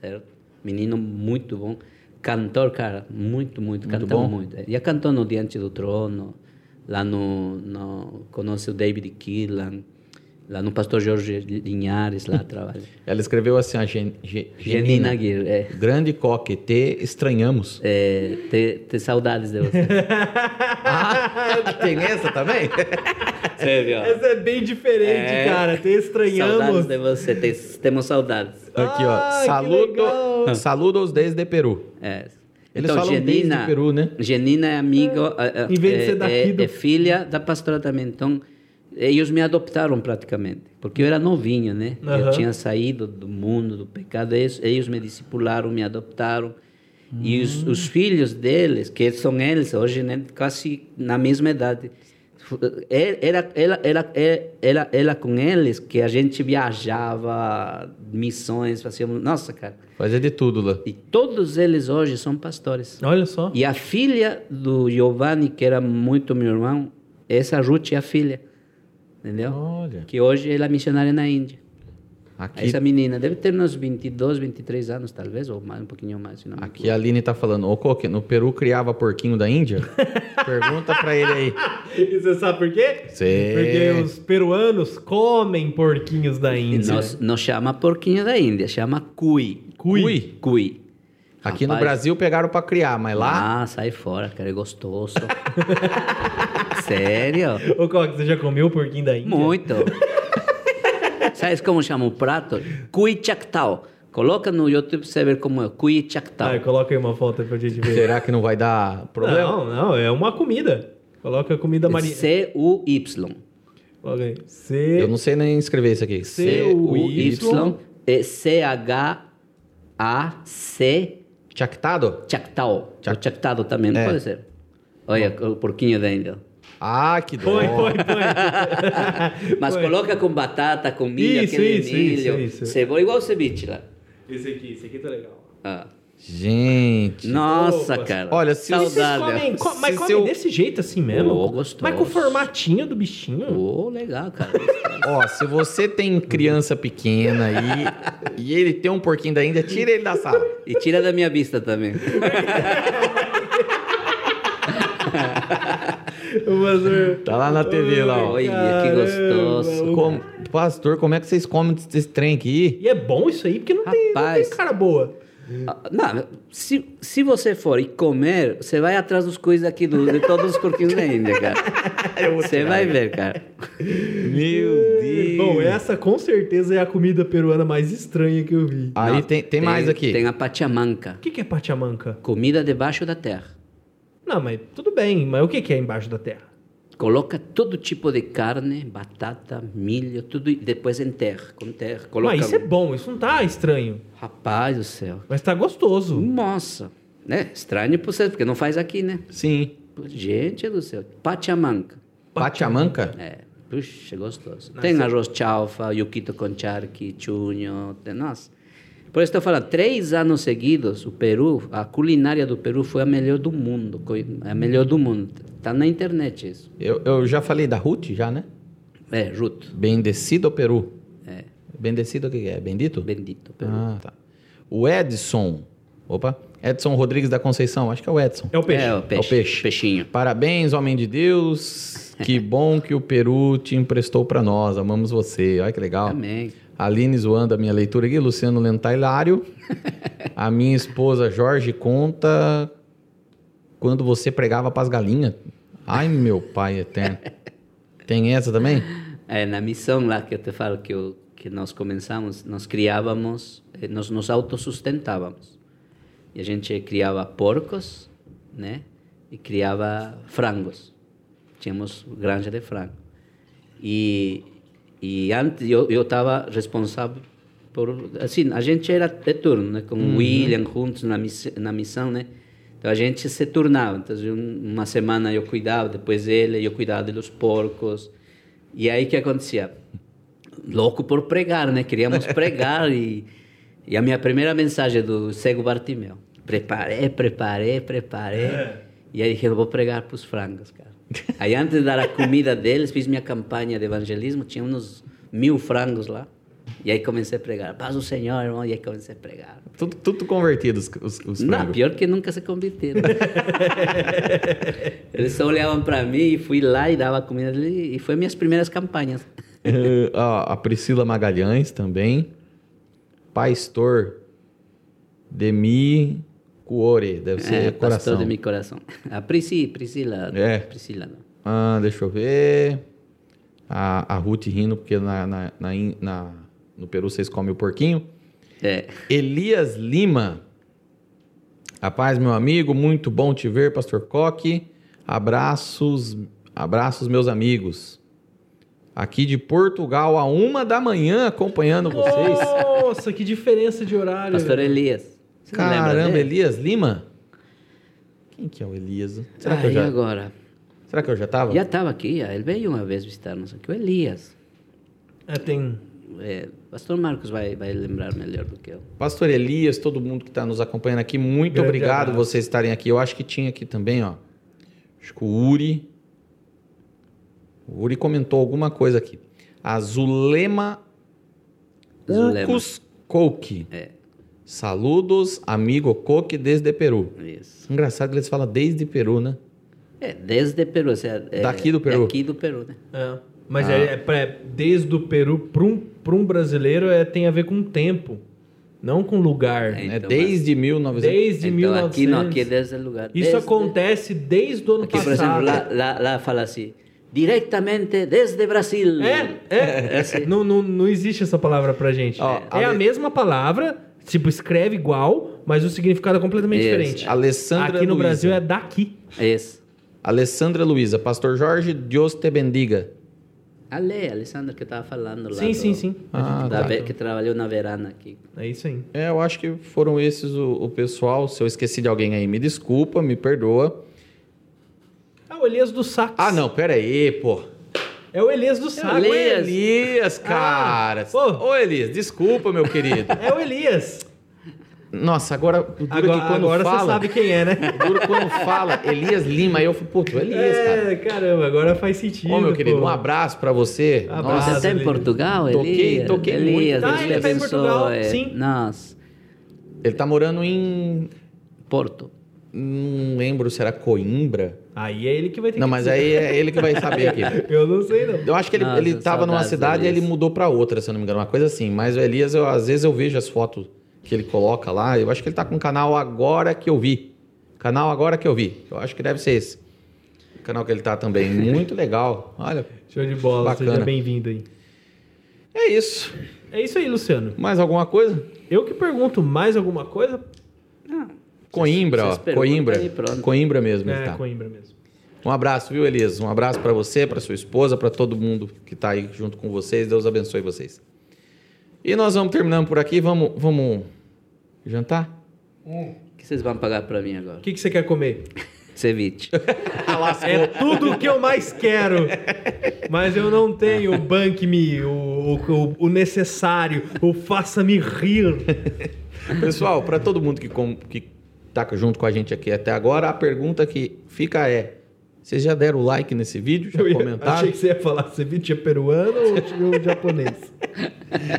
Speaker 3: certo? Menino muito bom. Cantor, cara, muito, muito. canta
Speaker 1: bom.
Speaker 3: muito. Eh, Já cantou no Diante do Trono, lá no... no conosce o David Killan, lá no Pastor Jorge Linhares, lá trabalha.
Speaker 1: Ela escreveu assim, a Gen, Ge-
Speaker 3: Genina
Speaker 1: Genina.
Speaker 3: Aguirre, é.
Speaker 1: Grande coque, te estranhamos.
Speaker 3: É, ter, ter saudades de você.
Speaker 1: Ah, tem essa também?
Speaker 3: Sério, ó.
Speaker 2: Essa é bem diferente,
Speaker 3: É.
Speaker 2: cara. Te estranhamos.
Speaker 3: Saudades de você, te- temos saudades.
Speaker 1: Aqui, ó.
Speaker 2: Ah, que legal.
Speaker 1: Saludo, saludos desde Peru.
Speaker 3: É.
Speaker 1: Eles falam desde o Peru, né?
Speaker 3: Genina é amigo, é, é,
Speaker 2: Em vez de
Speaker 3: é-
Speaker 2: ser daqui
Speaker 3: é-
Speaker 2: do-
Speaker 3: é filha da pastora também. Então, eles me adoptaram praticamente, porque eu era novinho, né?
Speaker 2: Aham.
Speaker 3: Eu tinha saído do mundo, do pecado. Eles, eles me discipularam, me adoptaram. E os,
Speaker 2: Hum.
Speaker 3: os filhos deles, que são eles hoje, né? Quase na mesma idade. Fu- eh, Era, era, era, era, era, era com eles que a gente viajava, missões, fazíamos... Nossa, cara.
Speaker 1: Fazer de tudo lá.
Speaker 3: E todos eles hoje são pastores.
Speaker 2: Olha só.
Speaker 3: E a filha do Giovanni, que era muito meu irmão, essa Ruth é a filha. Entendeu?
Speaker 1: Olha.
Speaker 3: Que hoje ela é missionária na Índia.
Speaker 1: Aqui,
Speaker 3: Essa menina deve ter uns 22, 23 anos, talvez, ou mais, um pouquinho mais. Se não me
Speaker 1: aqui a Aline tá falando. Ô, Coque, no Peru criava porquinho da Índia? Pergunta pra ele aí.
Speaker 2: E você sabe por quê?
Speaker 1: Sei.
Speaker 3: É.
Speaker 2: Porque os peruanos comem porquinhos da
Speaker 3: E
Speaker 2: Índia.
Speaker 3: nós, não chama porquinho da Índia, chama cui.
Speaker 1: né? Cui?
Speaker 3: Cui.
Speaker 1: Aqui no
Speaker 3: Rapaz,
Speaker 1: Brasil pegaram pra criar, mas lá...
Speaker 3: Ah, sai fora, cara, é gostoso. Sério?
Speaker 2: Ô, Coque, você já comeu porquinho da Índia?
Speaker 3: Muito. Sabes como chama o prato? Cui chactal. Coloca no YouTube pra você ver como é. Cui chactal.
Speaker 2: Vai, coloca aí uma foto pra gente ver.
Speaker 1: Será que não vai dar problema?
Speaker 2: Não, não, é uma comida. Coloca comida
Speaker 3: É
Speaker 2: marinha.
Speaker 3: C-U-Y.
Speaker 2: Coloca aí.
Speaker 1: Eu
Speaker 2: C.
Speaker 1: não sei nem escrever isso aqui.
Speaker 2: C-
Speaker 3: C-U-Y. é C-H-A-C
Speaker 1: Chactado?
Speaker 3: chactal.
Speaker 1: Chac-
Speaker 3: O chactado também, não
Speaker 1: É.
Speaker 3: pode ser. Olha, o porquinho da Índia.
Speaker 1: Ah, que dó.
Speaker 2: Põe, põe, põe.
Speaker 3: Mas
Speaker 2: Põe.
Speaker 3: coloca com batata, com milho,
Speaker 2: Isso,
Speaker 3: aquele
Speaker 2: isso,
Speaker 3: milho.
Speaker 2: isso, isso.
Speaker 3: Cebola, igual o ceviche lá.
Speaker 2: Esse aqui, esse aqui tá legal.
Speaker 3: Ah.
Speaker 1: Gente.
Speaker 3: Nossa,
Speaker 2: Opa.
Speaker 3: cara.
Speaker 1: Olha, se
Speaker 2: Vocês
Speaker 3: Saudade.
Speaker 2: comem, co- mas
Speaker 1: Se
Speaker 2: comem
Speaker 1: seu-
Speaker 2: desse jeito assim mesmo?
Speaker 3: Ô, gostoso.
Speaker 2: Mas com o formatinho do bichinho?
Speaker 3: Ô, legal, cara.
Speaker 1: Ó, se você tem criança pequena e, e ele tem um porquinho da Índia, tira ele da sala.
Speaker 3: E tira da minha vista também.
Speaker 1: Tá lá na TV lá, ó.
Speaker 3: Olha, que gostoso.
Speaker 1: Como- pastor, como é que vocês comem esse trem aqui?
Speaker 2: E é bom isso aí, porque não, tem, não
Speaker 3: Rapaz.
Speaker 2: tem cara boa.
Speaker 3: Ah, Não, se, se você for e comer, você vai atrás dos coisas aqui, do, de todos os porquinhos da Índia, cara. Você vai ver, cara.
Speaker 1: Meu Deus.
Speaker 2: Bom, essa com certeza é a comida peruana mais estranha que eu vi.
Speaker 1: Aí
Speaker 3: Não,
Speaker 1: tem, tem, mais aqui.
Speaker 3: Tem a pachamanca,
Speaker 2: O que, que é pachamanca?
Speaker 3: comida debaixo da terra.
Speaker 2: Não, mas tudo bem, mas o que, que é embaixo da terra?
Speaker 3: Coloca todo tipo de carne, batata, milho, tudo e depois enterra, com terra. Coloca... um-
Speaker 2: Mas isso é bom, isso não tá estranho.
Speaker 3: Rapaz do céu.
Speaker 2: Mas tá
Speaker 3: Hum.
Speaker 2: gostoso.
Speaker 3: Nossa. Né? Estranho pra você, porque não faz aqui, né?
Speaker 1: Sim.
Speaker 3: Gente do céu. Pachamanca.
Speaker 1: Pachamanca?
Speaker 3: É, puxa, gostoso. Tem arroz chaufa, yuquito com charque, chunho, tem- nossa. Por isso estou falando, três anos seguidos, o Peru, a culinária do Peru foi a melhor do mundo, coi- a melhor do mundo. Tá na internet isso.
Speaker 1: Eu, eu já falei da Ruth, já, né?
Speaker 3: É, Ruth,
Speaker 1: Bendecido ao Peru.
Speaker 3: É.
Speaker 1: Bendecido o que que é? Bendito?
Speaker 3: bendito Peru.
Speaker 1: Ah, tá. O Edson. Opa. Edson Rodrigues da Conceição. Acho que é o Edson.
Speaker 2: É o peixe.
Speaker 3: É, o peixe,
Speaker 1: É o peixe.
Speaker 3: peixinho.
Speaker 1: Parabéns, homem de Deus. Que bom que o Peru te emprestou pra nós. Amamos você. Olha que legal.
Speaker 3: Amém.
Speaker 1: Aline zoando a minha leitura aqui, Luciano Lentailário. a minha esposa Jorge conta quando você pregava pras galinhas. Ai, meu pai eterno. Tem essa também?
Speaker 3: É, na missão lá que eu te falo que, eu, que nós começamos, nós criávamos, eh, nós nos autossustentávamos. E a gente criava porcos, né? E criava frangos. Tínhamos granja de frango. E, e antes eu eu estava responsável por assim a gente era de turno né com o William juntos na miss, na missão né então a gente se turnava então um- uma semana eu cuidava depois ele eu cuidava dos porcos e aí que acontecia louco por pregar né queríamos pregar e e a minha primeira mensagem do cego
Speaker 1: É.
Speaker 3: Bartimeu preparei preparei preparei e aí eu vou pregar para os frangos cara Aí antes de dar a comida deles, fiz minha campanha de evangelismo, tinha uns mil frangos lá. E aí comecei a pregar, paz do Senhor, irmão, e aí comecei a pregar.
Speaker 1: Tudo, tudo convertido, os, os, os
Speaker 3: Não,
Speaker 1: frangos.
Speaker 3: pior que nunca se converteram. Eles só olhavam para mim e fui lá e dava comida dele. E foi minhas primeiras campanhas.
Speaker 1: Eh, a, a Priscila Magalhães também. Pastor Demi Cuore, deve ser
Speaker 3: É,
Speaker 1: coração.
Speaker 3: Eh, pastor de meu coração. A Priscila, Priscila.
Speaker 1: É.
Speaker 3: Priscila, não.
Speaker 1: Ah, deixa eu ver. A, a Ruth rindo, porque na, na- na in- na- no Peru vocês comem o porquinho.
Speaker 3: É.
Speaker 1: Elias Lima. Rapaz, meu amigo, muito bom te ver, Pastor Coque. Abraços, abraços, meus amigos. Aqui de Portugal, a uma da manhã, acompanhando vocês.
Speaker 2: Nossa, que diferença de horário.
Speaker 3: Pastor Elias. Você não lembra
Speaker 1: Caramba,
Speaker 3: dele?
Speaker 1: Elias Lima? Quem que é o Elias? Será, que
Speaker 3: ah,
Speaker 1: eu
Speaker 3: e
Speaker 1: já,
Speaker 3: agora?
Speaker 1: será que eu já tava?
Speaker 3: Já estava aqui, ah, ele veio uma vez visitar-nos aqui, o Elias.
Speaker 2: É, tem...
Speaker 3: É, pastor Marcos vai, vai lembrar melhor do que eu.
Speaker 1: Pastor Elias, todo mundo que está nos acompanhando aqui, muito
Speaker 2: Grande
Speaker 1: obrigado
Speaker 2: abraço.
Speaker 1: vocês estarem aqui. Eu acho que tinha aqui também, ó. Acho que o Uri. O Uri comentou alguma coisa aqui. A Zulema
Speaker 3: Zulema.
Speaker 1: Ucus Coque.
Speaker 3: É.
Speaker 1: Saludos, amigo Coque, desde Peru.
Speaker 3: Isso.
Speaker 1: Engraçado que eles falam desde Peru, né?
Speaker 3: É, Eh, desde Peru. ou seja, é,
Speaker 1: Daqui do Peru.
Speaker 3: Daqui eh, do Peru, né?
Speaker 2: É. Mas é, é pra- desde o Peru para um, pra um brasileiro é, tem a ver com tempo, não com lugar.
Speaker 3: É,
Speaker 1: É
Speaker 3: Então,
Speaker 1: desde 1900.
Speaker 2: Desde
Speaker 3: então,
Speaker 2: 1900.
Speaker 3: aqui não, aqui é desde o lugar.
Speaker 2: Isso
Speaker 3: desde-
Speaker 2: acontece desde o ano
Speaker 3: Aqui, por exemplo,
Speaker 2: passado.
Speaker 3: lá, lá, lá fala assim, diretamente desde Brasil.
Speaker 2: É, é.
Speaker 3: assim.
Speaker 2: não, não, não existe essa palavra pra gente.
Speaker 1: Ó,
Speaker 2: é a
Speaker 1: Ale-
Speaker 2: mesma palavra, tipo, escreve igual, mas o significado é completamente
Speaker 3: Isso.
Speaker 2: diferente.
Speaker 1: Alessandra
Speaker 2: Aqui no
Speaker 1: Luiza.
Speaker 2: Brasil é daqui.
Speaker 3: Isso.
Speaker 1: Alessandra Luiza, Pastor Jorge, Deus te bendiga.
Speaker 3: Ale, Alessandra, que eu estava falando lá.
Speaker 2: Sim,
Speaker 3: do-
Speaker 2: sim, sim.
Speaker 1: Ah,
Speaker 3: da
Speaker 1: tá.
Speaker 3: ve- Que trabalhou na verana aqui.
Speaker 2: É isso aí.
Speaker 1: É, eu acho que foram esses o, o pessoal. Se eu esqueci de alguém aí, me desculpa, me perdoa.
Speaker 2: É o Elias do Sax.
Speaker 1: Ah, não, pera aí, pô.
Speaker 2: É o Elias do Sax.
Speaker 3: Elias.
Speaker 1: Elias, cara.
Speaker 2: pô.
Speaker 1: Ô, Elias, desculpa, meu querido.
Speaker 2: É o Elias.
Speaker 1: Nossa, agora, o duro é
Speaker 2: Agora,
Speaker 1: que quando
Speaker 2: agora
Speaker 1: fala...
Speaker 2: você sabe quem é, né?
Speaker 1: o duro quando fala Elias Lima, aí eu falo, puto, Elias, cara.
Speaker 2: É, caramba, agora faz sentido.
Speaker 1: Ô, meu querido,
Speaker 2: pô. Ah.
Speaker 1: um abraço pra você.
Speaker 2: Abraço.
Speaker 1: Nossa,
Speaker 3: Você está em
Speaker 2: Elias.
Speaker 3: Portugal, Elias?
Speaker 1: Toquei- toquei muito.
Speaker 3: Elias,
Speaker 2: Ah,
Speaker 3: Deus
Speaker 2: ele
Speaker 3: te
Speaker 2: tá em Portugal,
Speaker 3: abençoe.
Speaker 2: sim.
Speaker 3: Nossa,
Speaker 1: ele tá morando em...
Speaker 3: Porto.
Speaker 1: Não lembro se era Coimbra.
Speaker 2: Aí é ele que vai ter
Speaker 1: Não,
Speaker 2: que
Speaker 1: mas
Speaker 2: dizer.
Speaker 1: aí é ele que vai saber aqui.
Speaker 2: Eu não sei, não.
Speaker 1: Eu acho que ele,
Speaker 3: Nossa,
Speaker 1: ele tava numa
Speaker 3: Ah, saudades do
Speaker 1: cidade e ele
Speaker 3: Elias.
Speaker 1: mudou pra outra, se eu não me engano, uma coisa assim. Mas o Elias, eu- às vezes eu vejo as fotos que ele coloca lá. Eu acho que ele tá com o canal Agora Que Eu Vi. Canal Agora Que Eu Vi. Eu acho que deve ser esse. O canal que ele tá também. Muito legal. Olha,
Speaker 2: Show de bola,
Speaker 1: Bacana.
Speaker 2: seja bem-vindo aí.
Speaker 1: é isso.
Speaker 2: É isso aí, Luciano.
Speaker 1: Mais alguma coisa?
Speaker 2: Eu que pergunto mais alguma coisa?
Speaker 1: Coimbra,
Speaker 3: vocês
Speaker 1: ó.
Speaker 3: perguntam
Speaker 1: Coimbra.
Speaker 3: aí, pronto.
Speaker 1: Coimbra mesmo. ele
Speaker 2: É,
Speaker 1: tá.
Speaker 2: Coimbra mesmo.
Speaker 1: Um abraço, viu, Elias? Um abraço pra você, pra sua esposa, pra todo mundo que tá aí junto com vocês. Deus abençoe vocês. E nós vamos terminando por aqui. Vamos, vamos jantar?
Speaker 3: O que vocês vão pagar para mim agora?
Speaker 2: O que, que você quer comer?
Speaker 3: Ceviche.
Speaker 2: É tudo o que eu mais quero. Mas eu não tenho o bank me, o, o- o necessário, o faça-me rir.
Speaker 1: Pessoal, para todo mundo que, com, que tá junto com a gente aqui até agora, a pergunta que fica é: vocês já deram like nesse vídeo? Já
Speaker 2: Eu ia-
Speaker 1: comentaram?
Speaker 2: achei que você ia falar se vídeo é peruano ou tinha um japonês.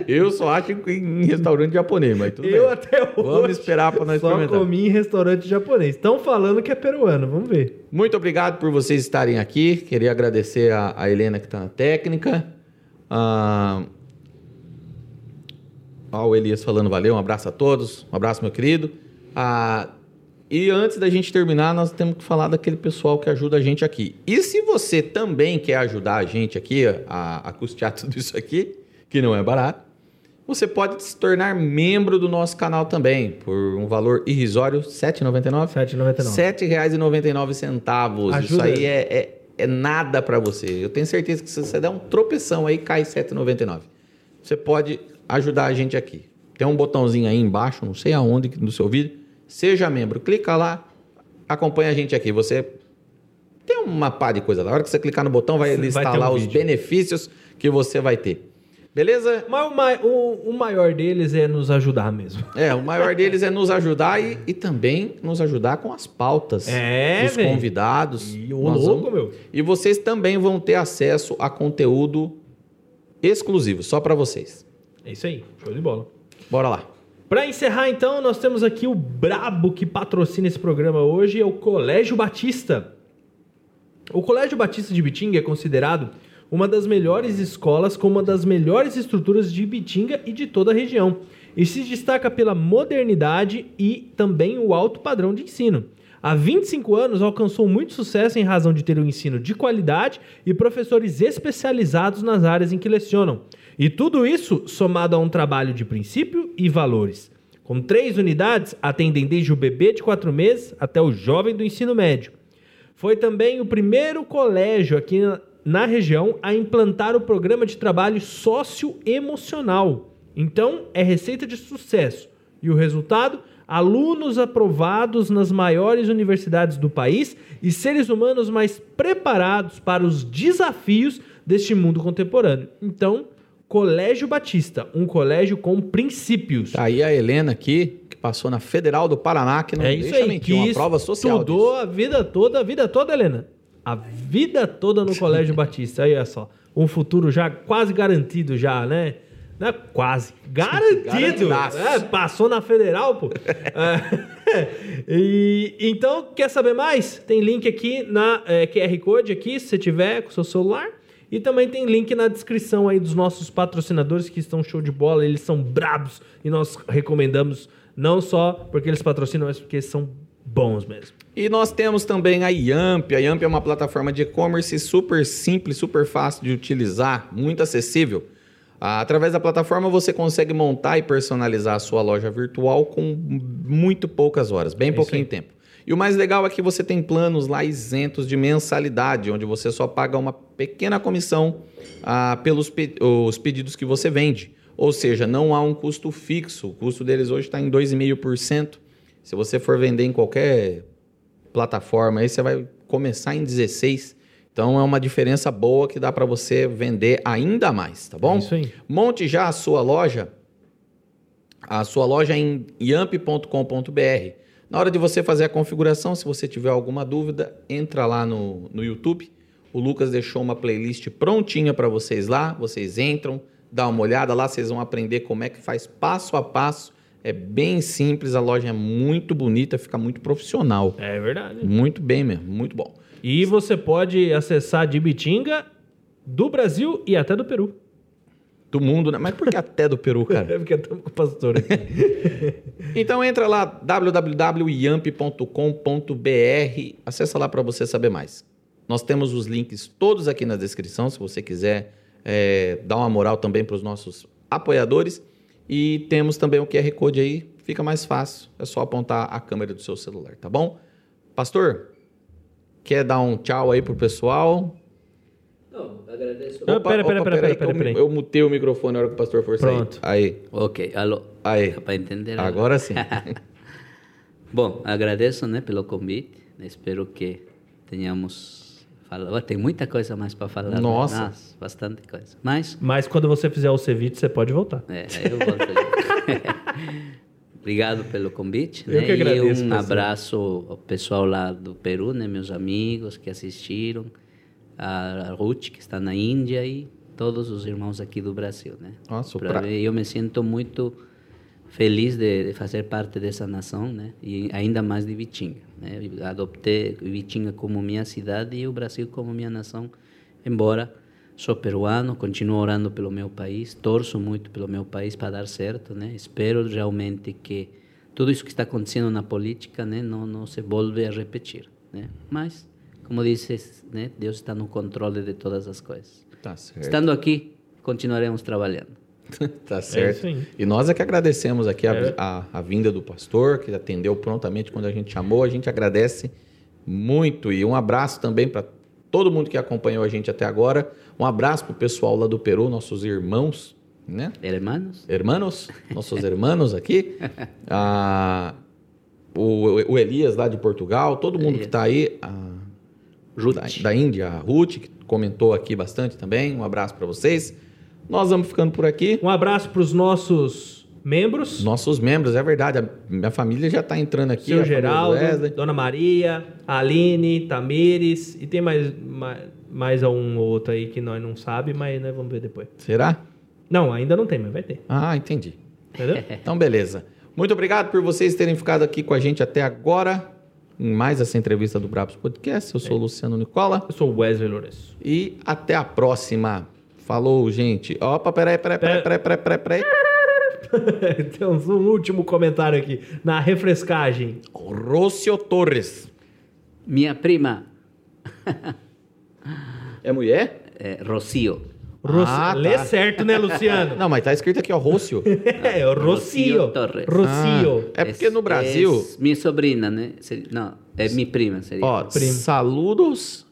Speaker 1: Eu só acho que em restaurante japonês, mas tudo
Speaker 2: eu
Speaker 1: bem.
Speaker 2: até hoje
Speaker 1: Vamos esperar para nós
Speaker 2: só
Speaker 1: experimentar.
Speaker 2: comi em restaurante japonês. Estão falando que é peruano, vamos ver.
Speaker 1: Muito obrigado por vocês estarem aqui. Queria agradecer a, a Helena que está na técnica. Ah, ó, o Elias falando valeu, um abraço a todos, um abraço, meu querido. Ah, e antes da gente terminar, nós temos que falar daquele pessoal que ajuda a gente aqui. E se você também quer ajudar a gente aqui a, a custear tudo isso aqui, que não é barato, você pode se tornar membro do nosso canal também, por um valor irrisório, R$ 7,99.
Speaker 2: 7,99.
Speaker 1: R$ 7,99. Isso
Speaker 2: Ajuda.
Speaker 1: aí é, é- é nada pra você. Eu tenho certeza que se você der um tropeção aí, cai R$ 7,99. Você pode ajudar a gente aqui. Tem um botãozinho aí embaixo, não sei aonde, no seu vídeo. Seja membro. Clica lá, acompanha a gente aqui. Você tem uma pá de coisa lá. A hora que você clicar no botão, vai
Speaker 2: Vai
Speaker 1: listar
Speaker 2: ter um
Speaker 1: lá os
Speaker 2: vídeo.
Speaker 1: benefícios que você vai ter. Beleza?
Speaker 2: Mas o, mai- o- o maior deles é nos ajudar mesmo.
Speaker 1: É, o maior deles é nos ajudar e, e também nos ajudar com as pautas
Speaker 2: É,
Speaker 1: dos
Speaker 2: velho.
Speaker 1: convidados.
Speaker 2: E o
Speaker 1: Nós
Speaker 2: louco,
Speaker 1: vamos-
Speaker 2: meu.
Speaker 1: E vocês também vão ter acesso a conteúdo exclusivo, só pra vocês.
Speaker 2: É isso aí, show de bola.
Speaker 1: Bora lá.
Speaker 2: Pra encerrar, então, nós temos aqui o brabo que patrocina esse programa hoje, é o Colégio Batista. O Colégio Batista de Bitinga é considerado uma das melhores escolas com uma das melhores estruturas de Bitinga e de toda a região. E se destaca pela modernidade e também o alto padrão de ensino. Há 25 anos alcançou muito sucesso em razão de ter um ensino de qualidade e professores especializados nas áreas em que lecionam. E tudo isso somado a um trabalho de princípio e valores. Com três unidades, atendem desde o bebê de 4 meses até o jovem do ensino médio. Foi também o primeiro colégio aqui na- na região a implantar o programa de trabalho socioemocional. Então, é receita de sucesso. E o resultado? Alunos aprovados nas maiores universidades do país e seres humanos mais preparados para os desafios deste mundo contemporâneo. Então, Colégio Batista, um colégio com princípios.
Speaker 1: Tá aí a Helena aqui, que passou na Federal do Paraná, que não
Speaker 2: é isso
Speaker 1: deixa
Speaker 2: aí,
Speaker 1: mentir, uma
Speaker 2: isso
Speaker 1: prova social.
Speaker 2: Estudou
Speaker 1: disso.
Speaker 2: a vida toda, a vida toda, Helena. A vida toda no Colégio Batista. Aí, olha só. Um futuro já quase garantido, já, né? Não é quase. Garantido!
Speaker 1: Garantidaço.
Speaker 2: É, passou na federal, pô. É. E, então, quer saber mais? Tem link aqui na é, QR Code aqui, se você tiver com o seu celular. E também tem link na descrição aí dos nossos patrocinadores que estão show de bola. Eles são brabos e nós recomendamos não só porque eles patrocinam, mas porque são bons mesmo.
Speaker 1: E nós temos também a Yamp. A Yamp é uma plataforma de e-commerce super simples, super fácil de utilizar, muito acessível. Ah, Através da plataforma você consegue montar e personalizar a sua loja virtual com muito poucas horas, bem
Speaker 2: É isso
Speaker 1: pouquinho
Speaker 2: aí.
Speaker 1: tempo. E o mais legal é que você tem planos lá isentos de mensalidade, onde você só paga uma pequena comissão ah, pelos pe- os pedidos que você vende. Ou seja, não há um custo fixo. O custo deles hoje está em 2,5%. Se você for vender em qualquer plataforma, aí você vai começar em 16. Então é uma diferença boa que dá para você vender ainda mais, tá bom?
Speaker 2: É isso aí.
Speaker 1: Monte já a sua loja, a sua loja em yamp.com.br. Na hora de você fazer a configuração, se você tiver alguma dúvida, entra lá no, no YouTube. O Lucas deixou uma playlist prontinha para vocês lá. Vocês entram, dá uma olhada lá, vocês vão aprender como é que faz passo a passo. É bem simples, a loja é muito bonita, fica muito profissional.
Speaker 2: É verdade.
Speaker 1: Muito bem mesmo, muito bom.
Speaker 2: E você pode acessar de Bitinga do Brasil e até do Peru.
Speaker 1: Do mundo, né? Mas por que até do Peru, cara?
Speaker 2: É porque estamos com o pastor aqui.
Speaker 1: Então entra lá www.yamp.com.br, acessa lá para você saber mais. Nós temos os links todos aqui na descrição, se você quiser é, dar uma moral também para os nossos apoiadores. E temos também o QR Code aí, fica mais fácil, é só apontar a câmera do seu celular, tá bom? Pastor, quer dar um tchau aí pro pessoal?
Speaker 3: Não, agradeço.
Speaker 2: Não, pera, pera, pera,
Speaker 1: peraí,
Speaker 2: pera, pera,
Speaker 1: eu mu-
Speaker 2: pera aí.
Speaker 1: Eu mutei o microfone na hora que o pastor for sair.
Speaker 2: Pronto.
Speaker 1: Aí,
Speaker 3: Ok, alô.
Speaker 1: Aí.
Speaker 3: Dá pra entender? né?
Speaker 1: agora sim.
Speaker 3: Bom, agradeço né, pelo convite. Espero que tenhamos falado. Ó, Tem muita coisa mais para falar. né?
Speaker 1: Nossa.
Speaker 3: Bastante coisa. Mas,
Speaker 2: Mas quando você fizer o ceviche, você pode voltar.
Speaker 3: é, eu volto. Obrigado pelo convite.
Speaker 2: Eu
Speaker 3: né?
Speaker 2: que agradeço,
Speaker 3: E um
Speaker 2: pessoal.
Speaker 3: abraço ao pessoal lá do Peru, né, meus amigos que assistiram, a Ruth, que está na Índia, e todos os irmãos aqui do Brasil. Né?
Speaker 1: Nossa, o
Speaker 3: Pra
Speaker 1: pra-
Speaker 3: mim, Eu me sinto muito feliz de, de fazer parte dessa nação, né? E ainda mais de Vitinga, né? Eu Adoptei Vitinga como minha cidade e o Brasil como minha nação, embora sou peruano, continuo orando pelo meu país, torço muito pelo meu país para dar certo, né? Espero realmente que tudo isso que está acontecendo na política, né, não, não se volve a repetir, né? Mas, como dizes, né, Deus está no controle de todas as coisas.
Speaker 1: Tá certo.
Speaker 3: Estando aqui, continuaremos trabalhando.
Speaker 1: tá certo.
Speaker 2: isso aí. É.
Speaker 1: e nós é que agradecemos aqui a, a, a vinda do pastor, que atendeu prontamente quando a gente chamou. A gente agradece muito. E um abraço também para todo mundo que acompanhou a gente até agora. Um abraço para o pessoal lá do Peru, nossos irmãos, né?
Speaker 3: Hermanos?
Speaker 1: Hermanos, nossos irmãos aqui. Ah, o, o Elias lá de Portugal, todo mundo que está aí. a-
Speaker 3: Ruth.
Speaker 1: da, da Índia, a Ruth, que comentou aqui bastante também. Um abraço para vocês. Nós vamos ficando por aqui.
Speaker 2: Um abraço para os nossos membros.
Speaker 1: Nossos membros, é verdade. A minha família já está entrando aqui.
Speaker 2: Seu
Speaker 1: a família do
Speaker 2: Geraldo,
Speaker 1: Wesley.
Speaker 2: Dona Maria, Aline, Tamires e tem mais, mais, mais um ou outro aí que nós não sabe, mas nós vamos ver depois.
Speaker 1: Será?
Speaker 2: Não, ainda não tem, mas vai ter.
Speaker 1: Ah, entendi.
Speaker 2: Entendeu?
Speaker 1: Então, beleza. Muito obrigado por vocês terem ficado aqui com a gente até agora. Em mais essa entrevista do Brabos Podcast. Eu
Speaker 2: É.
Speaker 1: sou o Luciano Nicola
Speaker 2: Eu sou o Wesley Lourenço.
Speaker 1: e até a próxima. Falou, gente. Opa, peraí, peraí, peraí, peraí, peraí, peraí. peraí.
Speaker 2: Temos um último comentário aqui na refrescagem.
Speaker 1: Rocio Torres.
Speaker 3: Minha prima,
Speaker 1: É mulher?
Speaker 3: é, Rocio.
Speaker 2: Ros...
Speaker 1: Ah, tá.
Speaker 2: Lê certo, né, Luciano?
Speaker 1: Não, mas tá escrito aqui, ó, Rocio.
Speaker 2: é, o Rocio.
Speaker 3: Rocio Torres.
Speaker 2: Rocio.
Speaker 1: Ah, é porque no Brasil,
Speaker 3: É minha sobrinha, né? Seria- Não, é minha prima, seria.
Speaker 1: ó,
Speaker 2: Primo.
Speaker 1: saludos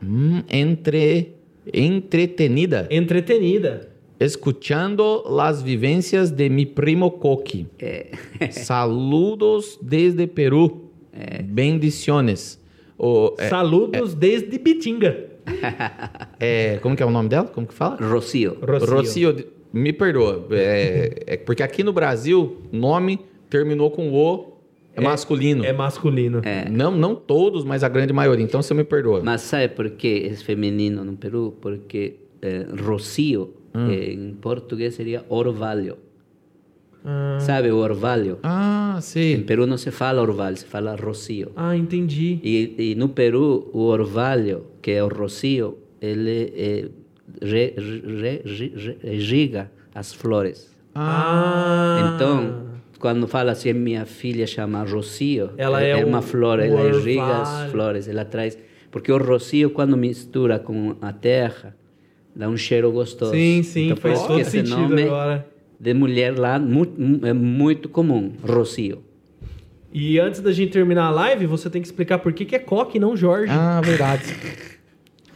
Speaker 1: hum, entre entretenida,
Speaker 2: Entretenida.
Speaker 1: escuchando las vivencias de mi primo Coqui.
Speaker 3: É.
Speaker 1: Saludos desde Peru. Bendiciones. O, é,
Speaker 2: Saludos desde Bitinga.
Speaker 1: é, como que é o nome dela? Como que fala?
Speaker 3: Rocio.
Speaker 2: Rocio.
Speaker 1: Rocio, de- me perdoa. É, é porque aqui no Brasil, nome terminou com o é, masculino.
Speaker 2: É masculino.
Speaker 1: Não, não todos, mas a grande maioria. Então você me perdoa.
Speaker 3: Mas sabe por que é feminino no Peru? Porque é, Rocio, é, em português, seria orvalho.
Speaker 2: Ah,
Speaker 3: Sabe o orvalho?
Speaker 1: Ah,
Speaker 3: Em
Speaker 1: sim.
Speaker 3: Peru não se fala orvalho, se fala rocio.
Speaker 2: ah, entendi.
Speaker 3: E, e no Peru, o orvalho, que é o rocio, ele é, re, re- re- re- regiga as flores.
Speaker 2: Ah.
Speaker 3: Então, quando fala assim, minha filha chama Rocio,
Speaker 2: Ela é o-
Speaker 3: uma flor,
Speaker 2: o
Speaker 3: ela irriga
Speaker 2: orvalho.
Speaker 3: as flores, ela traz. Porque o Rocio, quando mistura com a terra, dá um cheiro gostoso.
Speaker 2: Sim, sim,
Speaker 3: Então, por
Speaker 2: faz
Speaker 3: isso
Speaker 2: todo
Speaker 3: que esse
Speaker 2: sentido
Speaker 3: nome
Speaker 2: agora.
Speaker 3: de mulher lá mu- mu- é muito comum, Rocio.
Speaker 2: E antes da gente terminar a live, você tem que explicar por que, que é coque e não Jorge.
Speaker 1: Ah, verdade.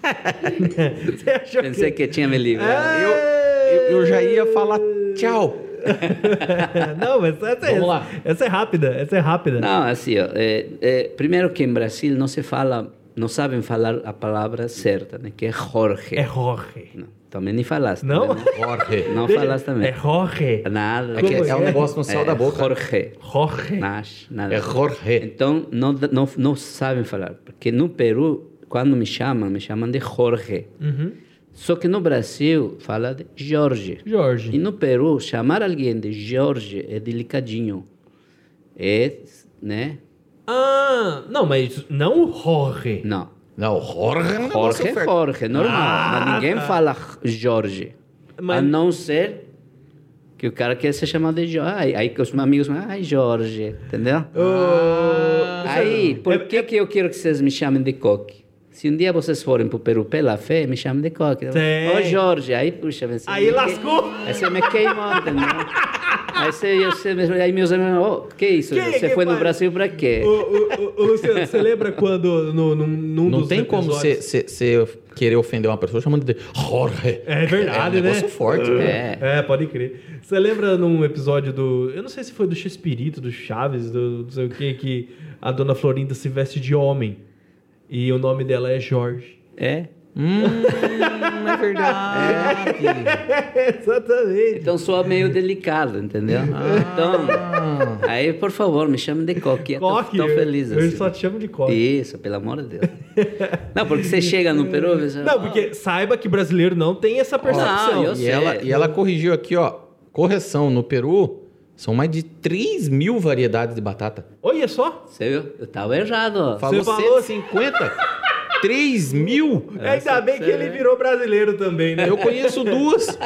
Speaker 2: você achou
Speaker 3: Pensei que tinha me livrado.
Speaker 1: Eu, eu, eu já ia falar tchau.
Speaker 2: não, mas essa, é-
Speaker 1: Vamos lá.
Speaker 2: essa é rápida, essa é rápida.
Speaker 3: Não, assim, ó, é, é, primeiro que em Brasil não se fala, não sabem falar a palavra certa, né? Que é Jorge.
Speaker 2: É Jorge.
Speaker 3: Não, também nem falaste.
Speaker 2: Não?
Speaker 3: né?
Speaker 1: Jorge.
Speaker 3: Não
Speaker 2: Deixa-
Speaker 3: falaste também.
Speaker 2: É Jorge.
Speaker 3: Nada.
Speaker 1: É, que é
Speaker 2: Como
Speaker 1: um
Speaker 2: é?
Speaker 1: negócio no céu da boca.
Speaker 3: Jorge.
Speaker 2: Jorge.
Speaker 3: Nash, nada.
Speaker 1: É Jorge.
Speaker 3: Então, não, não, não sabem falar. Porque no Peru, quando me chamam, me chamam de Jorge.
Speaker 2: Uhum.
Speaker 3: Só que no Brasil, fala de Jorge. E
Speaker 2: Jorge.
Speaker 3: no Peru, chamar alguém de Jorge é delicadinho. É, né?
Speaker 2: Ah, não, mas não o Jorge.
Speaker 3: Não.
Speaker 1: Não, Jorge é um negócio
Speaker 3: Jorge é
Speaker 1: oferta.
Speaker 3: Jorge, normal.
Speaker 2: Ah,
Speaker 3: mas ninguém
Speaker 2: tá.
Speaker 3: fala Jorge.
Speaker 2: Mas-
Speaker 3: A não ser que o cara quer ser chamado de Jorge. Aí, aí que os meus amigos falam, ai, Jorge, entendeu?
Speaker 2: Ah,
Speaker 1: Ah,
Speaker 3: Aí,
Speaker 2: é-
Speaker 3: por que, que eu quero que vocês me chamem de coque? Se um dia vocês forem pro Peru pela fé, me chamem de coque. Ô,
Speaker 2: Tem.
Speaker 3: Jorge, aí puxa, você
Speaker 2: Aí
Speaker 3: me
Speaker 2: lascou.
Speaker 3: que- Aí você me queimou, entendeu? Aí, você, eu- você, aí meus amigos, ô, que isso?
Speaker 2: Que-
Speaker 3: você
Speaker 2: que
Speaker 3: foi no
Speaker 2: faz?
Speaker 3: Brasil pra quê?
Speaker 2: Ô, ô, ô, ô, Luciano, você lembra quando no, num, num
Speaker 1: Não
Speaker 2: Um dos
Speaker 1: tem como
Speaker 2: episódios-
Speaker 1: você querer ofender uma pessoa chamando de Jorge.
Speaker 2: É verdade,
Speaker 1: É um negócio
Speaker 2: né?
Speaker 1: forte. né?
Speaker 3: É.
Speaker 2: É, pode crer. Você lembra num episódio do. Eu não sei se foi do Chespirito, do Chaves, do não sei o que, que a dona Florinda se veste de homem. E o nome dela é Jorge.
Speaker 3: É.
Speaker 1: Hum, é verdade.
Speaker 2: Exatamente.
Speaker 3: Então sou meio delicado, entendeu?
Speaker 2: Ah.
Speaker 1: Ah.
Speaker 3: Então, aí por favor, me chame de coque. Eu tô, tô feliz
Speaker 2: Eu
Speaker 3: assim.
Speaker 2: só te chamo de Coque.
Speaker 3: Isso, pelo amor de Deus. Não, porque você chega no Peru, você...
Speaker 2: Não, porque saiba que brasileiro não tem essa percepção.
Speaker 3: Não, eu
Speaker 1: E
Speaker 3: sei.
Speaker 1: ela, e ela corrigiu aqui, ó. Correção, no Peru são mais de 3 mil variedades de batata.
Speaker 2: Olha só.
Speaker 3: Você viu? Eu tava errado.
Speaker 1: Falou
Speaker 2: falou-
Speaker 1: 150? 3 mil?
Speaker 2: Ainda bem que
Speaker 3: você
Speaker 2: ele
Speaker 3: vê.
Speaker 2: virou brasileiro também, né?
Speaker 1: Eu conheço duas.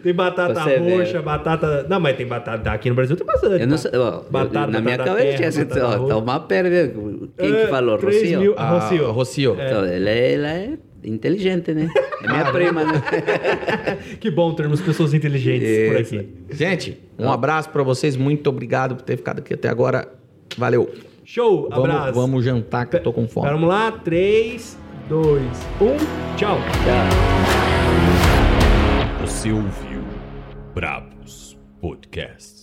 Speaker 2: Tem batata
Speaker 3: Você vê.
Speaker 2: roxa, batata. Não, mas tem batata. Aqui no Brasil tem bastante.
Speaker 3: Eu não sei, ó,
Speaker 2: Batata,
Speaker 3: na minha
Speaker 2: batata
Speaker 3: cabeça
Speaker 2: terra,
Speaker 3: tinha sido,
Speaker 2: batata
Speaker 3: ó,
Speaker 2: roxa.
Speaker 3: tomar perda. Quem
Speaker 2: É,
Speaker 3: que falou?
Speaker 2: três
Speaker 3: Rocio?
Speaker 2: mil-
Speaker 1: Ah,
Speaker 2: Rocio.
Speaker 1: Rocio.
Speaker 3: Então, ela, é, ela é inteligente, né? É
Speaker 2: Ah,
Speaker 3: minha prima, né?
Speaker 2: Que bom termos pessoas inteligentes por aqui.
Speaker 1: É, Gente, um abraço pra vocês. Muito obrigado por ter ficado aqui até agora. Valeu.
Speaker 2: Show,
Speaker 1: Vamos,
Speaker 2: abraço.
Speaker 1: vamos jantar que eu tô com fome.
Speaker 2: Vamos lá, 3, 2, 1, tchau.
Speaker 4: Você ouviu Brabos Podcast.